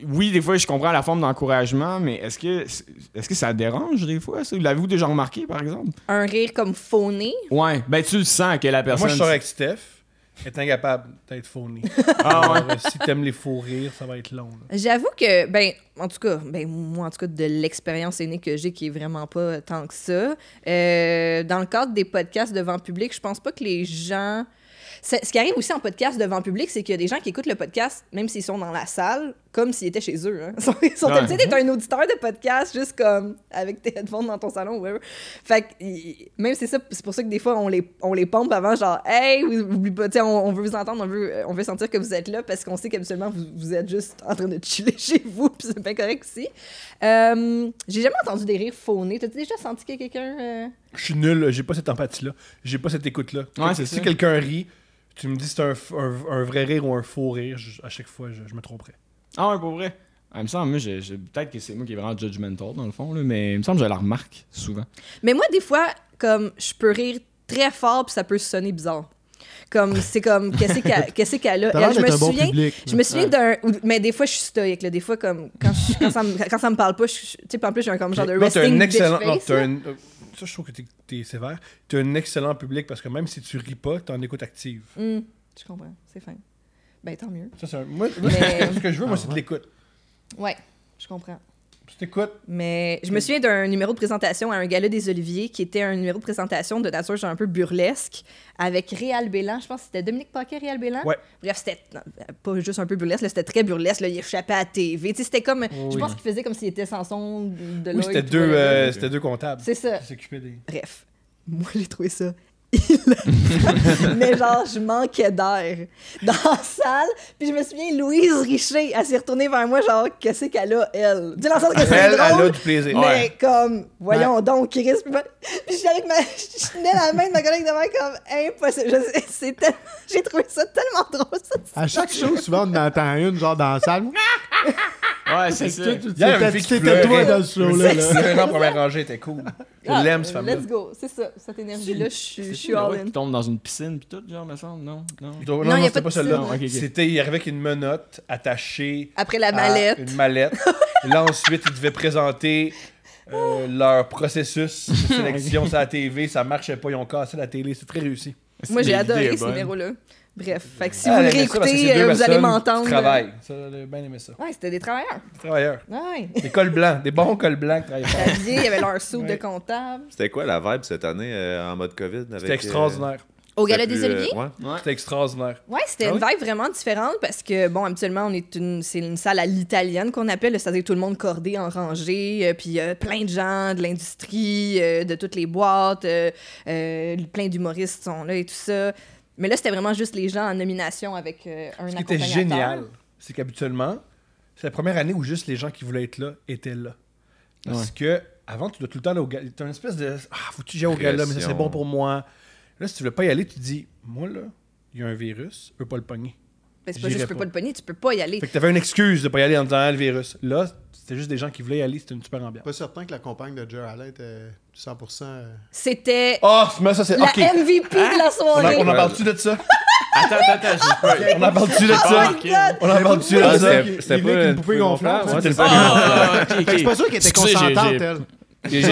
S2: Oui, des fois, je comprends la forme d'encouragement, mais est-ce que, est-ce que ça dérange des fois, ça? L'avez-vous déjà remarqué, par exemple?
S7: Un rire comme fauné.
S2: Ouais. Ben, tu le sens que la personne.
S4: Moi, je sors avec Steph. Elle est incapable d'être phony.
S2: (laughs) Ah, ouais.
S4: Alors, euh, si t'aimes les faux rires, ça va être long. là.
S7: J'avoue que, ben, en tout cas, ben, moi, en tout cas, de l'expérience aînée que j'ai, qui est vraiment pas tant que ça, euh, dans le cadre des podcasts devant public, je pense pas que les gens. C'est- Ce qui arrive aussi en podcast devant public, c'est qu'il y a des gens qui écoutent le podcast, même s'ils sont dans la salle, comme s'ils étaient chez eux. hein. (laughs) Ils sont, ils sont
S2: Ouais.
S7: tu sais, t'es un auditeur de podcast, juste comme avec tes headphones dans ton salon, whatever. Fait que, il- même c'est ça, c'est pour ça que des fois, on les, on les pompe avant, genre, hey, vous- oublie pas, tu sais, on, on veut vous entendre, on veut, euh, on veut sentir que vous êtes là, parce qu'on sait qu'habituellement, vous, vous êtes juste en train de chiller (laughs) chez vous, puis c'est bien correct aussi. Euh, J'ai jamais entendu des rires faunés. T'as-tu déjà senti que quelqu'un. euh,
S4: Je suis nul, j'ai pas cette empathie-là. J'ai pas cette écoute-là.
S2: Ouais, c'est
S4: si
S2: ça.
S4: quelqu'un rit, tu me dis c'est un, f- un- un vrai rire ou un faux rire, je- à chaque fois, je, je me tromperais.
S2: Ah, ouais, pour vrai. Ah, il me semble, moi, j'ai- j'ai- peut-être que c'est moi qui est vraiment judgmental, dans le fond, là, mais il me semble que je la remarque souvent.
S7: Mais moi, des fois, comme je peux rire très fort, puis ça peut sonner bizarre. Comme, c'est comme, qu'est-ce qu'elle qu'est-ce qu'elle a?
S1: T'as l'air
S7: Elle, je me
S1: d'être un bon
S7: souviens,
S1: public.
S7: je me souviens d'un. ou- Mais des fois, je suis stoïque. Là. Des fois, comme, quand, je- quand, ça, me, quand ça me parle pas, je suis- tu sais, puis en plus, j'ai un comme genre de
S4: Non, t'as
S7: resting
S4: un
S7: bitch
S4: excellent. non,
S7: face,
S4: t'as
S7: là.
S4: un- euh, ça, je trouve que t'es, t'es sévère. T'as un excellent public parce que même si tu ris pas, t'as une écoute active.
S7: Hum, je comprends, c'est fin. Ben, tant mieux.
S4: Ça, c'est un- moi, moi,
S7: Mais-
S4: (laughs) ce que je veux, moi,
S2: Ah
S4: c'est de l'écoute.
S7: Ouais, je comprends. Mm.
S4: Tu t'écoutes,
S7: Mais je me souviens d'un numéro de présentation à un gala des Oliviers qui était un numéro de présentation de nature genre un peu burlesque avec Réal Bélan. Je pense que c'était Dominique Paquet, Réal Bélan.
S4: Ouais.
S7: Bref, c'était non, pas juste un peu burlesque, là, c'était très burlesque. Là, il échappait à la TV. Tu sais, C'était comme. Je pense qu'il faisait comme s'il était Samson de
S4: Oui,
S7: Lloyd,
S4: c'était
S7: tout
S4: deux,
S7: whatever.
S4: euh, c'était deux comptables.
S7: C'est ça.
S4: Qui s'occupaient des.
S7: Bref, moi, j'ai trouvé ça. hilarant. mais genre, je manquais d'air dans la salle. Puis je me souviens, Louise Richer, elle s'est retournée vers moi, genre, qu'est-ce qu'elle a, elle? Tu sais, dans le sens que (laughs) c'est
S4: Elle, elle
S7: drôle,
S4: a du plaisir.
S7: mais comme, voyons donc, Chris. Puis moi- puis j'étais avec ma. Je tenais la main de ma collègue de main comme impossible. Je sais, c'est tellement- J'ai trouvé ça tellement drôle, ça.
S1: À chaque show, souvent, on en entend une, genre dans
S2: (laughs)
S1: la salle.
S7: (laughs)
S2: Ouais, c'est ça.
S4: Il y a un
S1: T'étais
S4: fille qui
S1: t'étais toi
S4: pleurait.
S1: dans ce show-là. là.
S4: Le en première rangée était cool. Je
S7: Ah,
S4: l'aime, ce femme-là.
S7: Let's go, c'est ça, cette énergie-là, je suis- je suis all in.
S2: qui tombe dans une piscine, puis tout, genre, me semble, non? Non.
S4: Je dois- Non,
S7: Non,
S4: non,
S7: il y a pas
S4: c'était
S7: de
S4: pas celle-là.
S7: piscine,
S2: hein. Ok, ok.
S4: C'était, il arrivait avec une menotte attachée.
S7: Après la
S4: à
S7: mallette.
S4: Ah,
S7: (laughs)
S4: Une mallette. Là, ensuite, ils devaient présenter euh, leur
S7: (laughs)
S4: processus de sélection sur la TV. Ça marchait pas, ils ont cassé la télé. C'est très réussi.
S7: Moi, j'ai
S2: Mais l'idée est
S7: adoré ce
S2: bonne.
S7: numéro-là. Bref, fait que si
S4: Ah,
S7: vous le
S4: elle aimait ça parce que c'est
S7: réécoutez,
S4: deux
S7: euh, vous
S4: personnes
S7: allez
S4: qui
S7: m'entendre.
S4: travaillent. Ça, elle a bien aimé ça.
S7: Ouais, c'était des travailleurs.
S4: Des travailleurs.
S7: Ouais.
S4: Des cols blancs. Des bons cols blancs qui travaillaient fort.
S7: Xavier, il y avait leur soupe
S4: Ouais.
S7: de comptable.
S8: C'était quoi la vibe cette année euh, en mode COVID? avec,
S4: C'était extraordinaire.
S8: euh,
S7: Au Gala
S8: c'était
S7: des
S8: plus, euh,
S7: Oliviers?
S8: ouais.
S4: C'était extraordinaire.
S7: Ouais, c'était une vibe vraiment différente parce que, bon, habituellement, on est une, c'est une salle à l'italienne qu'on appelle, c'est-à-dire tout le monde cordé en rangée, euh, puis euh, plein de gens de l'industrie, euh, de toutes les boîtes, euh, euh, plein d'humoristes sont là et tout ça. Mais là, c'était vraiment juste les gens en nomination avec euh, un
S4: Ce qui était
S7: accompagnateur.
S4: génial, c'est qu'habituellement, c'est la première année où juste les gens qui voulaient être là étaient là. Parce que avant, tu dois tout le temps aller au gala. T'as une espèce de Ah, faut-tu que j'aille au gala, mais ça c'est
S8: Pression.
S4: bon pour moi. Là, si tu veux pas y aller, tu dis Moi, là, il y a un virus, je peux pas le pogner.
S7: Ben, c'est pas juste, tu
S4: J'irais
S7: peux
S4: pas.
S7: pas le pogner, tu peux pas y aller.
S4: Fait que t'avais une excuse de pas y aller en disant Ah, le virus. Là, c'était C'était juste des gens qui voulaient y aller, c'était une super ambiance.
S1: Pas certain que la compagne de Joe Allen était 100%. euh,
S7: C'était
S4: Ah, mais ça, c'est.
S7: la
S4: Ok.
S7: MVP de la
S4: On en-
S7: soirée.
S4: on en parle-tu de ça?
S2: Attends, attends, attends. j'ai pas-
S4: On en parle-tu de
S7: Oh
S4: ça?
S7: my God!
S4: On en parle-tu de
S8: Ah,
S4: ça?
S8: c'était- c'était
S1: il venait avec une
S8: pas
S1: poupée gonflable,
S8: ouais,
S1: c'était
S8: c'est ça.
S2: Ah, (laughs) ok, ok.
S1: Fait que c'est pas sûr qu'elle était
S2: Excusez, j'ai-
S1: consentante,
S2: j'ai-
S1: elle.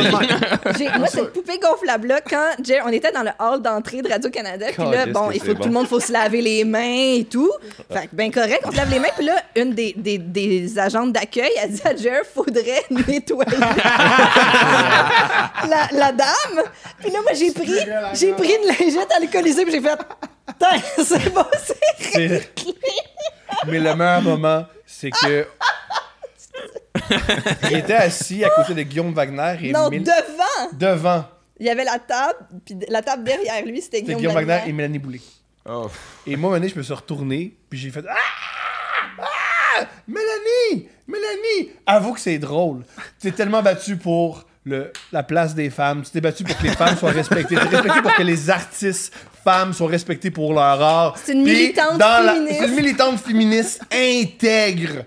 S7: J'ai- Moi, cette poupée gonflable-là, quand Jer- on était dans le hall d'entrée de Radio-Canada, puis là,
S8: Caliste
S7: bon,
S8: que
S7: il
S8: c'est
S7: faut que
S8: bon.
S7: tout le monde faut se laver les mains et tout. Fait que, ben correct, on se lave les mains, puis là, une des, des, des agentes d'accueil a dit à Jer, faudrait (laughs) nettoyer la, la dame. Puis là, moi, j'ai pris, j'ai pris une lingette alcoolisée, puis j'ai fait, Tain, (laughs) c'est bon, c'est
S4: C'est- Mais le meilleur moment, c'est que. Il était assis à côté de Guillaume Wagner et
S7: Non,
S4: Mél-
S7: devant!
S4: devant.
S7: Il y avait la table, puis la table derrière lui, c'était
S4: C'était
S7: Guillaume,
S4: Guillaume Wagner et
S7: Wagner.
S4: Mélanie Boulay.
S2: Oh.
S4: Et moi, un moment donné, je me suis retourné, puis j'ai fait Ah! Ah! Mélanie! Mélanie! Avoue que c'est drôle. Tu t'es tellement battu pour le, la place des femmes. Tu t'es battu pour que les femmes soient respectées. Tu t'es respecté pour que les artistes femmes soient respectées pour leur art.
S7: C'est une
S4: Puis,
S7: militante
S4: dans la-
S7: féministe.
S4: C'est une militante féministe intègre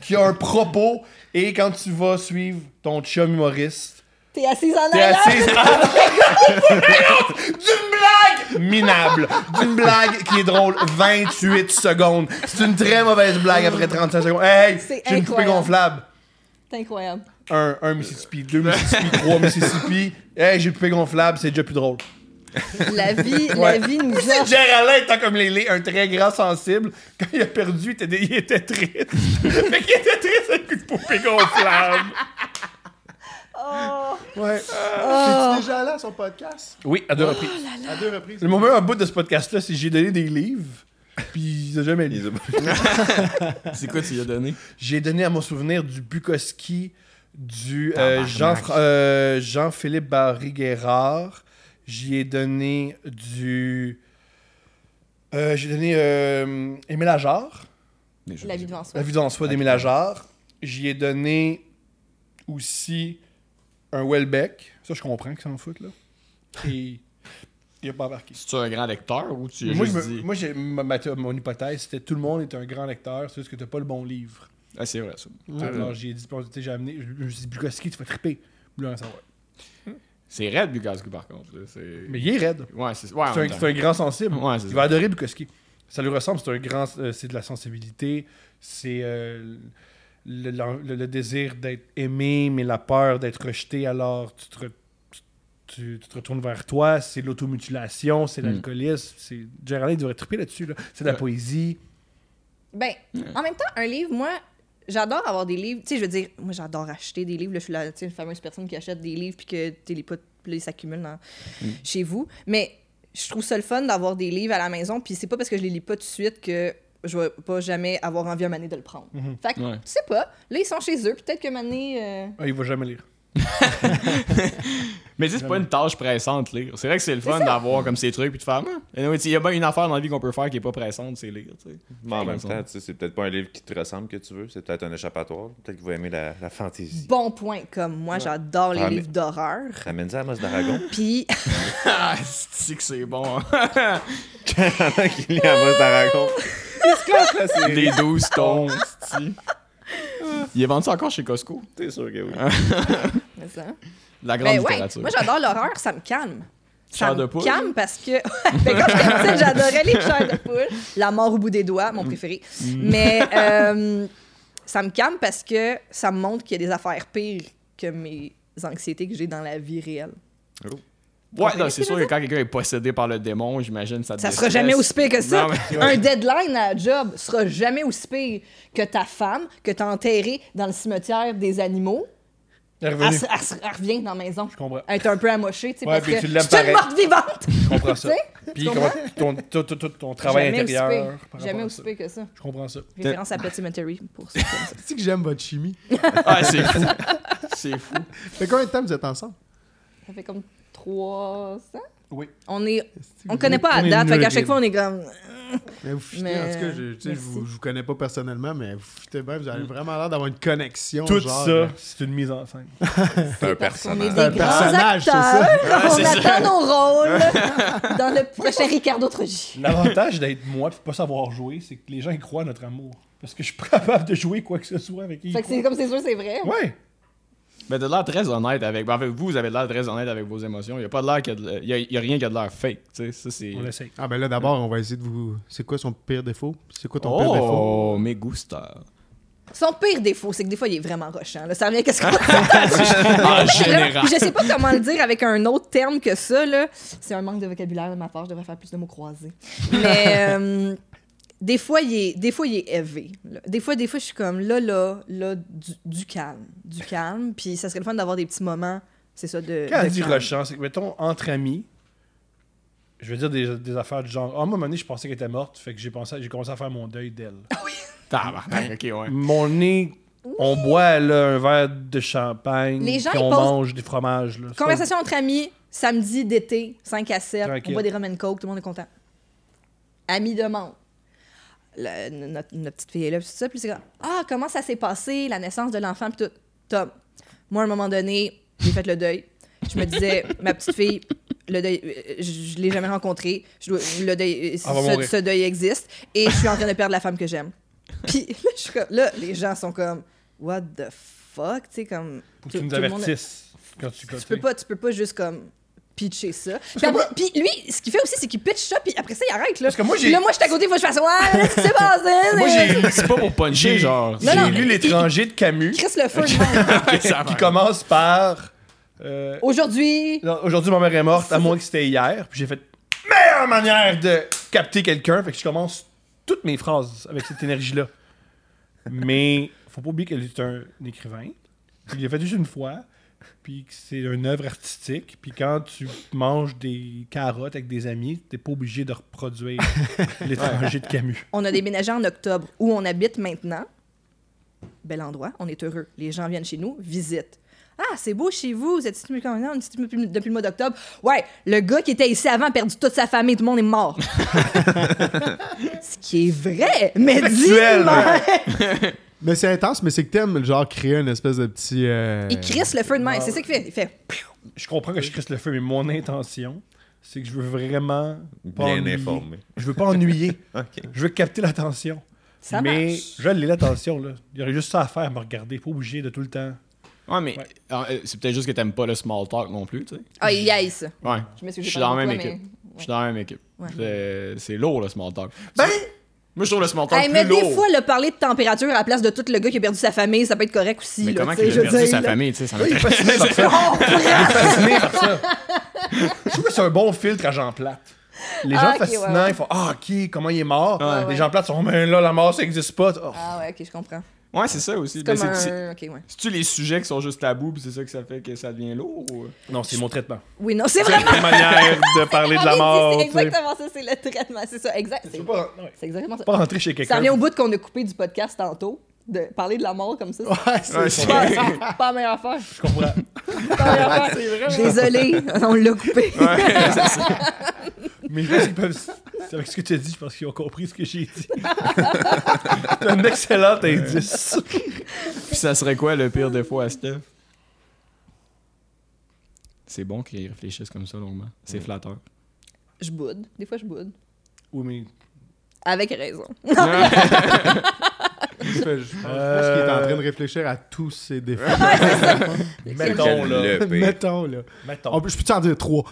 S4: qui a un propos. Et quand tu vas suivre ton chum humoriste,
S7: T'es assise en
S4: T'es
S7: arrière.
S4: assise (laughs) d'une blague minable, d'une blague qui est drôle 28 secondes. C'est une très mauvaise blague après 35 secondes. Hey,
S7: C'est
S4: j'ai une poupée
S7: incroyable.
S4: gonflable.
S7: C'est incroyable.
S4: Un, un Mississippi, deux Mississippi, trois Mississippi. Hey, j'ai une poupée gonflable, c'est déjà plus drôle.
S7: La vie, la
S4: Ouais.
S7: vie nous
S4: C'est
S7: offre.
S4: Géraldin étant comme Lélé, un très grand sensible. Quand il a perdu, il était, dé- il
S7: (laughs)
S4: était triste. fait qu'il était triste avec une poupée gonflable.
S7: Oh.
S4: Ouais.
S1: Je suis déjà allé à son podcast
S4: Oui, à deux reprises.
S1: à deux reprises.
S4: Le moment un bout de ce podcast-là, c'est que j'ai donné des livres, puis ils n'ont jamais lu.
S8: Ils ont-
S2: C'est quoi tu lui as donné?
S4: J'ai donné à mon souvenir du Bukowski, du euh,
S2: Tabarnak.
S4: Jean, euh, Jean-Philippe Barry-Guerrard. J'y ai donné du... euh, j'ai donné euh, Émile Ajar,
S7: La vie devant soi.
S4: La vie dans soi d'Émile Ajar. J'y ai donné aussi un Welbeck. Ça, je comprends qu'ils s'en foutent, là.
S2: (laughs)
S4: Et il n'a pas embarqué.
S2: C'est-tu un grand lecteur ou tu lui as
S4: Moi, je
S2: juste
S4: me-
S2: dit...
S4: moi, j'ai- ma- ma- mon hypothèse, c'était tout le monde est un grand lecteur, c'est juste que t'as pas le bon livre.
S2: Ah, c'est vrai, ça.
S4: Alors, j'ai dit, bon, tu sais, j'ai amené, je je me suis dit, Bukowski, tu vas triper. Il voulait en savoir.
S2: C'est raide, Bukowski, par contre. là, C'est...
S4: Mais il est raide.
S2: Ouais, c'est... Ah, Ouais, en
S4: C'est un,
S2: même temps.
S4: c'est un grand sensible.
S2: Ouais, c'est
S4: il
S2: ça.
S4: va adorer Bukowski. Ça lui ressemble, c'est un grand, euh, c'est de la sensibilité, c'est euh, le, le- le désir d'être aimé, mais la peur d'être rejeté, alors tu te, re- tu, tu te retournes vers toi, c'est l'automutilation, c'est l'alcoolisme, c'est... Géraldine devrait triper là-dessus, là. c'est de
S2: Hmm.
S4: la
S2: Ouais.
S4: poésie.
S7: Ben, en même temps, un livre, moi, j'adore avoir des livres. Tu sais, je veux dire, moi, j'adore acheter des livres. Là, je suis la tu sais, une fameuse personne qui achète des livres puis que tu les potes, puis là, ils s'accumulent dans-
S4: Mm.
S7: chez vous. Mais je trouve ça le fun d'avoir des livres à la maison. Puis c'est pas parce que je les lis pas tout de suite que je vais pas jamais avoir envie à Mané de le prendre.
S4: Mm-hmm.
S7: Fait que,
S2: Ouais.
S7: tu sais pas, là, ils sont chez eux. Peut-être que Mané. euh,
S4: Ah, il va
S2: (laughs)
S4: jamais lire.
S2: Mais tu sais, c'est pas une tâche pressante, lire. C'est vrai que c'est le fun d'avoir comme ces trucs puis de faire... Ah, anyway, tu sais, il y a bien une affaire dans la vie qu'on peut faire qui est pas pressante, c'est lire, tu sais.
S4: (laughs)
S8: Mais en même
S2: ça.
S8: temps, tu sais, c'est peut-être pas un livre qui te ressemble que tu veux, c'est peut-être un échappatoire. Peut-être que vous aimez la, la fantaisie.
S7: Bon point, comme moi, j'adore les
S8: Ah, mais-
S7: livres d'horreur.
S8: Ramène ça à Amos d'Aragon.
S4: (laughs)
S7: Puis,
S2: Ah, c'est que c'est bon. hein. (laughs)
S8: Pendant qu'il lit Amos d'Aragon.
S2: Les 12 tons, c'ti. Il est vendu ça encore chez Costco.
S8: T'es sûr que oui.
S7: Mais ça.
S2: De La grande
S7: Ben ouais,
S2: littérature.
S7: moi j'adore l'horreur, ça me calme. Ça
S2: Chair
S7: me
S2: de poule?
S7: calme parce que (laughs) Ben, quand j'étais petite, j'adorais les chairs de poule. La mort au bout des doigts,
S4: Mm.
S7: mon préféré. Mais euh, ça me calme parce que ça me montre qu'il y a des affaires pires que mes anxiétés que j'ai dans la vie réelle.
S2: ouais, non, c'est sûr que quand quelqu'un est possédé par le démon, j'imagine que ça te
S7: Ça sera
S2: déstresse.
S7: jamais aussi pire que ça.
S2: Non, mais-
S7: Un deadline à la job sera jamais aussi pire que ta femme que t'as enterrée dans le cimetière des animaux.
S4: Il est
S7: Elle,
S4: revenu.
S7: se- elle se- elle revient dans la maison.
S4: Je comprends.
S7: Elle est un peu amochée, tu sais,
S4: Ouais,
S7: parce
S4: puis
S7: que
S4: tu
S7: je
S4: l'aimes
S7: suis une
S4: pareil.
S7: morte vivante.
S4: Je comprends ça.
S7: Tu sais?
S4: Puis
S7: comprends?
S4: comment ton, ton, ton, ton, ton travail
S7: jamais aussi
S4: intérieur.
S7: pire.
S4: par
S7: Jamais
S4: rapport à
S7: aussi
S4: ça.
S7: pire que ça.
S4: Je comprends ça.
S7: Référence à Pet Cemetery pour ceux qui (laughs) aiment ça.
S1: Tu sais que j'aime votre chimie.
S2: Ah, c'est
S7: (laughs)
S2: fou. C'est fou.
S1: Fait combien de temps vous êtes ensemble?
S7: Ça fait comme trois ans.
S4: Oui.
S7: On est, on
S1: Vous
S7: connaît
S1: êtes-
S7: pas à
S1: on est
S7: date, fait qu'à
S1: nuls,
S7: chaque
S1: les
S7: fois, on est comme...
S1: Mais vous fitez,
S7: Mais,
S1: en tout cas, je, tu sais, je
S7: merci.
S1: vous, je vous connais pas personnellement, mais vous fitez bien, vous
S2: Mm.
S1: avez vraiment l'air d'avoir une connexion.
S4: Tout
S1: genre,
S4: ça,
S1: euh,
S4: c'est une mise en scène.
S8: C'est un
S7: parce qu'on est
S8: personnage.
S1: C'est un
S7: des grands
S1: personnage, c'est ça.
S7: acteurs.
S2: c'est
S7: (laughs) on
S2: ça.
S7: attend
S1: (laughs)
S7: nos rôles dans le prochain Ricardo Trogi.
S4: L'avantage d'être moi et de pas savoir jouer, c'est que les gens ils croient à notre amour. Parce que je suis (laughs) pas capable de jouer quoi que ce soit avec qui. ils
S7: Fait que c'est
S4: croient.
S7: comme c'est sûr, c'est vrai.
S4: Ouais.
S2: Mais de l'air très honnête avec. ben, en fait, vous, vous avez de l'air très honnête avec vos émotions. Il n'y a pas de l'air qu'il y a de- y a, y a rien qui a de l'air fake. tu sais. Ça, c'est.
S4: On l'essaye.
S1: Ah ben là, d'abord, on va essayer de vous... C'est quoi son pire défaut? C'est quoi ton pire défaut?
S2: Oh, mes (laughs) gousteurs.
S7: Son pire défaut, c'est que des fois, il est vraiment rochant. Là. Ça revient qu'est-ce qu'on
S2: (laughs)
S7: s'entend.
S2: En
S7: Vraiment,
S2: Ah, général.
S7: Je sais pas comment le dire avec un autre terme que ça. là. C'est un manque de vocabulaire de ma part. Je devrais faire plus de mots croisés. Mais euh, des fois, il est, des fois, il est élevé. là. Des fois, des fois, je suis comme là, là, là, du, du calme, du calme. Puis ça serait le fun d'avoir des petits moments. C'est ça de.
S4: Quand
S7: de
S4: on dit
S7: calme.
S4: rochant, c'est que, mettons, entre amis, je veux dire des, des affaires du genre. Ah, moi, à un moment donné, je pensais qu'elle était morte, fait que j'ai pensé- j'ai commencé à faire mon
S7: (laughs)
S4: deuil d'elle.
S2: Tabarnak, ok, ouais.
S4: mon nez, on boit là, un verre de champagne,
S7: Les gens,
S4: puis
S7: ils
S4: on
S7: posent-
S4: mange des fromages. Là. C'est pas-
S7: Conversation entre amis, samedi d'été, 5 à 7,
S4: Tranquille.
S7: on boit des rum and coke, tout le monde est content. Amis demandent. Le- notre, notre petite fille est là, puis tout ça, puis c'est comme Ah, comment ça s'est passé, la naissance de l'enfant, puis tout. Tom, moi, à un moment donné, j'ai fait le deuil. Je me disais, ma petite fille, le deuil, euh, je, je l'ai jamais rencontrée. Je dois- le deuil, euh,
S4: Elle va
S7: ce,
S4: mourir.
S7: ce deuil existe. Et je suis en train de perdre la femme que j'aime. Puis là, je suis comme- là, les gens sont comme, What the fuck? Tu sais, comme.
S4: Pour que
S7: tout-
S4: tu nous
S7: tout le monde-
S4: avertisses quand
S7: tu
S4: tu
S7: peux pas tu peux pas juste comme pitcher ça. Puis, après- puis lui, ce qu'il fait aussi, c'est qu'il pitch ça, puis après ça, il arrête. Là,
S4: Parce que moi, j'ai-
S7: Puis là, moi, je suis à côté, il faut que je fasse Ouais, là, c'est
S4: (laughs)
S7: passé.
S4: Moi, j'ai lu,
S2: C'est pas pour puncher, genre.
S7: Non, non.
S4: j'ai lu L'étranger
S7: (laughs)
S4: de Camus,
S7: Chris le feu de même.
S4: qui commence par euh,
S7: Aujourd'hui,
S4: non, Aujourd'hui, ma mère est morte, à moins que c'était hier. Puis j'ai fait meilleure manière de capter quelqu'un. Fait que je commence toutes mes phrases avec cette énergie-là. Mais faut pas oublier qu'elle est un écrivain. Il l'a fait juste une fois. Puis que c'est une œuvre artistique. Puis quand tu manges des carottes avec des amis, t'es pas obligé
S7: (laughs)
S4: de reproduire l'étranger de Camus.
S7: on a déménagé en octobre où on habite maintenant. Bel endroit, on est heureux. Les gens viennent chez nous, visitent. Ah, c'est beau chez vous, vous êtes ici depuis combien de temps? On est ici depuis, depuis le mois d'octobre. Ouais, le gars qui était ici avant a perdu toute sa famille, tout le monde est mort.
S4: (laughs)
S7: Ce qui est vrai, mais
S4: Factuel,
S7: dis-moi!
S1: Mais c'est intense, mais c'est que t'aimes, genre, créer une espèce de petit... euh,
S7: Il crisse le feu de main, c'est ça qu'il fait. Il fait
S4: Je comprends que je crisse le feu, mais mon intention, c'est que je veux vraiment. pas
S8: Bien
S4: ennuyer.
S8: informé.
S4: Je veux pas ennuyer. (laughs)
S8: OK.
S4: Je veux capter l'attention.
S7: ça
S4: mais
S7: marche.
S4: je l'ai l'attention, là. Il y aurait juste ça à faire, me regarder. Pas obligé de tout le (laughs) temps.
S2: Ouais, mais
S4: Ouais.
S2: euh, c'est peut-être juste que t'aimes pas le small talk non plus, tu sais.
S7: Ah, il haït ça.
S2: Ouais.
S7: Je m'excuse,
S2: Je
S7: j'ai
S2: suis
S7: pas
S2: dans la même
S7: compris,
S2: équipe.
S7: mais-
S2: Je suis dans la même équipe.
S7: Ouais.
S2: C'est- C'est lourd, le small talk.
S4: Ben,
S2: Moi, je trouve le small talk
S7: Hey,
S2: plus
S7: mais
S2: lourd.
S7: des fois, le parler de température à la place de tout le gars qui a perdu sa famille, ça peut être correct aussi.
S2: mais
S7: là,
S2: comment
S7: tu sais,
S2: qu'il
S7: je
S2: a
S7: veux
S2: perdu
S7: dire,
S2: sa
S7: là.
S2: famille, tu sais, ça
S4: il est fasciné par ça. Il est fasciné par ça. Je trouve que c'est un bon filtre à Jean Plate. Les gens
S7: Ah, ok,
S4: fascinants,
S7: ouais, ouais.
S4: ils font Ah, ok, comment il est mort.
S7: Ouais, ouais.
S4: Les gens plates sont Mais là, la mort, ça n'existe pas. Oh.
S7: Ah ouais, ok, je comprends.
S2: Ouais, c'est ça aussi.
S7: C'est
S2: Mais
S7: comme
S2: C'est c'est-
S7: un... Ok, ouais.
S2: c'est-tu les sujets qui sont juste tabous, puis c'est ça que ça fait que ça devient lourd? ou- euh?
S4: Non, c'est mon traitement.
S7: Oui, non, c'est vraiment...
S4: Ma manière de parler
S7: (laughs)
S4: de la mort.
S7: C'est
S4: tu sais.
S7: exactement ça, c'est le traitement, c'est ça, exact.
S4: Je
S7: C'est
S4: veux pas, non,
S7: c'est exactement ça.
S4: pas rentrer chez
S7: Ça
S4: quelqu'un.
S7: revient au bout qu'on a coupé du podcast tantôt, de parler de la mort comme ça. c'est
S1: Ouais, c'est-
S2: Ouais, c'est-
S7: Pas, c'est pas la meilleure affaire.
S4: Je comprends.
S7: c'est Pas la meilleure affaire. Désolé, on l'a coupé.
S4: Mais je pense qu'ils peuvent. c'est Avec ce que tu as dit, je pense qu'ils ont compris ce que j'ai dit. (laughs) c'est un excellent indice.
S2: Puis ça serait quoi le pire défaut à Steph? C'est bon qu'ils réfléchissent comme ça longuement. C'est flatteur.
S7: Je boude. Des fois, je boude.
S4: Oui, mais
S7: Avec raison.
S1: Je je- je pense
S4: Euh,
S1: qu'il est en train de réfléchir à tous ses défauts.
S4: Mettons,
S8: Je
S4: là.
S8: le paye.
S1: Mettons, là.
S4: Mettons.
S1: On peut- je peux t'en dire trois.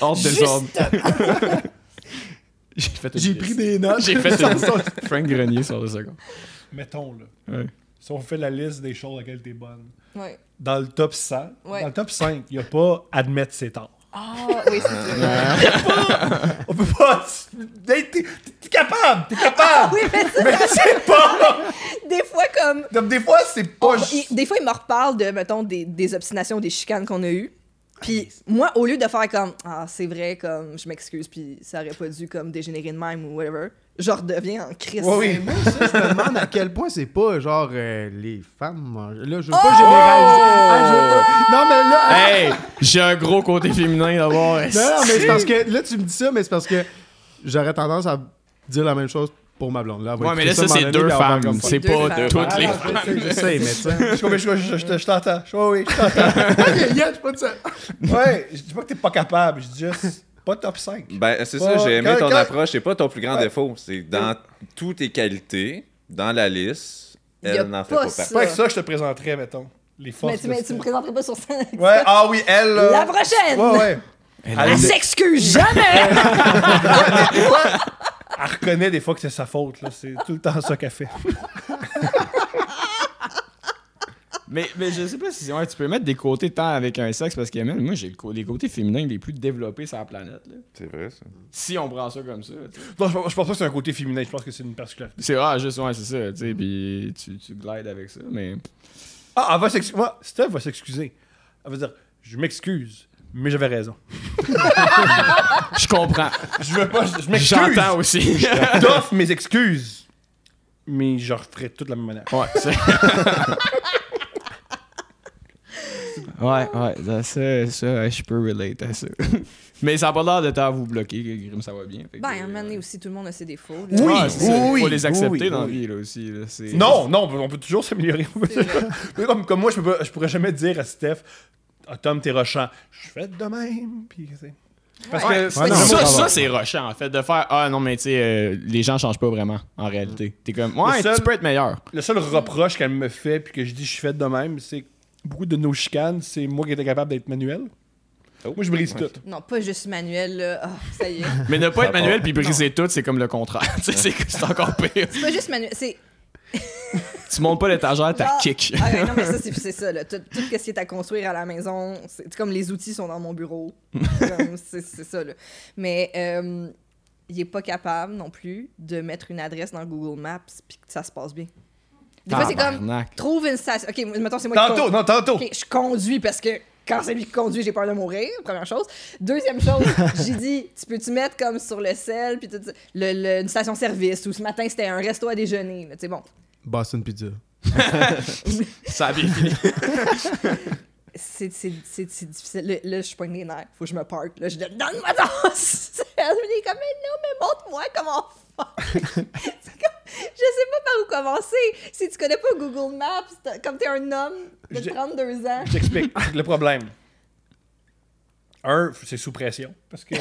S2: Hors
S7: Juste-
S2: désordre. J'ai fait une
S1: J'ai
S2: liste.
S1: pris des notes.
S2: J'ai fait (laughs) une Frank Grenier sur deux secondes.
S4: Mettons, là.
S2: Ouais.
S4: Si on fait la liste des choses à laquelle t'es bonne,
S7: Ouais.
S4: dans le top 100,
S7: Ouais.
S4: dans le top 5, il n'y a pas admettre ses torts.
S7: Ah, oui, c'est ça.
S4: On peut pas. (laughs) Hey, T'es t'es capable, t'es capable!
S7: Ah Oui, mais ça,
S4: Mais c'est pas!
S7: des fois, comme.
S4: Donc, des fois, c'est
S7: on-
S4: pas.
S7: il- des fois, il me reparle de, mettons, des, des obstinations, des chicanes qu'on a eues. Puis
S4: Ah,
S7: moi, au lieu de faire comme Ah, c'est vrai, comme je m'excuse, puis ça aurait pas dû comme dégénérer de même ou whatever, je redeviens en crise.
S1: Mais moi, ça, je me demande à quel point c'est pas genre euh, les femmes mangent. Là, je veux pas généraliser. Ah, je veux pas- Non, mais là.
S2: Hey, j'ai un gros côté féminin d'abord.
S1: Non, non, mais c'est parce que là, tu me dis ça, mais c'est parce que j'aurais tendance à dire la même chose pour ma blonde. Là, elle va
S2: Ouais, mais là,
S1: écouter
S2: ça,
S1: à un
S2: c'est
S1: moment
S2: deux
S1: donné, puis elle va faire
S2: femmes.
S1: comme
S2: C'est
S7: Deux
S2: pas
S7: femmes.
S2: toutes les
S1: Ah,
S2: femmes.
S1: je sais, je sais, mais ça.
S4: Je, comprends- je, je, je- je t'entends. Je- Oui, oui,
S1: (laughs)
S4: je
S1: Yeah, je peux dire ça.
S4: t'entends. Ouais, je dis pas que t'es pas capable, je dis juste pas top 5.
S8: Ben, c'est
S4: Ouais,
S8: ça, j'ai aimé
S4: quand-
S8: ton
S4: quand-
S8: approche. C'est pas ton plus grand
S4: Ouais.
S8: défaut. C'est dans toutes tes qualités, dans la liste,
S7: Y a
S8: elle n'en fait
S7: pas
S8: pas
S7: ça.
S8: partie.
S4: C'est pas que ça je te présenterais, mettons. Les forces.
S7: Mais tu,
S4: de
S7: mais
S4: ce-
S7: tu me présenterais pas sur scène. avec
S4: Ouais,
S7: ça.
S4: ah oui, elle. là.
S7: La prochaine!
S4: Ouais, ouais.
S7: Elle s'excuse jamais! (laughs)
S4: Elle reconnaît des fois que c'est sa faute, là. C'est tout le temps ça qu'elle fait.
S2: Mais, mais je sais pas si ouais, tu peux mettre des côtés tant avec un sexe parce que man, moi j'ai le co- les côtés féminins les plus développés sur la planète. là.
S8: C'est vrai, ça.
S2: Si on prend ça comme ça. tu sais.
S4: Non, je, je pense pas que c'est un côté féminin, je pense que c'est une particularité.
S2: C'est ah juste ouais c'est ça, tu sais, puis tu, tu glides avec ça, mais.
S4: Ah, elle va s'excuser. Moi, Steph va s'excuser. Elle va dire Je m'excuse, mais j'avais raison.
S2: Je comprends.
S4: Je veux pas, je, je m'excuse.
S2: J'entends aussi.
S4: T'offres mes excuses, mais je referais tout de la même manière.
S2: Ouais, c'est... (laughs) ouais, ouais, ça, ça, ça, je peux relate à ça. (laughs) Mais ça n'a pas l'air de t'avoir vous bloquer, Grim, ça va bien. fait que- euh,
S7: Ben, à un moment donné aussi, tout le monde a ses défauts.
S4: Oui,
S2: Ouais, c'est ça,
S4: oui,
S2: Faut les accepter
S4: oui,
S2: dans la
S4: oui.
S2: vie, là, aussi. là, c'est-
S4: Non, non, on peut toujours s'améliorer.
S7: C'est vrai.
S4: Mais (laughs) comme, comme moi, je, peux pas- je pourrais jamais dire à Steph Ah, Tom, t'es rochant. Je fais de même. Puis, c'est- Parce
S2: Ouais,
S4: que.
S1: Ouais, non.
S2: ça, ça, c'est rochant, en fait, de faire Ah non, mais tu sais, euh, les gens changent pas vraiment, en réalité. T'es comme Ouais,
S4: Le seul-
S2: tu peux être meilleur.
S4: Le seul reproche qu'elle me fait, puis que je dis je suis faite de même, c'est que beaucoup de nos chicanes, c'est moi qui étais capable d'être manuel. Moi, je brise tout.
S7: Non, pas juste Manuel, là. Ah, ça y est.
S2: Mais ne pas être
S8: part.
S2: manuel puis briser tout, c'est comme le contraire. (laughs) Tu sais, c'est, c'est encore pire.
S7: C'est pas juste Manuel. C'est.
S2: tu montes pas l'étagère, t'as
S7: genre-
S2: kick.
S7: Ah, ouais, non,
S2: (laughs)
S7: mais ça, c'est c'est ça, là. Tout, tout ce qui est à construire à la maison, c'est c'est comme les outils sont dans mon bureau.
S2: (laughs)
S7: Comme, c'est c'est ça, là. Mais euh, il est pas capable non plus de mettre une adresse dans Google Maps puis que ça se passe bien. Des fois, c'est comme.
S2: Tabarnak.
S7: Trouve une station. Ok, mettons, c'est moi qui.
S4: Tantôt,
S7: conduis.
S4: non, tantôt.
S7: Ok, je conduis parce que quand c'est lui qui conduit, j'ai peur de mourir, première chose. Deuxième
S2: (laughs)
S7: chose, j'ai dit, tu peux-tu mettre comme sur le sel, puis tout ça, le- le- une station-service, ou ce matin, c'était un resto à déjeuner. là, Tu sais, bon,
S1: Boston Pizza.
S2: Ça a bien fini.
S7: c'est c'est- c'est- c'est difficile. Là, là, je suis poignée les nerfs, faut que je me parte. Là, je dis, donne-moi ton (laughs) sel. Il est comme, mais non, mais montre-moi comment faire. (laughs) C'est comme, je sais pas par où commencer. Si tu connais pas Google Maps, t'as- comme t'es un homme de
S4: Je-
S7: 32 ans.
S4: Je t'explique. le problème. Un, c'est sous pression. Parce (laughs) que.
S2: Le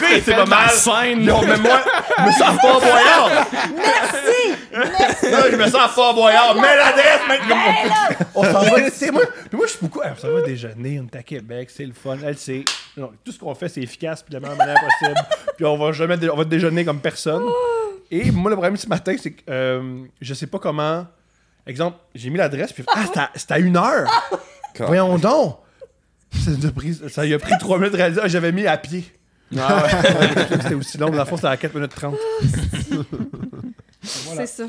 S2: gars, il fait pas mal. Scène,
S4: non, mais moi, je me sens fort boyard.
S7: Merci! Merci!
S4: Non, je me sens fort boyard. Mets l'adresse maintenant.
S7: Hey, là!
S4: On s'en (laughs) va. C'est moi. Puis moi, je suis beaucoup. Ah, ça va déjeuner. On est à Québec. C'est le fun. Elle, c'est. non, tout ce qu'on fait, c'est efficace. Puis de la meilleure manière (laughs) possible. Puis on va jamais. dé- On va déjeuner comme personne. Et moi, le problème ce matin, c'est que euh, je sais pas comment. Exemple, j'ai mis l'adresse. Puis ah, c'est à- c'est à une heure. Voyons donc! Ça nous a pris, ça y a pris 3 minutes de réaliser. Ah, J'avais mis à pied. (laughs) c'était aussi long. mais Dans le fond, c'était à 4 minutes 30.
S7: C'est ça.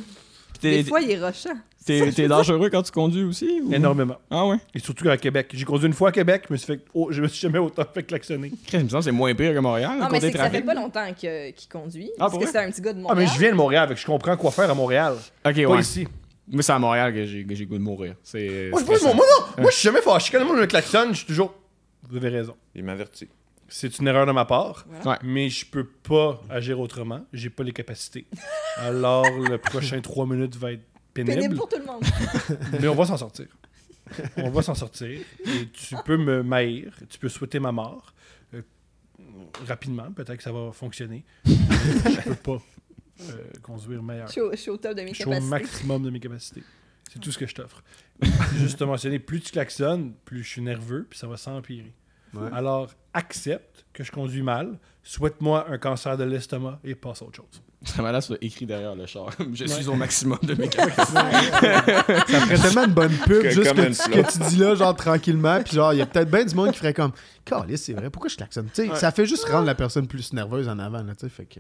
S2: T'es,
S7: Des fois, il est rochant.
S2: t'es- t'es dangereux quand tu conduis aussi? Ou...
S4: Énormément.
S2: Ah ouais?
S4: Et surtout à Québec. J'ai conduit une fois à Québec. Je me suis, fait, oh, je me suis jamais autant fait klaxonner.
S2: Chris, il me semble que c'est moins pire que Montréal,
S7: Non,
S2: le
S7: mais
S2: côté
S7: c'est que ça fait
S2: trafic.
S7: pas longtemps que- qu'il conduit.
S2: Ah,
S7: parce
S2: pour
S7: que
S2: vrai?
S7: c'est un petit gars de
S4: Ah,
S7: Montréal.
S4: mais je viens de Montréal. fait que Je comprends quoi faire à Montréal.
S2: Ok,
S4: Pas
S2: ouais.
S4: ici.
S2: Moi, c'est à Montréal que j'ai, que j'ai goût de mourir. C'est,
S4: Moi, je, moi,
S2: stressant.
S4: moi, non. Moi, je suis jamais fâché. Quand le monde me klaxonne, je suis toujours. Vous avez raison.
S8: Il m'avertit.
S4: C'est une erreur de ma part.
S2: Ouais.
S4: Mais je peux pas agir autrement. J'ai pas les capacités. Alors, le prochain 3 minutes va être
S7: Pénible pour tout le monde.
S4: Mais on va s'en sortir. On va s'en sortir. Et tu peux me maïr, tu peux souhaiter ma mort. Euh, rapidement, peut-être que ça va fonctionner. Je peux pas euh, conduire meilleur.
S7: Je suis au- je suis au top de mes
S4: Je suis au
S7: capacités.
S4: maximum de mes capacités. C'est tout ce que je (laughs) t'offre. Juste te mentionner, plus tu klaxonnes, plus je suis nerveux, puis ça va s'empirer.
S1: Ouais.
S4: Alors, accepte que je conduis mal, souhaite-moi un cancer de l'estomac et passe à autre chose.
S2: Ça m'a l'air sur- écrit derrière le char. (laughs) Je suis au maximum de mes capacités.
S1: Ça ferait tellement une bonne pub,
S8: Que-
S1: juste
S8: comme
S1: que,
S8: une
S1: tu- que tu dis là, genre tranquillement, puis genre, il y a peut-être bien du monde qui ferait comme Calais, c'est vrai, pourquoi je klaxonne? Tu sais, ça fait juste rendre la personne plus nerveuse en avant, là, tu sais, fait que.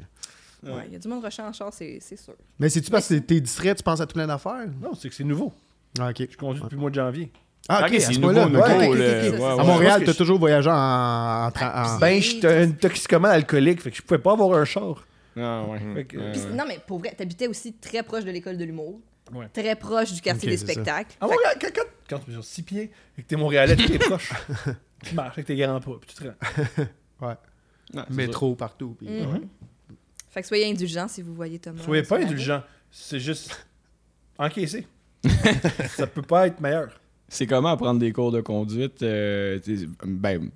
S7: Ouais, il y a du monde rochant en char, c'est c'est sûr.
S1: Mais c'est-tu parce que t'es distrait, tu penses à tout plein d'affaires?
S4: Non, c'est que c'est nouveau.
S1: Ah, ok.
S4: Je conduis depuis le mois de janvier.
S1: Ah,
S2: Ok,
S1: ok, à
S2: c'est
S1: ce
S2: nouveau,
S1: point-là.
S2: nouveau.
S1: Ouais,
S7: ok,
S2: là.
S7: ok, ok,
S2: Ouais,
S7: c'est ça.
S1: À
S2: ouais.
S1: Montréal,
S4: Je pense que
S1: t'as
S4: je-
S1: toujours voyagé en- en. en-
S4: Ben, j'étais un toxicomane alcoolique, fait que je pouvais pas avoir un char.
S2: Ah, ouais.
S4: Fait que,
S2: Ouais,
S7: Puis,
S2: ouais.
S7: Non, mais pour vrai, t'habitais aussi très proche de l'école de l'humour,
S4: Ouais.
S7: très proche du quartier
S1: Ok,
S7: des
S1: c'est ça.
S7: spectacles.
S4: À
S7: Fait que
S4: Montréal, Ah, quand, quand, quand tu mesures 6 pieds et que t'es Montréalais, tu es proche. (laughs) Tu marches avec tes grands pas, puis tu te rends.
S1: Ouais.
S2: Ouais, c'est
S1: Métro partout. puis-
S7: Mm. Fait que soyez indulgents si vous voyez Thomas.
S4: Soyez
S7: sur
S4: pas
S7: la
S4: indulgent, c'est (laughs) juste encaisser. ça peut pas être meilleur.
S2: C'est comment prendre des cours de conduite? euh, t'sais, ben,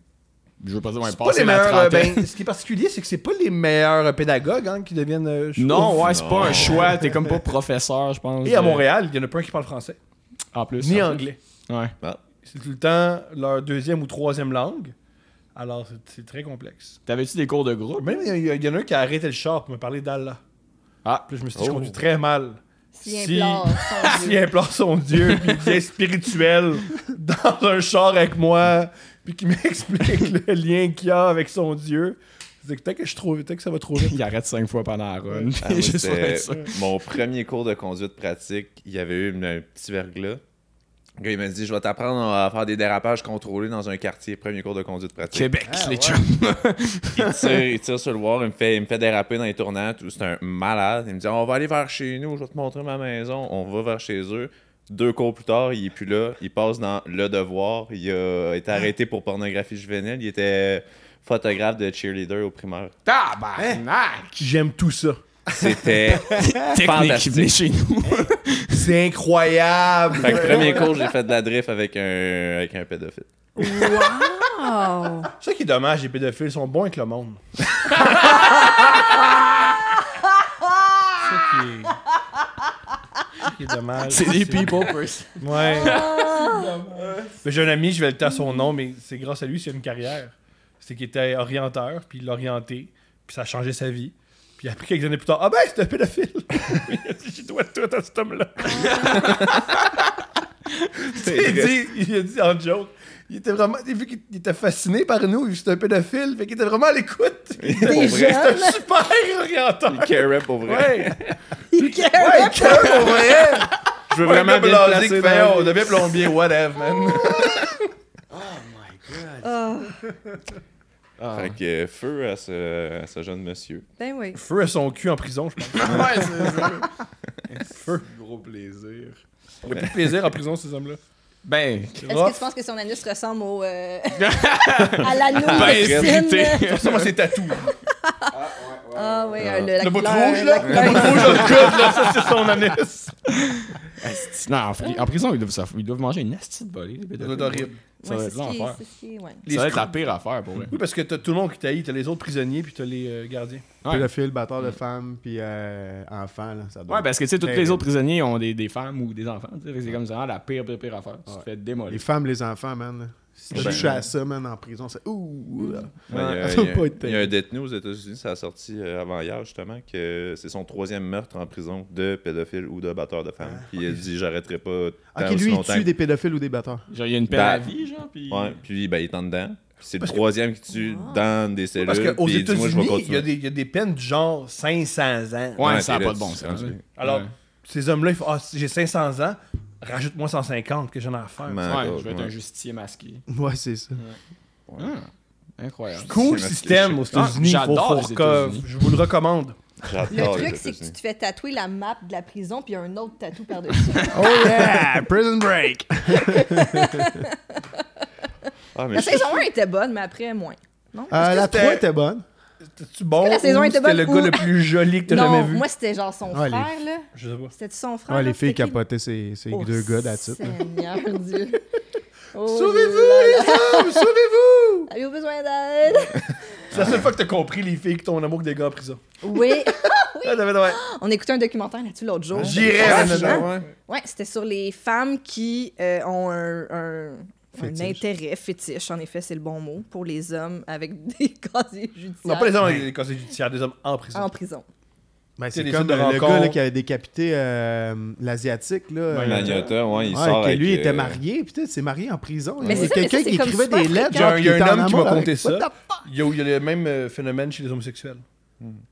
S2: je veux pas dire, ouais,
S4: C'est pas les
S2: la
S4: meilleurs. euh,
S2: trentaine.
S4: ben, ce qui est particulier, c'est que c'est pas les meilleurs euh, pédagogues hein, qui deviennent. euh, chauds.
S2: ben. Non, ouais, c'est
S8: Non.
S2: pas un choix. T'es comme pas professeur, je pense.
S4: Et à Montréal, il y en a pas un qui parle français,
S2: En plus.
S4: ni
S2: en plus.
S4: anglais.
S2: Ouais.
S4: C'est tout le temps leur deuxième ou troisième langue. Alors, c'est- c'est très complexe.
S2: T'avais-tu des cours de groupe? (laughs)
S4: Même, il y a- il y, en a un qui a arrêté le char pour me parler d'Allah.
S2: Ah.
S4: Puis là, je me suis dit, je conduis très mal.
S7: Si,
S4: Si- (laughs)
S7: implore, sans
S4: qui
S7: Dieu.
S4: implore son Dieu, puis qui
S7: (laughs)
S4: est spirituel dans un char avec moi, puis qui (laughs) m'explique le lien qu'il y a avec son Dieu. C'est que peut-être que je trouve, peut-être que ça va trop vite.
S2: Il arrête cinq fois pendant la (laughs) run.
S8: Ah, (laughs) moi,
S2: Juste pour
S8: c'était
S2: être sûr.
S8: Mon premier cours de conduite pratique, il y avait eu une- un petit verglas. Le gars, il m'a dit Je vais t'apprendre à faire des dérapages contrôlés dans un quartier. Premier cours de conduite pratique.
S2: Québec, les (laughs) chums.
S8: Il tire, il tire sur le wall, il me fait, il me fait déraper dans les tournantes. C'est un malade. Il me dit On va aller vers chez nous, je vais te montrer ma maison. On va vers chez eux. Deux cours plus tard, il est plus là. Il passe dans Le Devoir. Il a été arrêté pour pornographie juvénile. Il était photographe de cheerleader au primaire.
S2: Tabarnak!
S4: J'aime tout ça.
S8: C'était (laughs)
S2: Technique,
S8: Fantastique.
S2: il venait chez nous.
S4: C'est incroyable!
S8: Fait que premier cours, j'ai fait de la drift avec un, avec un pédophile.
S7: Wow!
S4: C'est ça qui est dommage, les pédophiles sont bons avec
S8: (laughs)
S4: le monde. C'est ça qui est... c'est ça qui est dommage.
S2: C'est des people person.
S4: Ouais.
S8: Ah.
S4: Mais J'ai un ami, je vais le taire son nom, mais c'est grâce à lui qu'il a une carrière. C'est qu'il était orienteur, puis il l'a orienté, puis ça a changé sa vie. Puis après, quelques années plus tard, ah ben, c'est un pédophile! (laughs) Il a dit, J'y dois tout à
S8: (laughs)
S4: cet homme-là. il, a dit, il a dit en joke, il était vraiment, vu qu'il il était fasciné par nous, vu que c'était un pédophile, fait qu'il était vraiment à l'écoute. Il était
S7: Des
S4: c'était un
S7: jeunes!
S4: super orienteur!
S8: Il carait pour vrai.
S4: (laughs) Ouais!
S7: Il
S4: Ouais,
S7: caresse.
S4: cœur, pour vrai!
S8: Je veux
S4: Ouais,
S8: vraiment
S4: le
S8: bien
S4: blasé
S8: le placer
S4: qui
S8: dans
S4: fait,
S8: la
S4: oh, on
S8: vie.
S4: devient plombier, whatever, man.
S7: Ah,
S8: Fait que euh, feu à ce, à ce jeune monsieur.
S7: ben oui.
S4: Feu à son cul en prison, je pense.
S2: Ouais, c'est ça.
S6: Gros plaisir.
S4: Il n'y a plus de plaisir en prison, ces hommes-là. Ah.
S2: Ben,
S7: Est-ce
S4: Rough.
S7: que tu penses que son anus ressemble au,
S4: (laughs)
S7: euh, à l'anneau de
S2: hérité.
S7: Christine?
S4: Ça, moi, c'est tatou.
S7: Ah oui, euh, le, la
S4: Le bout de
S7: couleur-
S4: rouge, là.
S7: la couleur-
S4: Le bout de rouge dans le coude, là, ça, c'est son anus.
S2: asti- non, en, pri- en prison, ils doivent, ça- ils doivent manger une astie de bolée, les
S4: Ça doit
S2: pédophiles.
S4: être horrible.
S2: Ça doit
S7: Ouais, c'est
S2: être
S7: ce qui est-
S2: l'enfer.
S7: c'est ce qui est- ouais.
S4: Ah,
S2: Ça doit être la pire affaire pour (laughs) vrai.
S4: Oui, parce que t'as tout le monde qui t'haït. T'as les autres prisonniers, puis t'as les euh, gardiens.
S2: Ouais.
S1: Pédophile, batteur de femmes, puis euh, enfant, là, ça doit
S2: Ouais, ben, parce que tu sais, tous les
S1: Terrible.
S2: autres prisonniers ont des, des femmes ou des enfants. tu sais, fait que C'est comme ça, hein, la pire, pire, pire affaire. Tu te fais
S1: Les
S2: démolir.
S1: femmes, les enfants, man. là. Si tu
S8: Ben,
S1: touches à ça, man, en prison, c'est. Ouh!
S2: Mm.
S1: là.
S8: Ouais, il y a- il
S1: Ça
S8: y
S1: doit
S8: a-
S1: pas être
S8: Il y a
S1: terrible.
S8: un détenu aux États-Unis, ça a sorti euh, avant hier justement, que c'est son troisième meurtre en prison de pédophile ou de batteur de femmes. Puis il a dit J'arrêterai pas tant
S1: Ah, Ok,
S8: aussi
S1: lui, il
S8: longtemps.
S1: tue des pédophiles ou des batteurs.
S2: Genre, il y a une peine
S8: Ben,
S2: à vie, genre, puis.
S8: Ouais, puis ben, il est en dedans. Puis c'est le troisième qui tue
S1: Ah.
S8: dans des cellules.
S4: Parce qu'aux
S8: puis il dit, Moi, je vais
S4: États-Unis, il y, a
S8: continuer.
S4: des- il y a des peines du genre 500 ans.
S2: Ouais,
S8: Ouais,
S2: ça a
S8: t'es
S2: pas
S8: là,
S2: de bon
S8: tu-
S2: sens.
S8: tu-
S2: là.
S4: Alors,
S2: Ouais.
S4: ces hommes-là, ils font Ah, si j'ai 500 ans, rajoute-moi 150 que j'en ai à faire.
S8: Man,
S2: Ouais,
S8: God,
S2: je vais être
S8: ouais.
S2: un justicier masqué. Ah,
S1: Ouais, c'est ça.
S2: Incroyable.
S4: Cool
S8: C'est
S4: système aux
S8: masqué.
S4: États-Unis.
S2: Ah,
S4: faut-
S2: j'adore
S4: faut
S2: les
S4: que-
S2: États-Unis.
S4: Je vous le recommande.
S7: Le
S8: J'adore les
S7: truc, c'est que tu
S8: États-Unis.
S7: te fais tatouer la map de la prison puis un autre tatou
S4: (laughs)
S7: par-dessus.
S1: Oh yeah! Prison Break!
S8: Ah, mais
S7: la
S8: je-
S7: saison 1 était bonne, mais après, moins. Non?
S1: Euh, la
S4: c'était-
S1: 3 était bonne.
S4: C'était-tu bon?
S7: que la saison
S4: ou
S7: était
S4: C'était
S7: bonne
S4: le
S7: ou-
S4: gars le plus joli que t'as
S7: non,
S4: jamais vu. Ah,
S7: moi, c'était genre son
S1: Ouais, les-
S7: frère, là.
S4: Je sais pas. Ah,
S7: C'était-tu son frère?
S1: Ouais, les
S7: là?
S1: filles
S7: Ah, C'était qui?
S1: capotaient ces, ces
S7: Oh,
S1: deux gars d'attitude.
S7: Seigneur
S4: (laughs)
S7: Dieu. Oh,
S4: Sauvez-vous, les hommes! Sauvez-vous!
S7: Avez-vous besoin d'aide?
S4: C'est la seule fois que t'as compris les filles qui t'ont amour que des gars en prison.
S7: Oui.
S4: Ah, t'avais- ouais.
S7: On écoutait un documentaire là-dessus l'autre jour.
S4: J'irais,
S7: Ah,
S4: man.
S7: hein? Ouais, c'était sur les femmes qui euh, ont un, un- un intérêt fétiche, en effet, c'est le bon mot, pour les hommes avec (laughs) des casiers
S4: Non,
S7: judiciaires
S4: pas les hommes avec les conseils judiciaires, des hommes en prison.
S7: en prison.
S1: Ben,
S4: Tu sais,
S1: c'est
S4: les
S1: comme
S4: sites de
S1: euh, le gars là,
S4: rencontres.
S1: qui avait décapité euh, l'Asiatique. Là, euh,
S8: Magnota, ouais, il
S1: ouais,
S8: sort
S1: que
S8: avec,
S1: lui
S8: euh,
S1: était marié, puis peut-être s'est marié en prison.
S7: Mais
S1: Il y
S7: c'est
S1: a
S7: ça, mais
S1: quelqu'un
S7: ça, c'est
S1: qui
S7: comme
S1: écrivait
S7: super
S1: des lettres.
S4: Il y a un-
S1: genre,
S4: il y a
S1: puis
S4: un
S1: était en
S4: homme qui m'a
S1: amour avec-
S4: conté ça.
S1: What the
S4: Il y, a, il y a le même euh, phénomène chez les homosexuels.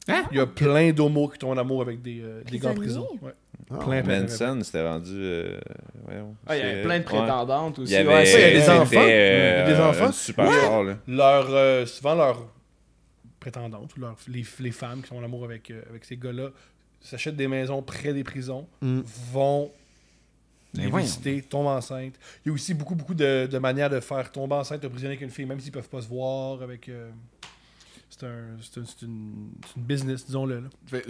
S2: Hein?
S6: Il y a plein d'homos qui tombent en amour avec des, euh, des gars en prison.
S7: Prisonniers?
S6: Ouais.
S1: Ah,
S6: plein, plein, plein, plein.
S8: Manson, c'était rendu. euh, voyons,
S2: Ah, il y avait
S8: c'est-
S2: plein de
S8: ouais.
S2: prétendantes
S8: Il
S2: aussi.
S8: y avait
S2: Ouais,
S6: ça, il y a des
S8: c'était,
S6: enfants.
S8: euh,
S6: Il y a des
S8: un
S6: enfants.
S8: Super fort, là.
S6: Leur, euh, souvent, leurs prétendantes, ou leurs- les, les femmes qui sont en amour avec, euh, avec ces gars-là, s'achètent des maisons près des prisons,
S1: Mm.
S6: vont les
S2: Mais voyons.
S6: visiter, tombent enceintes. Il y a aussi beaucoup, beaucoup de, de manières de faire tomber enceinte un prisonnier avec une fille, même s'ils peuvent pas se voir. avec euh, C'est un, c'est un- c'est une, c'est une business, disons-le. là.
S2: Fait-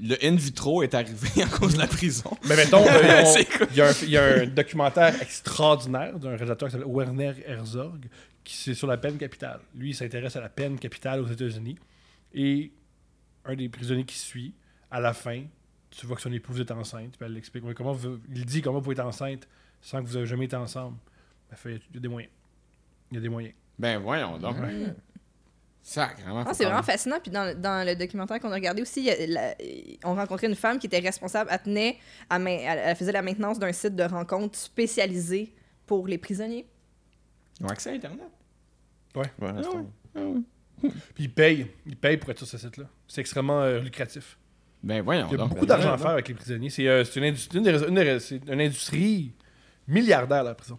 S2: Le in vitro est arrivé (laughs) à cause de la prison.
S6: Mais
S2: (laughs)
S6: mettons, euh, ils ont-
S2: C'est quoi?
S6: il y, a un- il y a un documentaire extraordinaire d'un réalisateur qui s'appelle Werner Herzog, qui c'est sur la peine capitale. Lui, il s'intéresse à la peine capitale aux États-Unis. Et un des prisonniers qui suit, à la fin, tu vois que son épouse est enceinte. Puis elle l'explique. Mais Comment vous- il dit comment vous pouvez être enceinte sans que vous avez jamais été ensemble. Elle fait, il y a des moyens. Il y a des moyens.
S2: Ben voyons donc. Sacrément.
S7: Ah, c'est vraiment fascinant. Puis dans, le- dans le documentaire qu'on a regardé aussi, il y a la- on rencontrait une femme qui était responsable. Elle, tenait, à main- elle, elle faisait la maintenance d'un site de rencontre spécialisé pour les prisonniers.
S2: Ils ont accès à Internet.
S8: Ouais, attends.
S6: Puis il paye. Il paye pour être sur ce site-là. C'est extrêmement euh, lucratif.
S2: Ben voyons
S6: Il y a
S2: donc.
S6: beaucoup d'argent à faire avec les prisonniers. C'est euh, c'est une, industrie, une, des rais- une des rais- c'est une industrie milliardaire, la prison.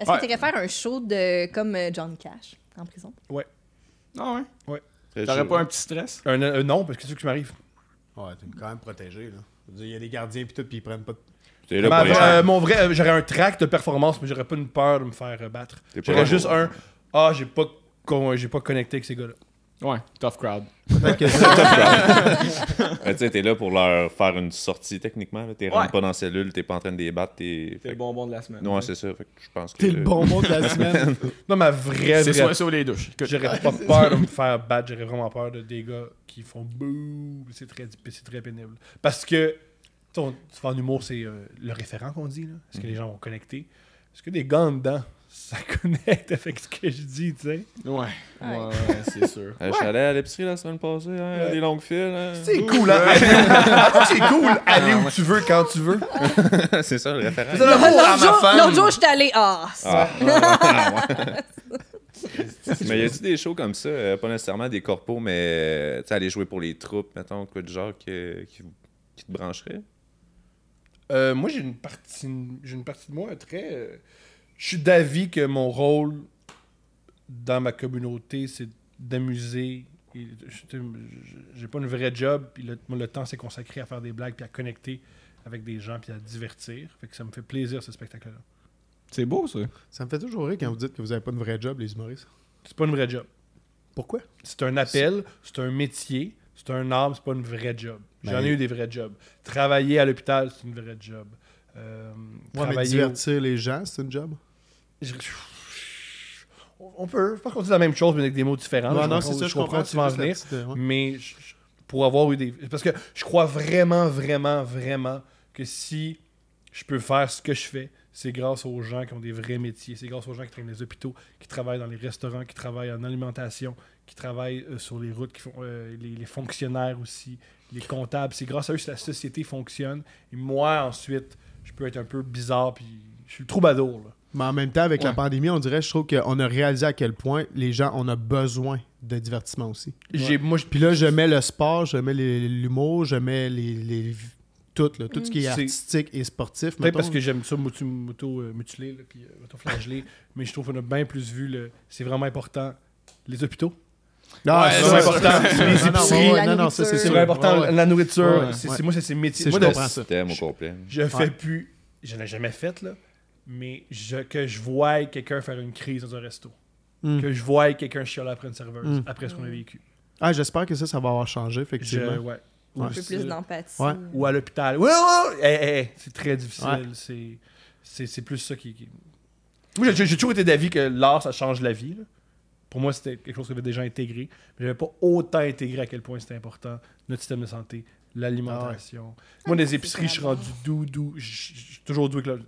S7: Est-ce que tu irais faire un show de comme euh, John Cash en prison?
S2: Ah ouais.
S8: Très
S2: T'aurais
S8: chaud.
S2: pas un petit stress?
S6: Un, euh, non, parce que c'est ce qui m'arrive.
S1: Ah, Ouais, t'es quand même protégé, là. Je veux dire, Il y a des gardiens pis tout, pis ils prennent pas de...
S8: T'es là
S6: Ma-
S8: pour les
S6: euh,
S8: gens.
S6: mon vrai, euh, j'aurais un track de performance, mais j'aurais pas une peur de me faire euh, battre.
S8: T'es pas
S6: J'aurais
S8: là pour-
S6: juste un Ah, j'ai pas, con- euh, j'ai pas connecté avec ces gars-là.
S2: Ouais, tough crowd.
S1: Peut-être (laughs) que ça...
S8: Euh, tu sais, t'es là pour leur faire une sortie, techniquement. là. T'es rentré
S2: Ouais.
S8: pas dans la cellule, t'es pas en train de les battre. T'es.
S2: C'est le bonbon de la semaine.
S8: Non, c'est ça. Fait que je pense que.
S1: T'es le bonbon de la semaine.
S6: Non, ma vraie,
S2: C'est soit
S6: vraie
S2: sur les douches. Écoute,
S6: j'aurais pas peur de me faire battre, j'aurais vraiment peur de des gars qui font bouh, c'est très, di- c'est très pénible. Parce que, tu sais, on- souvent en humour, c'est euh, le référent qu'on dit, là. Est-ce que les gens vont connecter? Est-ce que des gars en dedans, (laughs) ça connecte avec ce que je dis, tu sais?
S2: Ouais. Ouais, ouais, c'est sûr.
S8: Euh, Je suis allé à l'épicerie la semaine passée, hein, des longues files. hein.
S6: C'est cool, hein? Aller- c'est cool, aller où tu veux, quand tu veux.
S8: (laughs) c'est ça, le référent.
S6: C'est un amour à
S7: Ah, L'autre
S6: ma
S7: jour,
S6: femme.
S7: l'autre jour, je suis allée. Ah,
S8: Ah. Ah, ouais.
S1: (laughs)
S8: (laughs) mais y a-tu des shows comme ça, euh, pas nécessairement des corpos, mais euh, tu sais, aller jouer pour les troupes, mettons, quoi de genre que- qui, qui te brancherait?
S6: Euh, moi, j'ai une partie, j'ai une partie de moi très. euh, je suis d'avis que mon rôle dans ma communauté, c'est d'amuser. Et je- tu sais, je- J'ai pas une vraie job, puis le, le temps s'est consacré à faire des blagues, puis à connecter avec des gens, puis à divertir. Fait que ça me fait plaisir ce spectacle-là.
S2: C'est beau ça.
S1: ça me fait toujours rire quand vous dites que vous avez pas de vrai job, les humoristes.
S6: C'est pas une vraie job.
S1: Pourquoi?
S6: C'est un appel, c'est un métier, c'est un arbre, c'est pas une vraie job. J'en
S1: Ben-
S6: ai eu des vrais jobs. Travailler à l'hôpital, c'est une vraie job. Euh,
S1: Ouais, mais
S6: travailler au-
S1: divertir les gens, c'est une job.
S6: Je- On on peut. Je pense qu'on dit la même chose, mais avec des mots différents.
S1: Ouais,
S6: Je
S1: non,
S6: comprends-
S1: c'est ça, je
S6: où
S1: comprends.
S6: tu vas en
S1: c'est
S6: venir.
S1: juste la petite, euh, ouais.
S6: Mais je- je- pour avoir eu des. Parce que je crois vraiment, vraiment, vraiment que si je peux faire ce que je fais, c'est grâce aux gens qui ont des vrais métiers. C'est grâce aux gens qui travaillent dans les hôpitaux, qui travaillent dans les restaurants, qui travaillent en alimentation, qui travaillent euh, sur les routes, qui font euh, les, les fonctionnaires aussi, les comptables. C'est grâce à eux que la société fonctionne. Et moi, ensuite, je peux être un peu bizarre, puis je suis le troubadour. Là.
S1: Mais en même temps, avec la
S2: Ouais.
S1: pandémie, on dirait, je trouve qu'on a réalisé à quel point les gens, on a besoin de divertissement aussi.
S6: J'ai- Moi, je
S1: Puis là, je mets le sport, je mets les- l'humour, je mets les, les- tout, là, tout ce qui est
S6: C'est-
S1: artistique et
S6: Mm.
S1: sportif.
S6: Peut-être
S1: mettons.
S6: parce que j'aime ça m'auto- m'auto-mutiler, là, puis euh, m'auto-flageller, mais je trouve qu'on a bien plus vu, le... c'est vraiment important, les hôpitaux.
S1: Non,
S2: Ouais,
S1: Ah, ça,
S2: c'est
S1: c'est
S6: important.
S1: sûr.
S6: Les
S1: (laughs) Non, non,
S6: épiceries,
S1: ouais,
S7: la
S1: non, non, ça, c'est
S7: nourriture.
S6: C'est
S1: sûr.
S6: vraiment important,
S1: Ouais, ouais.
S6: la nourriture,
S1: Ouais,
S6: c'est-
S1: ouais.
S6: c'est- moi, c'est ces métiers.
S1: C'est-
S6: Moi,
S1: je
S6: de-
S1: comprends ça.
S8: Thème au complet.
S6: je fais
S1: Ouais.
S6: plus, je l'ai jamais fait, là, mais je, que je vois quelqu'un faire une crise dans un resto,
S1: Mm.
S6: que je vois quelqu'un chialer après une serveuse,
S1: Mm.
S6: après ce qu'on a vécu.
S1: Ah, j'espère que ça, ça va avoir
S6: Je-
S1: changé, effectivement.
S6: ouais.
S7: un
S1: Ouais.
S7: peu plus d'empathie.
S1: Ouais.
S6: Ou à l'hôpital. Ouais, ouais, ouais. Hey, hey, hey, c'est très difficile.
S1: Ouais.
S6: C'est- C'est c'est plus ça qui. qui- Moi, j'ai- j'ai j'ai toujours été d'avis que l'art, ça change la vie. là. Pour moi, c'était quelque chose que j'avais déjà intégré. Mais j'avais pas autant intégré à quel point c'était important. Notre système de santé, l'alimentation. Moi, des épiceries, je suis rendu doux, doux. Je je- je suis toujours doux avec le.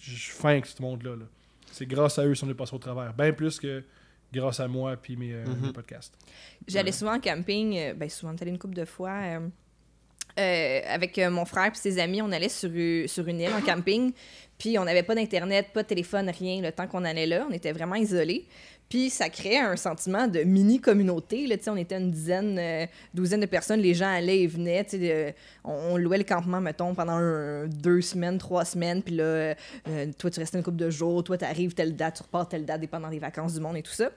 S6: Je suis fin avec ce monde-là. là. C'est grâce à eux si on est passé au travers. Bien plus que grâce à moi puis mes, euh, mes podcasts.
S7: J'allais souvent en camping, euh, ben souvent, allais une couple de fois. euh, euh, avec euh, mon frère puis ses amis, on allait sur, u- sur une île en camping. Puis on n'avait pas d'internet, pas de téléphone, rien le temps qu'on allait là. On était vraiment isolés. Puis ça créait un sentiment de mini communauté. Là, Tu sais, on était une dizaine, euh, douzaine de personnes. Les gens allaient et venaient. tu sais, euh, on, on louait le campement, mettons, pendant un- deux semaines, trois semaines. Puis là, euh, euh, toi, tu restais une couple de jours. Toi, tu arrives telle date, tu repars telle date, dépendant des vacances du monde et tout ça.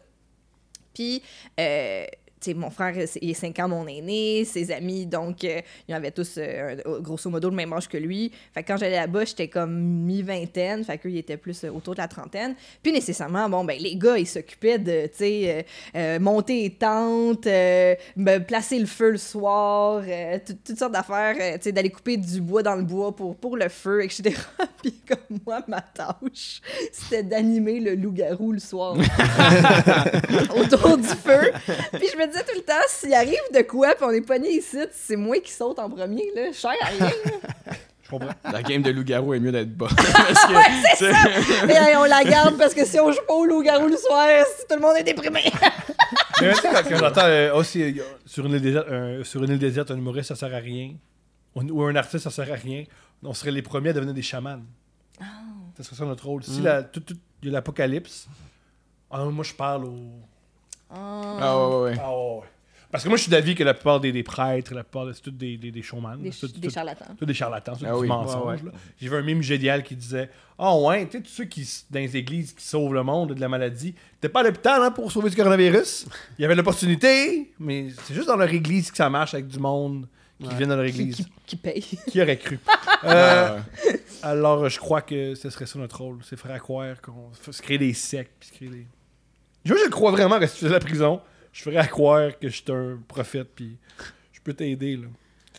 S7: Puis, euh, tu sais, mon frère, c'est- il est 5 ans mon aîné, ses amis, donc, euh, ils avaient tous, euh, un- grosso modo, le même âge que lui. Fait que quand j'allais là-bas, j'étais comme mi-vingtaine, fait qu'eux, ils étaient plus euh, autour de la trentaine. Puis, nécessairement, bon, ben, les gars, ils s'occupaient de, tu sais, euh, euh, monter les tentes, euh, ben, placer le feu le soir, euh, tout- toutes sortes d'affaires, euh, tu sais, d'aller couper du bois dans le bois pour, pour le feu, etc. (laughs) Puis, comme moi, ma tâche, c'était d'animer le loup-garou le soir (laughs) autour du feu. Puis je me disais tout le temps, s'il arrive de quoi, puis on est pogné ici, c'est moi qui saute en premier, là. Cher à (laughs) rien.
S2: La game de loup-garou est mieux d'être bas. (laughs) Parce que, tu sais,
S7: Et hey, on la garde parce que si on joue pas au loup-garou le soir, si tout le monde est déprimé.
S9: Mais tu sais, quand-
S6: Quand j'entends euh, aussi euh, sur une île déserte, un, sur une île déserte, un humoriste, ça sert à rien. On- ou un artiste, ça sert à rien. On serait les premiers à devenir des chamans.
S7: Ah.
S6: Ça serait ça notre rôle. Si la- tout- tout- il y a l'apocalypse, ah, moi je parle au.
S2: Ah ouais, ouais, ouais.
S6: Ah, ouais, ouais. Parce que moi je suis d'avis que la plupart des, des prêtres, la plupart de- c'est tous des, des, des showman.
S7: (laughs) Des,
S6: c'est tout-
S7: des
S6: tout-
S7: charlatans.
S6: tous des charlatans, c'est
S2: Ah
S6: du
S2: oui.
S6: mensonge.
S1: Ouais,
S6: là. J'ai vu un mime génial qui disait Ah ouais, tu sais, tous ceux qui, s- dans les églises qui sauvent le monde de la maladie, t'es pas à l'hôpital hein, pour sauver du coronavirus. Il y avait l'opportunité, mais c'est juste dans leur église que ça marche avec du monde qui vient dans leur
S7: Qui,
S6: église.
S7: qui- qui paye.
S6: (laughs) qui aurait
S7: (laughs)
S6: cru Euh,
S2: Ouais, ouais.
S6: Alors, je crois que ce serait ça notre rôle c'est faire à croire qu'on faut se créer des sectes. Puis se créer des... Je, je crois vraiment que si tu faisais la prison, je ferais à croire que je suis un prophète, puis je peux t'aider. là.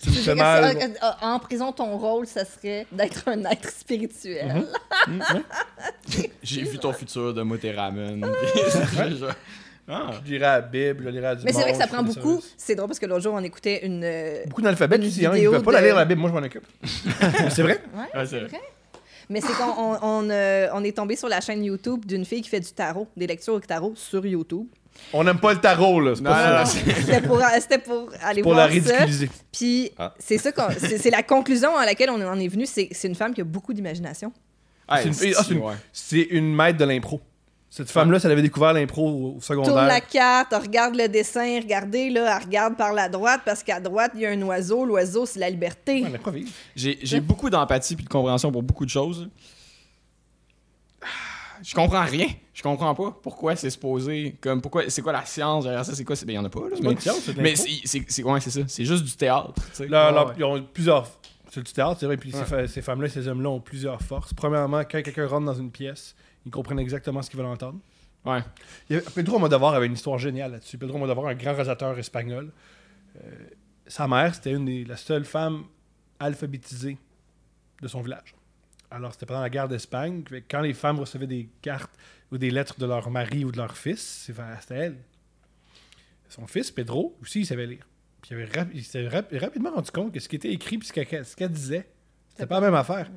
S6: Tu me fais mal.
S7: C'est- ah, ah, En prison, ton rôle, ça serait d'être un être spirituel.
S6: Mhm.
S2: J'ai vu ton futur de Moteramen. (laughs) ah.
S6: Je lirais la Bible, je lirais à du
S7: Mais c'est vrai que
S6: monde,
S7: ça
S6: je
S7: prend
S6: ferais des
S7: beaucoup.
S6: services.
S7: C'est drôle parce que l'autre jour, on écoutait une. euh,
S6: Beaucoup d'alphabet
S7: Une
S6: aussi, hein. Ils
S7: vidéo
S6: peuvent pas la
S7: de-
S6: lire la Bible, moi je m'en
S7: (laughs)
S6: occupe. c'est vrai?
S7: Ouais,
S2: Ouais,
S7: c'est
S2: c'est
S7: vrai. Mais c'est qu'on on, on, euh, on est tombé sur la chaîne YouTube d'une fille qui fait du tarot, des lectures au tarot sur YouTube. Euh,
S6: On n'aime pas le tarot, Ah, là. C'est
S2: Non, non,
S6: pas
S2: non,
S6: ça.
S2: c'est-
S7: C'était pour, c'était pour aller
S6: Pour la
S7: voir ça.
S6: ridiculiser.
S7: Puis
S8: Ah.
S7: c'est ça qu'on- c'est c'est la conclusion à laquelle on en est venu. C'est c'est une femme qui a beaucoup d'imagination.
S2: Ah,
S6: C'est une-
S2: c'est-
S6: ah, c'est une-
S2: ouais.
S6: C'est une maître de l'impro. Cette femme-là, si elle avait découvert l'impro au- au
S7: Tourne la
S6: secondaire.
S7: carte, elle regarde le dessin, regardez là, elle regarde par la droite parce qu'à droite il y a un oiseau. L'oiseau c'est la liberté.
S6: Ouais, l'impro, vive.
S2: J'ai j'ai beaucoup d'empathie puis de compréhension pour beaucoup de choses. Ah, Je comprends rien. Je comprends pas pourquoi c'est supposé. Comme pourquoi. C'est quoi la science derrière ça? C'est quoi? c'est- Ben, y en a pas, là.
S6: C'est pas
S2: Mais,
S6: une science, c'est de
S2: mais
S6: l'impro.
S2: c'est c'est- c'est- ouais, c'est ça. C'est juste du théâtre. tu sais.
S6: Là,
S2: Ah,
S6: là,
S2: ouais.
S6: Ils ont plusieurs. C'est du théâtre, c'est vrai. Puis ces fa- ces femmes-là, ces hommes-là ont plusieurs forces. Premièrement, quand quelqu'un rentre dans une pièce, ils comprennent exactement ce qu'ils veulent entendre.
S2: Ouais.
S6: Il y avait- Pedro Almodovar avait une histoire géniale là-dessus. Pedro Almodovar, un grand réalisateur espagnol. Euh, sa mère, c'était une des, la seule femme alphabétisée de son village. Alors, c'était pendant la guerre d'Espagne. que Quand les femmes recevaient des cartes ou des lettres de leur mari ou de leur fils, c'est- c'était elle. Son fils, Pedro, aussi, il savait lire. Puis il, avait rap- il s'était rap- rapidement rendu compte que ce qui était écrit puis ce qu'elle ce qu'elle disait, c'était pas la même affaire.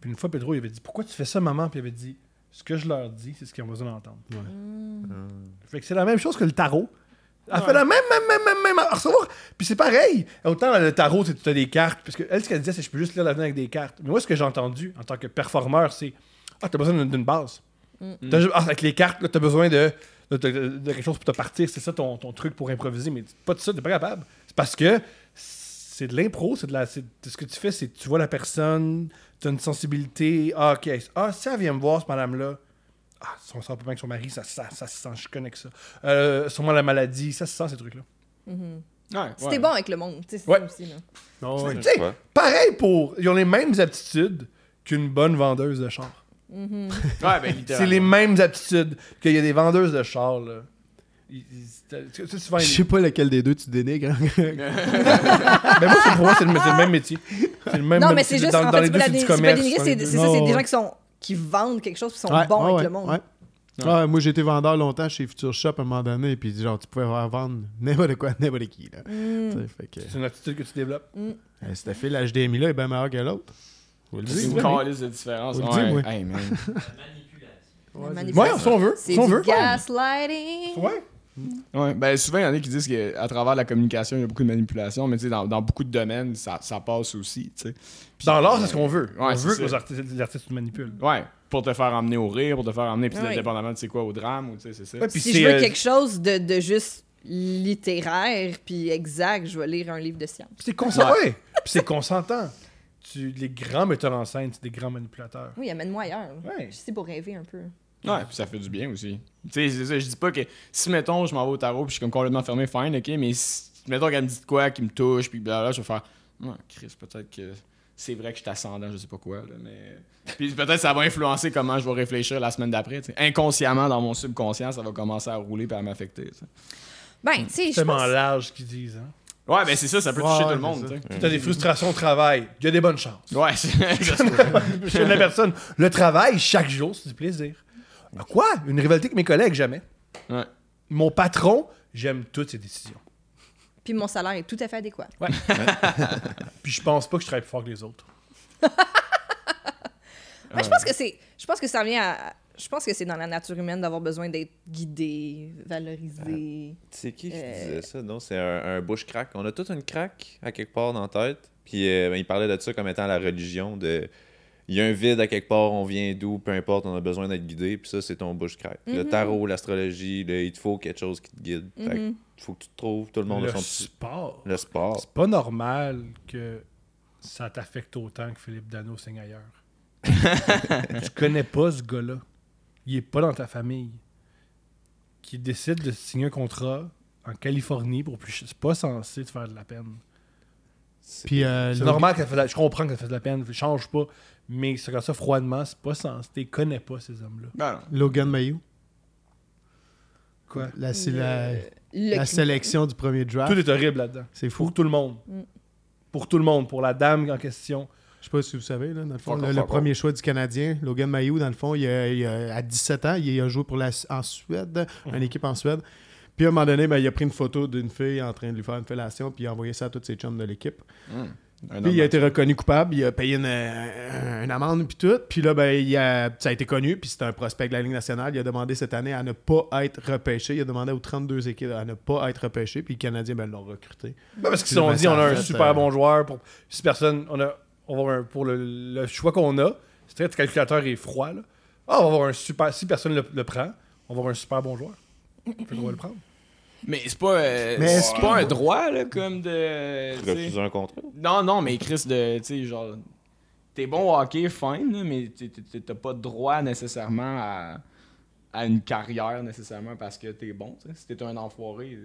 S6: Puis une fois, Pedro, il avait dit Pourquoi tu fais ça, maman Puis il avait dit Ce que je leur dis, c'est ce qu'ils ont besoin d'entendre. Fait que c'est la même chose que le tarot. Elle fait la même, même, même, même, même. à recevoir. Puis c'est pareil. Autant le tarot, c'est tu as des cartes. Parce que elle, ce qu'elle disait, c'est je peux juste lire l'avenir avec des cartes. Mais moi, ce que j'ai entendu en tant que performeur, c'est Ah, t'as besoin d'une- d'une base. T'as ju- ah, avec les cartes, là, t'as besoin de, de, de- de quelque chose pour te partir. C'est ça ton, ton truc pour improviser. Mais pas de ça, t'es pas capable. C'est parce que c'est de l'impro, c'est de la. c'est- ce que tu fais, c'est que tu vois la personne, t'as une sensibilité. Ah, ok. Ah, si elle vient me voir, cette madame-là. Ah, son sort pas bien que son mari, ça, se sent, ça se sent, je connecte ça. Euh, sûrement la maladie, ça se sent ces trucs-là.
S2: Ouais,
S7: C'était
S2: ouais.
S7: bon avec le monde, tu sais, c'est
S6: Ouais.
S7: ça aussi, là.
S2: Oh,
S6: Tu sais,
S8: Ouais.
S6: pareil pour. Ils ont les mêmes aptitudes qu'une bonne vendeuse de char.
S2: Ouais, ben,
S6: C'est les
S2: littéralement.
S6: mêmes aptitudes qu'il y a des vendeuses de char, là. Ils- ils- c'est- c'est- c'est
S2: (laughs)
S6: souvent-
S1: Je sais pas lequel des deux tu (laughs) dénigres.
S6: Mais moi, c'est- pour moi, c'est le, c'est le même métier. C'est le même
S7: Non, mais
S6: métier.
S7: c'est juste,
S6: Dans,
S7: en
S6: dans
S7: fait,
S6: les
S7: c'est
S6: deux,
S7: pas la
S6: c'est du
S7: dénigrer, c'est pas
S6: commerce.
S7: dénigrer,
S6: dans les
S7: c'est
S6: deux.
S7: c'est ça, c'est
S6: Non,
S7: des
S6: ouais.
S7: gens qui sont qui vendent quelque chose, qui sont
S1: Ouais,
S7: bons
S1: ouais,
S7: avec
S1: ouais,
S7: le monde.
S1: ouais.
S2: Ouais.
S1: Ah, moi, j'étais vendeur longtemps chez Future Shop à un moment donné, puis genre, tu pouvais vendre n'importe quoi, n'importe qui. Là.
S7: Mm.
S1: Tu sais, fait que,
S6: C'est une aptitude que tu développes.
S1: euh, cette fille, la HDMI, là, est bien meilleure que l'autre. Je vous le
S2: C'est
S1: dis,
S2: une
S1: moi.
S2: calice de différence.
S1: Faut le
S2: Ouais.
S1: dire, moi.
S6: (laughs)
S2: Hey, man.
S7: La
S6: Ouais,
S7: manipulation.
S6: si on veut.
S7: C'est
S6: Si on
S7: du
S6: veut.
S7: gaslighting.
S6: Ouais.
S2: Ouais, ben souvent, il y en a qui disent qu'à travers la communication, il y a beaucoup de manipulation, mais tu sais, dans, dans beaucoup de domaines, ça, ça passe aussi, tu sais. Puis-
S6: Dans l'art, c'est ce qu'on veut.
S2: Ouais,
S6: on
S2: c'est
S6: veut
S2: ça.
S6: que les artistes, les artistes nous manipulent.
S2: Ouais, pour te faire emmener au rire, pour te faire emmener, puis
S7: Ouais.
S2: dépendamment de c'est quoi, au drame, ou tu sais, c'est ça.
S6: Ouais, puis
S7: si
S6: c'est,
S7: je veux
S6: euh,
S7: quelque chose de, de juste littéraire, puis exact, je vais lire un livre de science.
S6: Puis c'est consentant. Ouais. Puis c'est consentant. Tu, les grands metteurs en scène, c'est des grands manipulateurs.
S7: Oui, amène-moi ailleurs.
S6: Ouais.
S7: Je suis ici pour rêver un peu.
S2: Ouais, puis ça fait du bien aussi. Tu sais, c'est ça, je dis pas que si, mettons, je m'en vais au tarot, puis je suis comme complètement fermé, fine, ok, mais si, mettons qu'elle me dit de quoi, qui me touche, puis blablabla, je vais faire, ouais, Chris, peut-être que c'est vrai que je suis ascendant, je sais pas quoi, là, mais. (laughs) Puis peut-être ça va influencer comment je vais réfléchir la semaine d'après, tu sais. Inconsciemment, dans mon subconscient, ça va commencer à rouler puis à m'affecter, tu sais.
S7: Ben, tu sais,
S6: C'est
S7: je
S6: tellement
S7: pense...
S6: large ce qu'ils disent. Hein?
S2: Ouais, ben c'est ça, ça peut toucher
S1: Ouais,
S2: tout le
S1: c'est
S2: monde,
S1: ça.
S2: tu sais.
S6: Tu as des frustrations au travail, il y a des bonnes chances.
S2: Ouais, (laughs) c'est.
S6: (laughs) Chez la personne, le travail, chaque jour, c'est du plaisir. Ah, Quoi? Une rivalité avec mes collègues, jamais.
S2: Ouais.
S6: Mon patron, j'aime toutes ses décisions.
S7: Puis mon salaire est tout à fait adéquat.
S6: Puis je pense pas que je travaille plus fort que les autres.
S7: Ouais, Ben, je pense que c'est. Je pense que ça vient à. Je pense que c'est dans la nature humaine d'avoir besoin d'être guidé, valorisé.
S8: C'est qui qui
S7: Euh.
S8: disait ça? Non, c'est un, un bush crack. On a toute une crack à quelque part dans la tête. Puis euh, ben, il parlait de ça comme étant la religion de. Il y a un vide à quelque part, on vient d'où, peu importe, on a besoin d'être guidé. Puis ça, c'est ton bush crack. Le
S1: Mm-hmm.
S8: tarot, l'astrologie, le- il te faut quelque chose qui te guide. Fait que
S7: Mhm.
S1: Mm-hmm.
S8: faut que tu te trouves, tout le monde
S6: le
S8: a son petit.
S6: sport.
S8: Le sport.
S6: C'est pas normal que ça t'affecte autant que Philippe Dano signe ailleurs. tu connais pas ce gars-là. Il est pas dans ta famille. Qui décide de signer un contrat en Californie pour plus. C'est pas censé te faire de la peine.
S1: Puis, euh,
S6: C'est
S1: le-
S6: normal que ça fait de la... Je comprends que ça fait de la peine. Change pas. Mais c'est comme ça froidement, c'est pas censé. Tu connais pas ces hommes-là.
S2: Ben non.
S1: Logan Mayou.
S6: Quoi?
S1: Là, c'est la,
S7: Le-
S1: la sélection du premier draft.
S6: Tout est horrible là-dedans.
S1: C'est fou.
S6: Pour tout le monde. Pour tout le monde. Pour la dame en question.
S1: Je sais pas si vous savez, là, dans le fond,
S2: Fuck
S1: le,
S2: off,
S1: le
S2: fuck
S1: premier choix du Canadien, Logan Mayou, dans le fond, il a, il a- à 17 ans, il a joué pour la, en Suède,
S2: Mhm.
S1: une équipe en Suède. Puis à un moment donné, ben, il a pris une photo d'une fille en train de lui faire une fellation, puis il a envoyé ça à tous ses chums de l'équipe.
S2: Hmm. Un
S1: Puis
S2: homme
S1: il a été reconnu coupable, il a payé une, euh, une amende, puis tout. Puis là, ben, il a- ça a été connu, puis c'était un prospect de la Ligue nationale. Il a demandé cette année à ne pas être repêché. Il a demandé aux 32 équipes à ne pas être repêché, puis les Canadiens, ben, l'ont recruté.
S6: Ben, parce qu'ils se
S1: Ben,
S6: sont dit,
S1: ça
S6: on a
S1: en
S6: un
S1: fait,
S6: super
S1: euh,
S6: bon joueur. Pour six personnes, on a, on va avoir un- pour le, le choix qu'on a, c'est très le calculateur est froid. Là. Ah, on va avoir un super. Si personne le, le prend, on va avoir un super bon joueur. Fait qu'on va le prendre.
S2: Mais c'est pas, euh,
S1: Mais est-ce
S2: c'est pas un droit, là, comme de. tu sais.
S8: Refuser un contrat.
S2: Non, non, mais Chris, de, tu sais, genre, t'es bon au hockey, fine, là, mais t'es- t'es- t'es- t'as pas droit nécessairement à, à une carrière nécessairement parce que t'es bon, tu sais. Si t'es un enfoiré.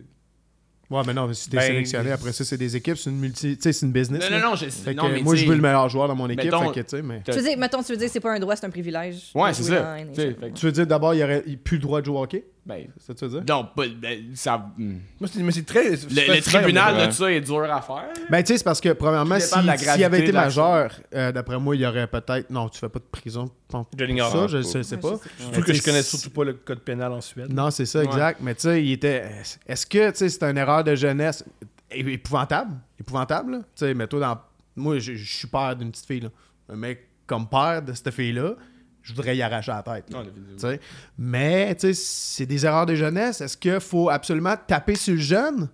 S1: Ouais, mais non, mais si t'es
S6: Ben,
S1: sélectionné, après ça, c'est des équipes, c'est une multi. Tu sais, c'est une business.
S2: Non,
S1: là.
S2: non, non, je,
S1: Fait
S2: non
S1: que,
S2: mais
S1: moi,
S2: tu
S1: je
S2: sais,
S1: veux le meilleur joueur dans mon équipe.
S2: mettons-
S1: fait que, tu sais, mais...
S7: Tu veux dire, mettons, tu veux dire, c'est pas un droit, c'est un privilège. de
S2: Ouais, c'est
S7: jouer dans
S2: ça.
S7: la NHL.
S2: tu sais, fait que-
S1: Tu veux dire d'abord, il aurait il a plus le droit de jouer au hockey
S2: ben,
S1: C'est ça que tu veux dire
S2: non, pas. ben, ça, hmm.
S6: Moi, c'est- mais c'est très.
S2: le, le tribunal de tout ça est dur à faire.
S1: Ben, tu sais, c'est parce que, premièrement,
S2: Tout
S1: si-
S2: dépend de la
S1: s'il avait
S2: gravité
S1: été
S2: de la-
S1: majeur, euh, d'après moi, il y aurait peut-être. Non, tu fais pas de prison. pour
S6: Je l'ignore.
S1: ça, je
S8: Ah,
S1: sais, sais pas.
S6: Surtout que je connais surtout pas le code pénal en Suède.
S1: Non, c'est ça,
S2: Ouais.
S1: exact. Mais tu sais, il était. Est-ce que, tu sais, c'est une erreur de jeunesse É- épouvantable? Épouvantable, là. Tu sais, mais toi, dans... moi, je je suis père d'une petite fille, là. Un mec comme père de cette fille-là, je voudrais y arracher la tête.
S2: Non,
S1: là.
S2: la vidéo.
S1: Tu sais. Mais, tu sais, c'est des erreurs de jeunesse. Est-ce qu'il faut absolument taper sur le jeune?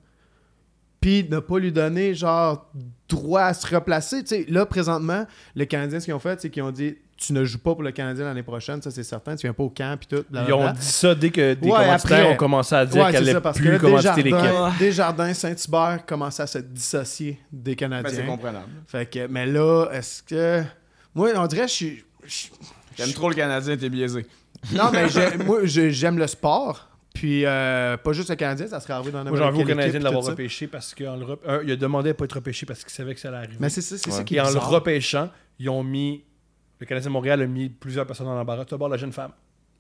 S1: Puis ne pas lui donner, genre, droit à se replacer. Tu sais, là, présentement, le Canadien, ce qu'ils ont fait, c'est qu'ils ont dit Tu ne joues pas pour le Canadien l'année prochaine, ça, c'est certain, tu viens pas au camp, puis tout.
S6: Ils
S1: blablabla.
S6: ont dit ça dès que des
S1: Ouais,
S6: commanditaires
S1: après-
S6: ont commencé à dire
S1: Ouais,
S6: qu'elle
S1: c'est
S6: allait
S1: ça, parce que
S6: plus commanditer l'équipe.
S1: Desjardins, Desjardins Saint-Hubert commençaient à se dissocier des
S2: Ben, c'est
S1: Canadiens.
S2: comprenable.
S1: fait que, mais là, est-ce que. Moi, on dirait, que je suis. je-
S2: J'aime trop le Canadien, t'es biaisé.
S1: Non, mais
S7: (laughs)
S1: j'ai- moi, j'ai- j'aime le sport. Puis, euh, pas juste le Canadien, ça serait arrivé dans
S6: Moi, j'ai envie
S1: n'importe
S6: au
S1: quelle
S6: Canadien
S1: équipe,
S6: de l'avoir
S1: tout ça.
S6: repêché parce qu'en le rep- un, il a demandé à pas être repêché parce qu'il savait que ça allait arriver.
S1: Mais c'est ça, c'est ça qui
S6: Et
S1: est
S6: en le
S1: bizarre.
S6: repêchant, ils ont mis. Le Canadien de Montréal a mis plusieurs personnes dans l'embarras. Tout d'abord, la jeune femme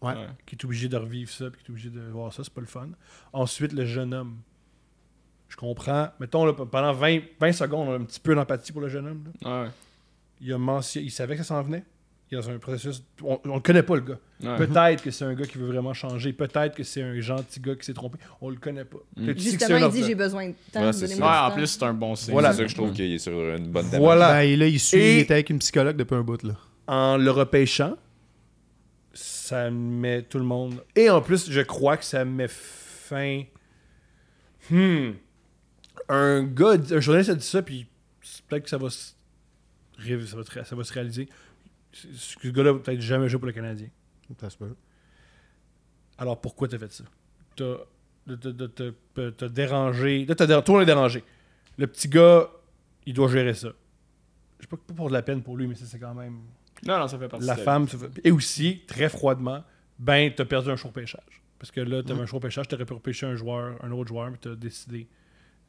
S1: Ouais.
S6: qui est obligée de revivre ça puis qui est obligée de voir ça. C'est pas le fun. Ensuite, le jeune homme. Je comprends. Mettons, là, pendant 20, 20 secondes, on a un petit peu d'empathie pour le jeune homme. là.
S2: Ouais.
S6: Il, a mentionné, il savait que ça s'en venait. Il est dans un processus. On, on le connaît pas, le gars.
S2: Ouais.
S6: Peut-être que c'est un gars qui veut vraiment changer. Peut-être que c'est un gentil gars qui s'est trompé. On le connaît pas. Puis tu sais que c'est
S7: Justement,
S6: un
S7: il dit
S6: orphelin.
S7: j'ai besoin de temps.
S8: Ouais, c'est
S2: Ouais,
S7: donnez-moi du
S2: en
S7: temps.
S2: plus, c'est un bon signe.
S8: Voilà.
S6: Voilà.
S8: C'est ça que je trouve qu'il est sur une bonne démarche.
S6: Voilà.
S1: Ben, là, il suit,
S6: Et-
S1: il était avec une psychologue depuis un bout, là.
S6: en le repêchant, ça met tout le monde. Et en plus, je crois que ça met fin Hmm. Un gars, un journaliste a dit ça, puis c'est- peut-être que ça va se, ré- ça va se ré- ça va se réaliser. Ce ce gars-là va peut-être jamais jouer pour le Canadien.
S1: Ça se peut.
S6: Alors pourquoi t'as fait ça? T'as de- de- de- de- de- t'as dérangé. Là, t'as dé- toi, on l'a dérangé. Le petit gars, il doit gérer ça. Je sais pas, pas pour de la peine pour lui, mais ça, c'est quand même.
S2: Non, non, ça fait partie
S6: La femme. se fait- Et aussi, très froidement, ben, t'as perdu un show pêchage. Parce que là, t'as un show pêchage, t'aurais pu repêcher un joueur, un autre joueur, mais t'as décidé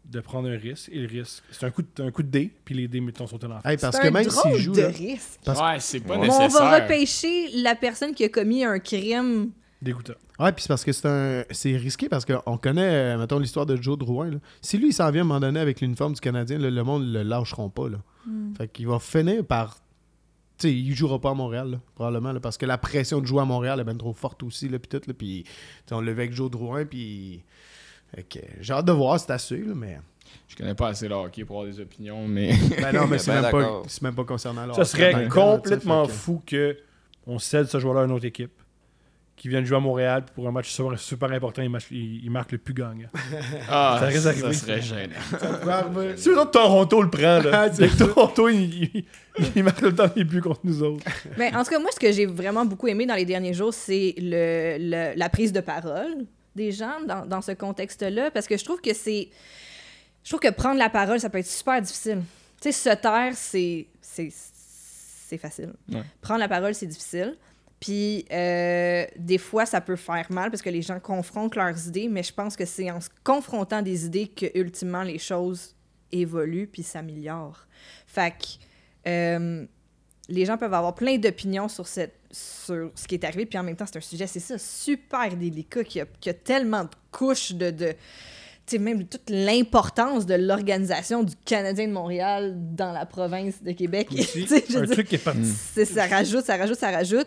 S6: de prendre un risque. Et le risque, c'est un coup de, un coup de dé, puis les dés me t'ont sauté dans la face.
S1: Hey, parce
S7: C'est
S1: que
S7: un
S1: même
S7: drôle
S1: s'il joue.
S7: de
S1: là-
S7: risque.
S1: parce-
S2: Ouais, c'est pas
S7: Mais on
S2: nécessaire.
S7: va repêcher la personne qui a commis un crime.
S6: Dégoûtant.
S1: Ouais, puis c'est parce que c'est un. C'est risqué parce qu'on connaît, euh, mettons, l'histoire de Joe Drouin. là. Si lui, il s'en vient à un moment donné avec l'uniforme du Canadien, là, le monde le lâcheront pas. Là. Fait qu'il va finir par. Tu sais, il jouera pas à Montréal, là, probablement, là, parce que la pression de jouer à Montréal est bien trop forte aussi, là, puis tout, là, puis tu sais, on levait avec Joe Drouin, puis. Fait que, J'ai hâte de voir, c'est à suivre, là, mais.
S2: Je connais pas assez le hockey pour avoir des opinions, mais. (laughs)
S1: Ben (laughs) non, mais c'est
S8: Ben
S1: même, pas-
S8: d'accord.
S1: c'est même pas concernant leur-
S6: Ça serait
S1: leur-
S6: complètement
S1: fait que-
S6: fou que on cède ce joueur-là à une autre équipe qui vient de jouer à Montréal puis pour un match super, super important, il, match- il- il marque le plus gagnant.
S2: Ah,
S6: Ça risque d'arriver.
S2: serait gênant.
S6: si eux autres, Toronto le prend, (laughs) là.
S1: Ah, c'est
S6: Dès que Toronto, il, il- il marque le temps il est plus contre nous autres.
S7: Mais en tout cas, moi, ce que j'ai vraiment beaucoup aimé dans les derniers jours, c'est le, le- la prise de parole des gens dans, dans ce contexte-là, parce que je trouve que c'est... Je trouve que prendre la parole, ça peut être super difficile. Tu sais, se taire, c'est... c'est, c'est facile.
S2: Ouais.
S7: Prendre la parole, c'est difficile. Puis, euh, des fois, ça peut faire mal parce que les gens confrontent leurs idées, mais je pense que c'est en se confrontant des idées que, ultimement, les choses évoluent puis s'améliorent. Fait que... euh, les gens peuvent avoir plein d'opinions sur, cette- sur ce qui est arrivé, puis en même temps, c'est un sujet, c'est ça, super délicat, qui a, qui a tellement de couches de... de tu sais, même toute l'importance de l'organisation du Canadien de Montréal dans la province de Québec.
S6: Aussi, (laughs)
S7: (laughs) Tu sais, je
S6: un
S7: veux dire,
S6: truc qui est parti.
S7: c'est- ça rajoute, ça rajoute, ça rajoute.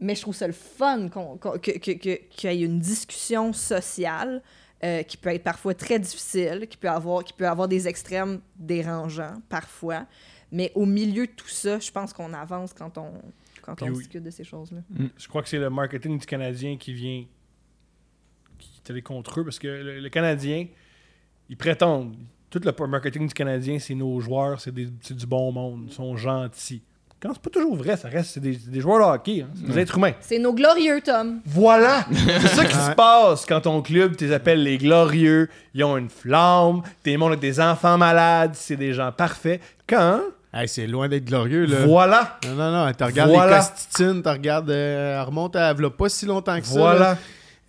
S7: Mais je trouve ça le fun qu'on- qu'on- que- que- que- qu'il y ait une discussion sociale euh, qui peut être parfois très difficile, qui peut, avoir, qui peut avoir des extrêmes dérangeants parfois. Mais au milieu de tout ça, je pense qu'on avance quand on, quand
S6: Puis
S7: on
S6: oui.
S7: discute de ces choses-là.
S6: Je crois que c'est le marketing du Canadien qui vient qui est allé contre eux parce que le, le Canadien, ils prétendent. Tout le marketing du Canadien, c'est nos joueurs, c'est des- c'est du bon monde, ils sont gentils. Quand c'est pas toujours vrai, ça reste c'est des, c'est des joueurs de hockey, hein, c'est des êtres humains.
S7: C'est nos glorieux, Tom.
S6: Voilà! (laughs) C'est ça qui se passe quand ton club, tu les appelles les glorieux, ils ont une flamme, t'es monde avec des enfants malades, c'est des gens parfaits. Quand?
S1: Hey, c'est loin d'être glorieux, là.
S6: Voilà!
S1: Non, non, non. Tu regardes
S6: Voilà.
S1: les costitines, tu regardes. euh, elle remonte à v'là pas si longtemps que ça. là.
S6: Voilà!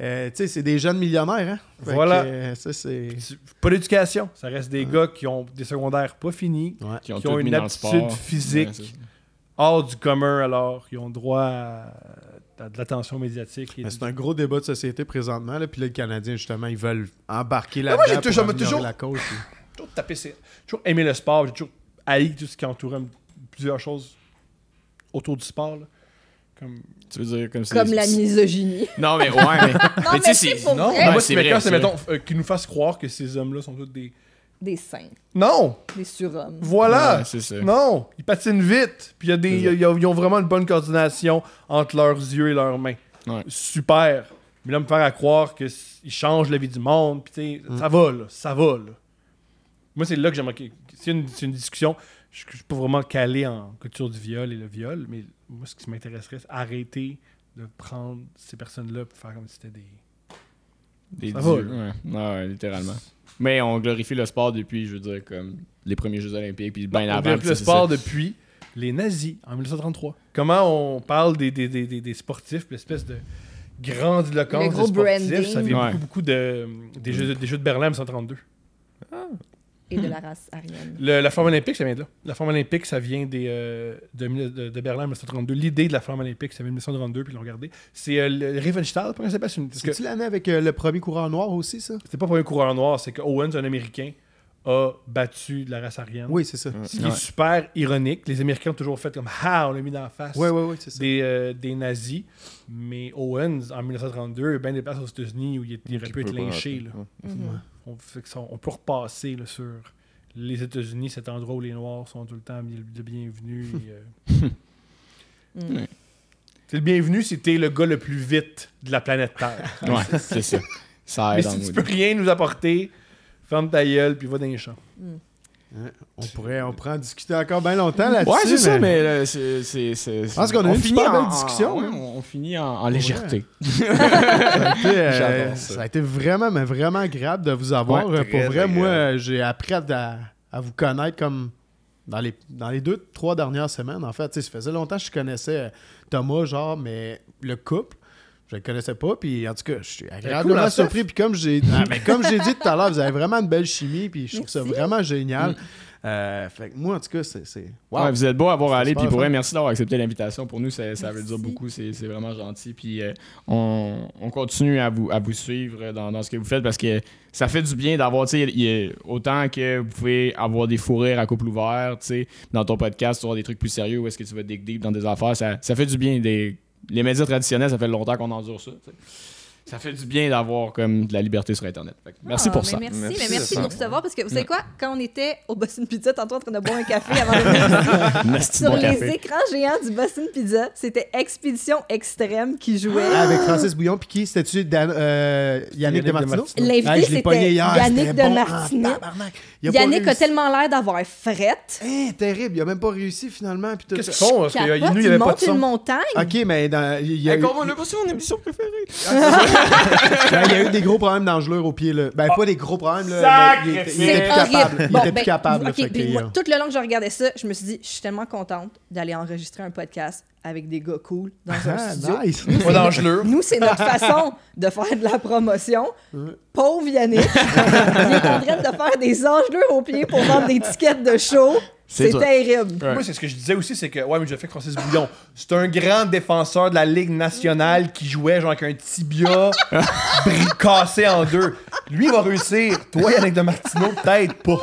S1: Euh, tu sais, c'est des jeunes millionnaires, hein. Fait
S6: Voilà.
S1: que, euh, ça, c'est.
S6: Tu- Pas d'éducation. Ça reste des gars qui ont des secondaires pas finis,
S1: Ouais.
S6: qui ont
S2: tout mis
S6: une
S2: dans le
S6: aptitude
S2: sport. Ouais, c'est
S6: physique
S2: ça.
S6: hors du commun, alors ils ont droit à, à de l'attention médiatique. et
S1: Mais
S6: du-
S1: C'est un gros débat de société présentement. Là. Puis là, les Canadiens, justement, ils veulent embarquer la
S6: moi, j'ai toujours- toujours-
S1: la cause. là.
S6: J'ai toujours, tapé ses- j'ai toujours aimé le sport, j'ai toujours haï tout ce qui entourait plusieurs choses autour du sport. là. Comme...
S2: Tu veux dire comme si-
S7: Comme la misogynie.
S2: Non, mais ouais,
S7: (laughs)
S2: mais.
S7: Non,
S2: mais
S7: mais
S2: tu sais,
S7: c'est
S2: c'est.
S7: pour
S6: Non,
S7: vrai.
S2: Ouais,
S6: moi,
S2: c'est
S6: c'est mettons,
S2: vrai,
S6: c'est
S2: ça.
S6: mettons euh, qu'ils nous fassent croire que ces hommes-là sont tous des.
S7: Des saints,
S6: Non!
S7: des surhommes.
S6: Voilà!
S2: Ouais, c'est ça.
S6: Non! Ils patinent vite! Puis il y a des,
S2: C'est ça.
S6: ils ont- ils ont vraiment une bonne coordination entre leurs yeux et leurs mains.
S2: Ouais.
S6: Super! Mais là, me faire à croire qu'ils changent la vie du monde, puis tu sais, ça va, là, ça va, là. Moi, c'est là que j'aimerais. que- C'est une, c'est une discussion. Je je suis pas vraiment calé en culture du viol et le viol, mais moi, ce qui m'intéresserait, c'est arrêter de prendre ces personnes-là pour faire comme si c'était des.
S2: Des
S6: Ça
S2: dieux,
S6: va,
S2: ouais. Ouais, ouais, littéralement. Mais on glorifie le sport depuis, je veux dire, comme les premiers Jeux Olympiques, puis bien
S6: On
S2: avant.
S6: développe
S2: puis
S6: le
S2: ça,
S6: sport
S2: c'est ça.
S6: depuis les nazis en 1933. Comment on parle des, des, des, des, des sportifs, puis l'espèce de grandiloquence
S7: Le gros
S6: des sportifs,
S7: branding.
S6: ça vient
S2: Ouais. Mm.
S6: beaucoup, beaucoup de, des, jeux, des Jeux de Berlin en 1932.
S7: Et de la race arienne.
S6: Le- la flamme olympique, ça vient de là. La flamme olympique, ça vient des, euh, de, mille- de- de Berlin en 1932. L'idée de la flamme olympique, ça vient de 1932, puis ils l'ont regardé. C'est euh, le le Riefenstahl, comment ça s'appelle? C'est une- parce que
S1: C'est-tu l'année avec euh, le premier coureur noir aussi, ça?
S6: C'était pas pour un coureur noir, c'est que Owens, un Américain, a battu de la race arienne.
S1: Oui, c'est ça.
S6: Ce qui
S2: Ouais.
S6: est super ironique. Les Américains ont toujours fait comme « Ah, on l'a mis dans la face
S1: Oui, oui, oui, c'est ça.
S6: des, euh, des nazis, mais Owens, en 1932, il y a bien des places aux États-Unis où il, il aurait pu être
S8: peut pas
S6: lynché. là.
S8: rentrer. Ouais.
S6: On, fait que ça- on peut repasser là, sur les États-Unis, cet endroit où les Noirs sont tout le temps bien- le bienvenu. et, euh,
S8: (laughs)
S7: Mm.
S2: Ouais.
S6: C'est le bienvenu si t'es le gars le plus vite de la planète Terre.
S8: (laughs)
S2: Ouais, c'est ça. Ça
S6: mais
S2: aide en
S6: si tu
S2: mode.
S6: peux rien nous apporter, Ferme ta gueule, puis va dans les champs.
S1: On pourrait, on pourrait en discuter encore bien longtemps là-dessus.
S2: Ouais, c'est ça, mais là, c'est. c'est- c'est-
S1: Je pense qu'on a eu
S2: on
S1: une
S2: finit
S1: super
S2: en-
S1: belle discussion,
S2: ouais,
S1: hein.
S2: on, on finit en, en légèreté.
S1: Ça a été, euh,
S6: J'adore ça.
S1: ça a été vraiment, mais vraiment agréable de vous avoir.
S8: Ouais,
S1: Euh, Pour
S8: très
S1: vrai, moi,
S8: agréable.
S1: euh, j'ai appris à, à vous connaître comme dans les, dans les deux, trois dernières semaines, en fait. Tu sais, ça faisait longtemps que je connaissais euh, Thomas, genre, mais le couple, je le connaissais pas. Puis en tout cas, je suis agréablement
S6: hein, Steph?
S1: surpris. Puis comme j'ai ah, mais comme j'ai dit tout à l'heure, vous avez vraiment une belle chimie. Puis je trouve ça vraiment
S8: Mm.
S1: génial. Euh, fait que moi, en tout cas, c'est. c'est- wow.
S2: Ouais, vous êtes beau à avoir
S1: C'est
S2: allé.
S1: super
S2: Puis pour
S1: fun.
S2: vrai, merci d'avoir accepté l'invitation. Pour nous, ça, ça veut dire
S7: Merci.
S2: beaucoup. C'est c'est vraiment gentil. Puis euh, on, on continue à vous, à vous suivre dans, dans ce que vous faites parce que ça fait du bien d'avoir, tu sais, il y a- autant que vous pouvez avoir des fous rires à couple ouvert, tu sais, dans ton podcast, tu vas avoir des trucs plus sérieux où est-ce que tu vas dig deep dans des affaires. Ça, ça fait du bien. Des, les médias traditionnels, ça fait longtemps qu'on endure ça. tu sais. Ça fait du bien d'avoir comme de la liberté sur Internet. Fait que merci
S7: Ah,
S2: pour
S7: mais
S2: ça. (laughs)
S7: Merci,
S8: Merci,
S7: mais
S8: c'est
S7: merci
S8: ça.
S7: de nous recevoir parce que vous savez quoi? Quand on était au Boston Pizza, tantôt en train de boire un café
S6: (laughs)
S7: avant de venir ici,
S2: Nasty
S7: sur
S2: bon
S7: les
S2: café.
S7: écrans géants du Boston Pizza, c'était Expédition Extrême qui jouait.
S1: Ah, Avec Francis Bouillon, puis qui c'était-tu Dan- euh, Yannick,
S6: Yannick
S1: Demartino?
S6: Demartino.
S7: L'invité,
S1: Hey, je l'ai pogné
S7: c'était
S1: hier,
S7: Yannick
S1: c'était
S7: de
S1: bon en
S7: Martino.
S1: tabarnak. Il a pas
S7: Yannick a
S1: réussi.
S7: tellement l'air d'avoir frette.
S1: Hein, terrible, il a même pas réussi finalement. puis tout
S6: Qu'est-ce
S1: ça.
S6: qu'ils font? hein? Parce
S1: euh,
S6: qu'il y a-
S7: Capote,
S6: nous, il y
S7: il
S6: avait pas de
S7: monte une
S6: son.
S7: montagne.
S1: Ok, mais dans- il y, a eu, Ah,
S2: on a pas sur mon émission préférée.
S1: (laughs) ben, il y a eu des gros problèmes d'engelure au pied. Là. Ben, pas des gros problèmes, là, mais Ah, il était, il était
S7: C'est
S1: plus capable.
S7: horrible.
S1: Il
S7: Bon,
S1: était
S7: ben,
S1: plus capable. là,
S7: ok,
S1: fait
S7: puis
S1: que,
S7: moi,
S1: euh,
S7: tout le long que je regardais ça, je me suis dit, je suis tellement contente d'aller enregistrer un podcast avec des gars cool dans un
S1: ah,
S7: studio.
S1: nice.
S6: Pas dangereux.
S7: Nous, c'est notre façon de faire de la promotion.
S1: (laughs)
S7: Pauvre Yannick, il est en train de faire des engelures aux pieds pour vendre des tickets de show.
S2: C'est
S7: C'est
S2: dur.
S7: terrible.
S6: Moi, c'est ce que je disais aussi, c'est que, ouais, mais je fais que Francis Bouillon. C'est un grand défenseur de la Ligue nationale qui jouait genre avec un tibia bri- cassé en deux. Lui, il va réussir. Toi, Yannick de Martino, peut-être pas.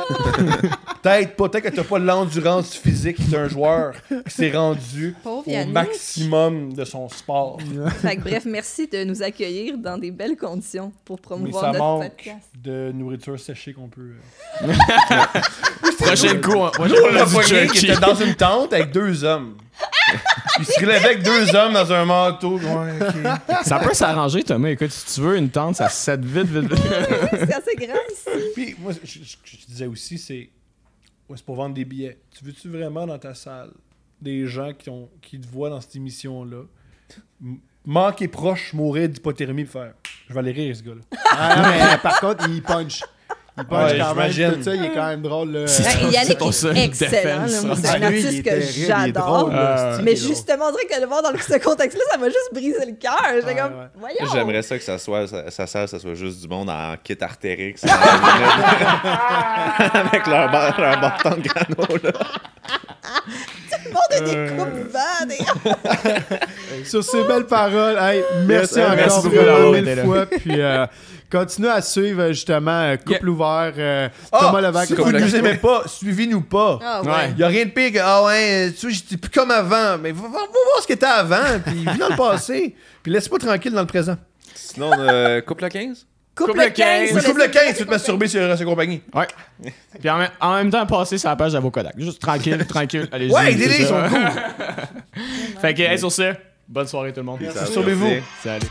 S6: peut-être pas. Peut-être que t'as pas l'endurance physique d'un joueur qui s'est rendu
S7: Pauvre
S6: au
S7: Yannick.
S6: maximum de son sport.
S7: Fait que bref, merci de nous accueillir dans des belles conditions pour
S6: Mais
S7: promouvoir
S6: ça
S7: notre
S6: manque
S7: podcast.
S6: de nourriture séchée qu'on peut. euh,
S2: Prochain coup, on- prochain
S6: Nous, on l'a
S2: coup, du
S6: poigné qui
S2: jerky.
S6: était dans une tente avec deux hommes. Il se relevait avec deux hommes dans un manteau. Ouais, (laughs) ok.
S2: Ça peut s'arranger, Thomas. Écoute, si tu veux une tente, ça se cède vite, vite, vite.
S7: C'est assez grand ici.
S6: Puis moi, je, je- je disais aussi, c'est ouais, c'est pour vendre des billets. Tu veux-tu vraiment dans ta salle des gens qui, ont, qui te voient dans cette émission-là m- manquer proche, mourir d'hypothermie, puis faire je vais aller rire, ce gars-là.
S1: Ah, non, mais par contre, il punch. Il punch
S6: Ouais,
S1: quand même.
S6: j'imagine.
S1: Tout ça, il est quand même drôle.
S2: (laughs)
S1: Là.
S2: C'est
S7: Ben, Yannick
S2: ton seul
S7: est excellent. là. Moi,
S2: défense.
S7: C'est un
S1: Ah, lui, il
S7: artiste
S1: est
S7: que
S1: terrible, il est drôle,
S7: j'adore.
S1: là, c'est-tu,
S7: Mais
S1: il est drôle.
S7: justement, on dirait que le voir dans ce contexte-là, ça m'a juste brisé le cœur. J'étais comme,
S1: ouais.
S7: voyons.
S8: J'aimerais ça que ça soit, sa, sa salle, ça soit juste du monde en kit artérix. (laughs) Avec leur, bar- leur bâton de granola.
S7: Le monde a des coupes vagues.
S1: Sur ces belles paroles, hey, merci
S2: Yes,
S1: encore
S2: merci beaucoup
S1: vraiment
S2: d'avoir
S1: mille
S2: été là.
S1: fois. Puis euh, continuez à suivre euh, justement euh, Couple Ouvert, euh, Thomas
S6: Ah,
S1: Levac.
S6: si vous ne nous aimez pas, suivez-nous pas.
S7: Ah
S2: Ouais.
S7: ouais.
S6: Il y a rien de pire que Ah ouais, euh, tu sais, j'étais plus comme avant. Mais va, va- va voir ce que t'es avant, puis vis dans le passé, puis laisse-moi tranquille dans le présent.
S8: Sinon, euh, couple le 15.
S7: Couple
S6: Ou
S7: 15. sur
S6: trouve
S7: les-
S6: le 15, tu veux te masturber sur Eros et compagnie.
S2: Ouais. Puis en, même- en même temps, passer sur la page d'Avo Kodak. Juste tranquille, tranquille. Allez-y.
S6: Ouais,
S2: c'est
S6: dis-les, ils
S2: ça.
S6: sont
S2: (laughs) Fait que, hey, sur ce, bonne soirée tout le monde.
S8: Ça va,
S6: sauvez-vous.
S8: merci.
S2: Salut.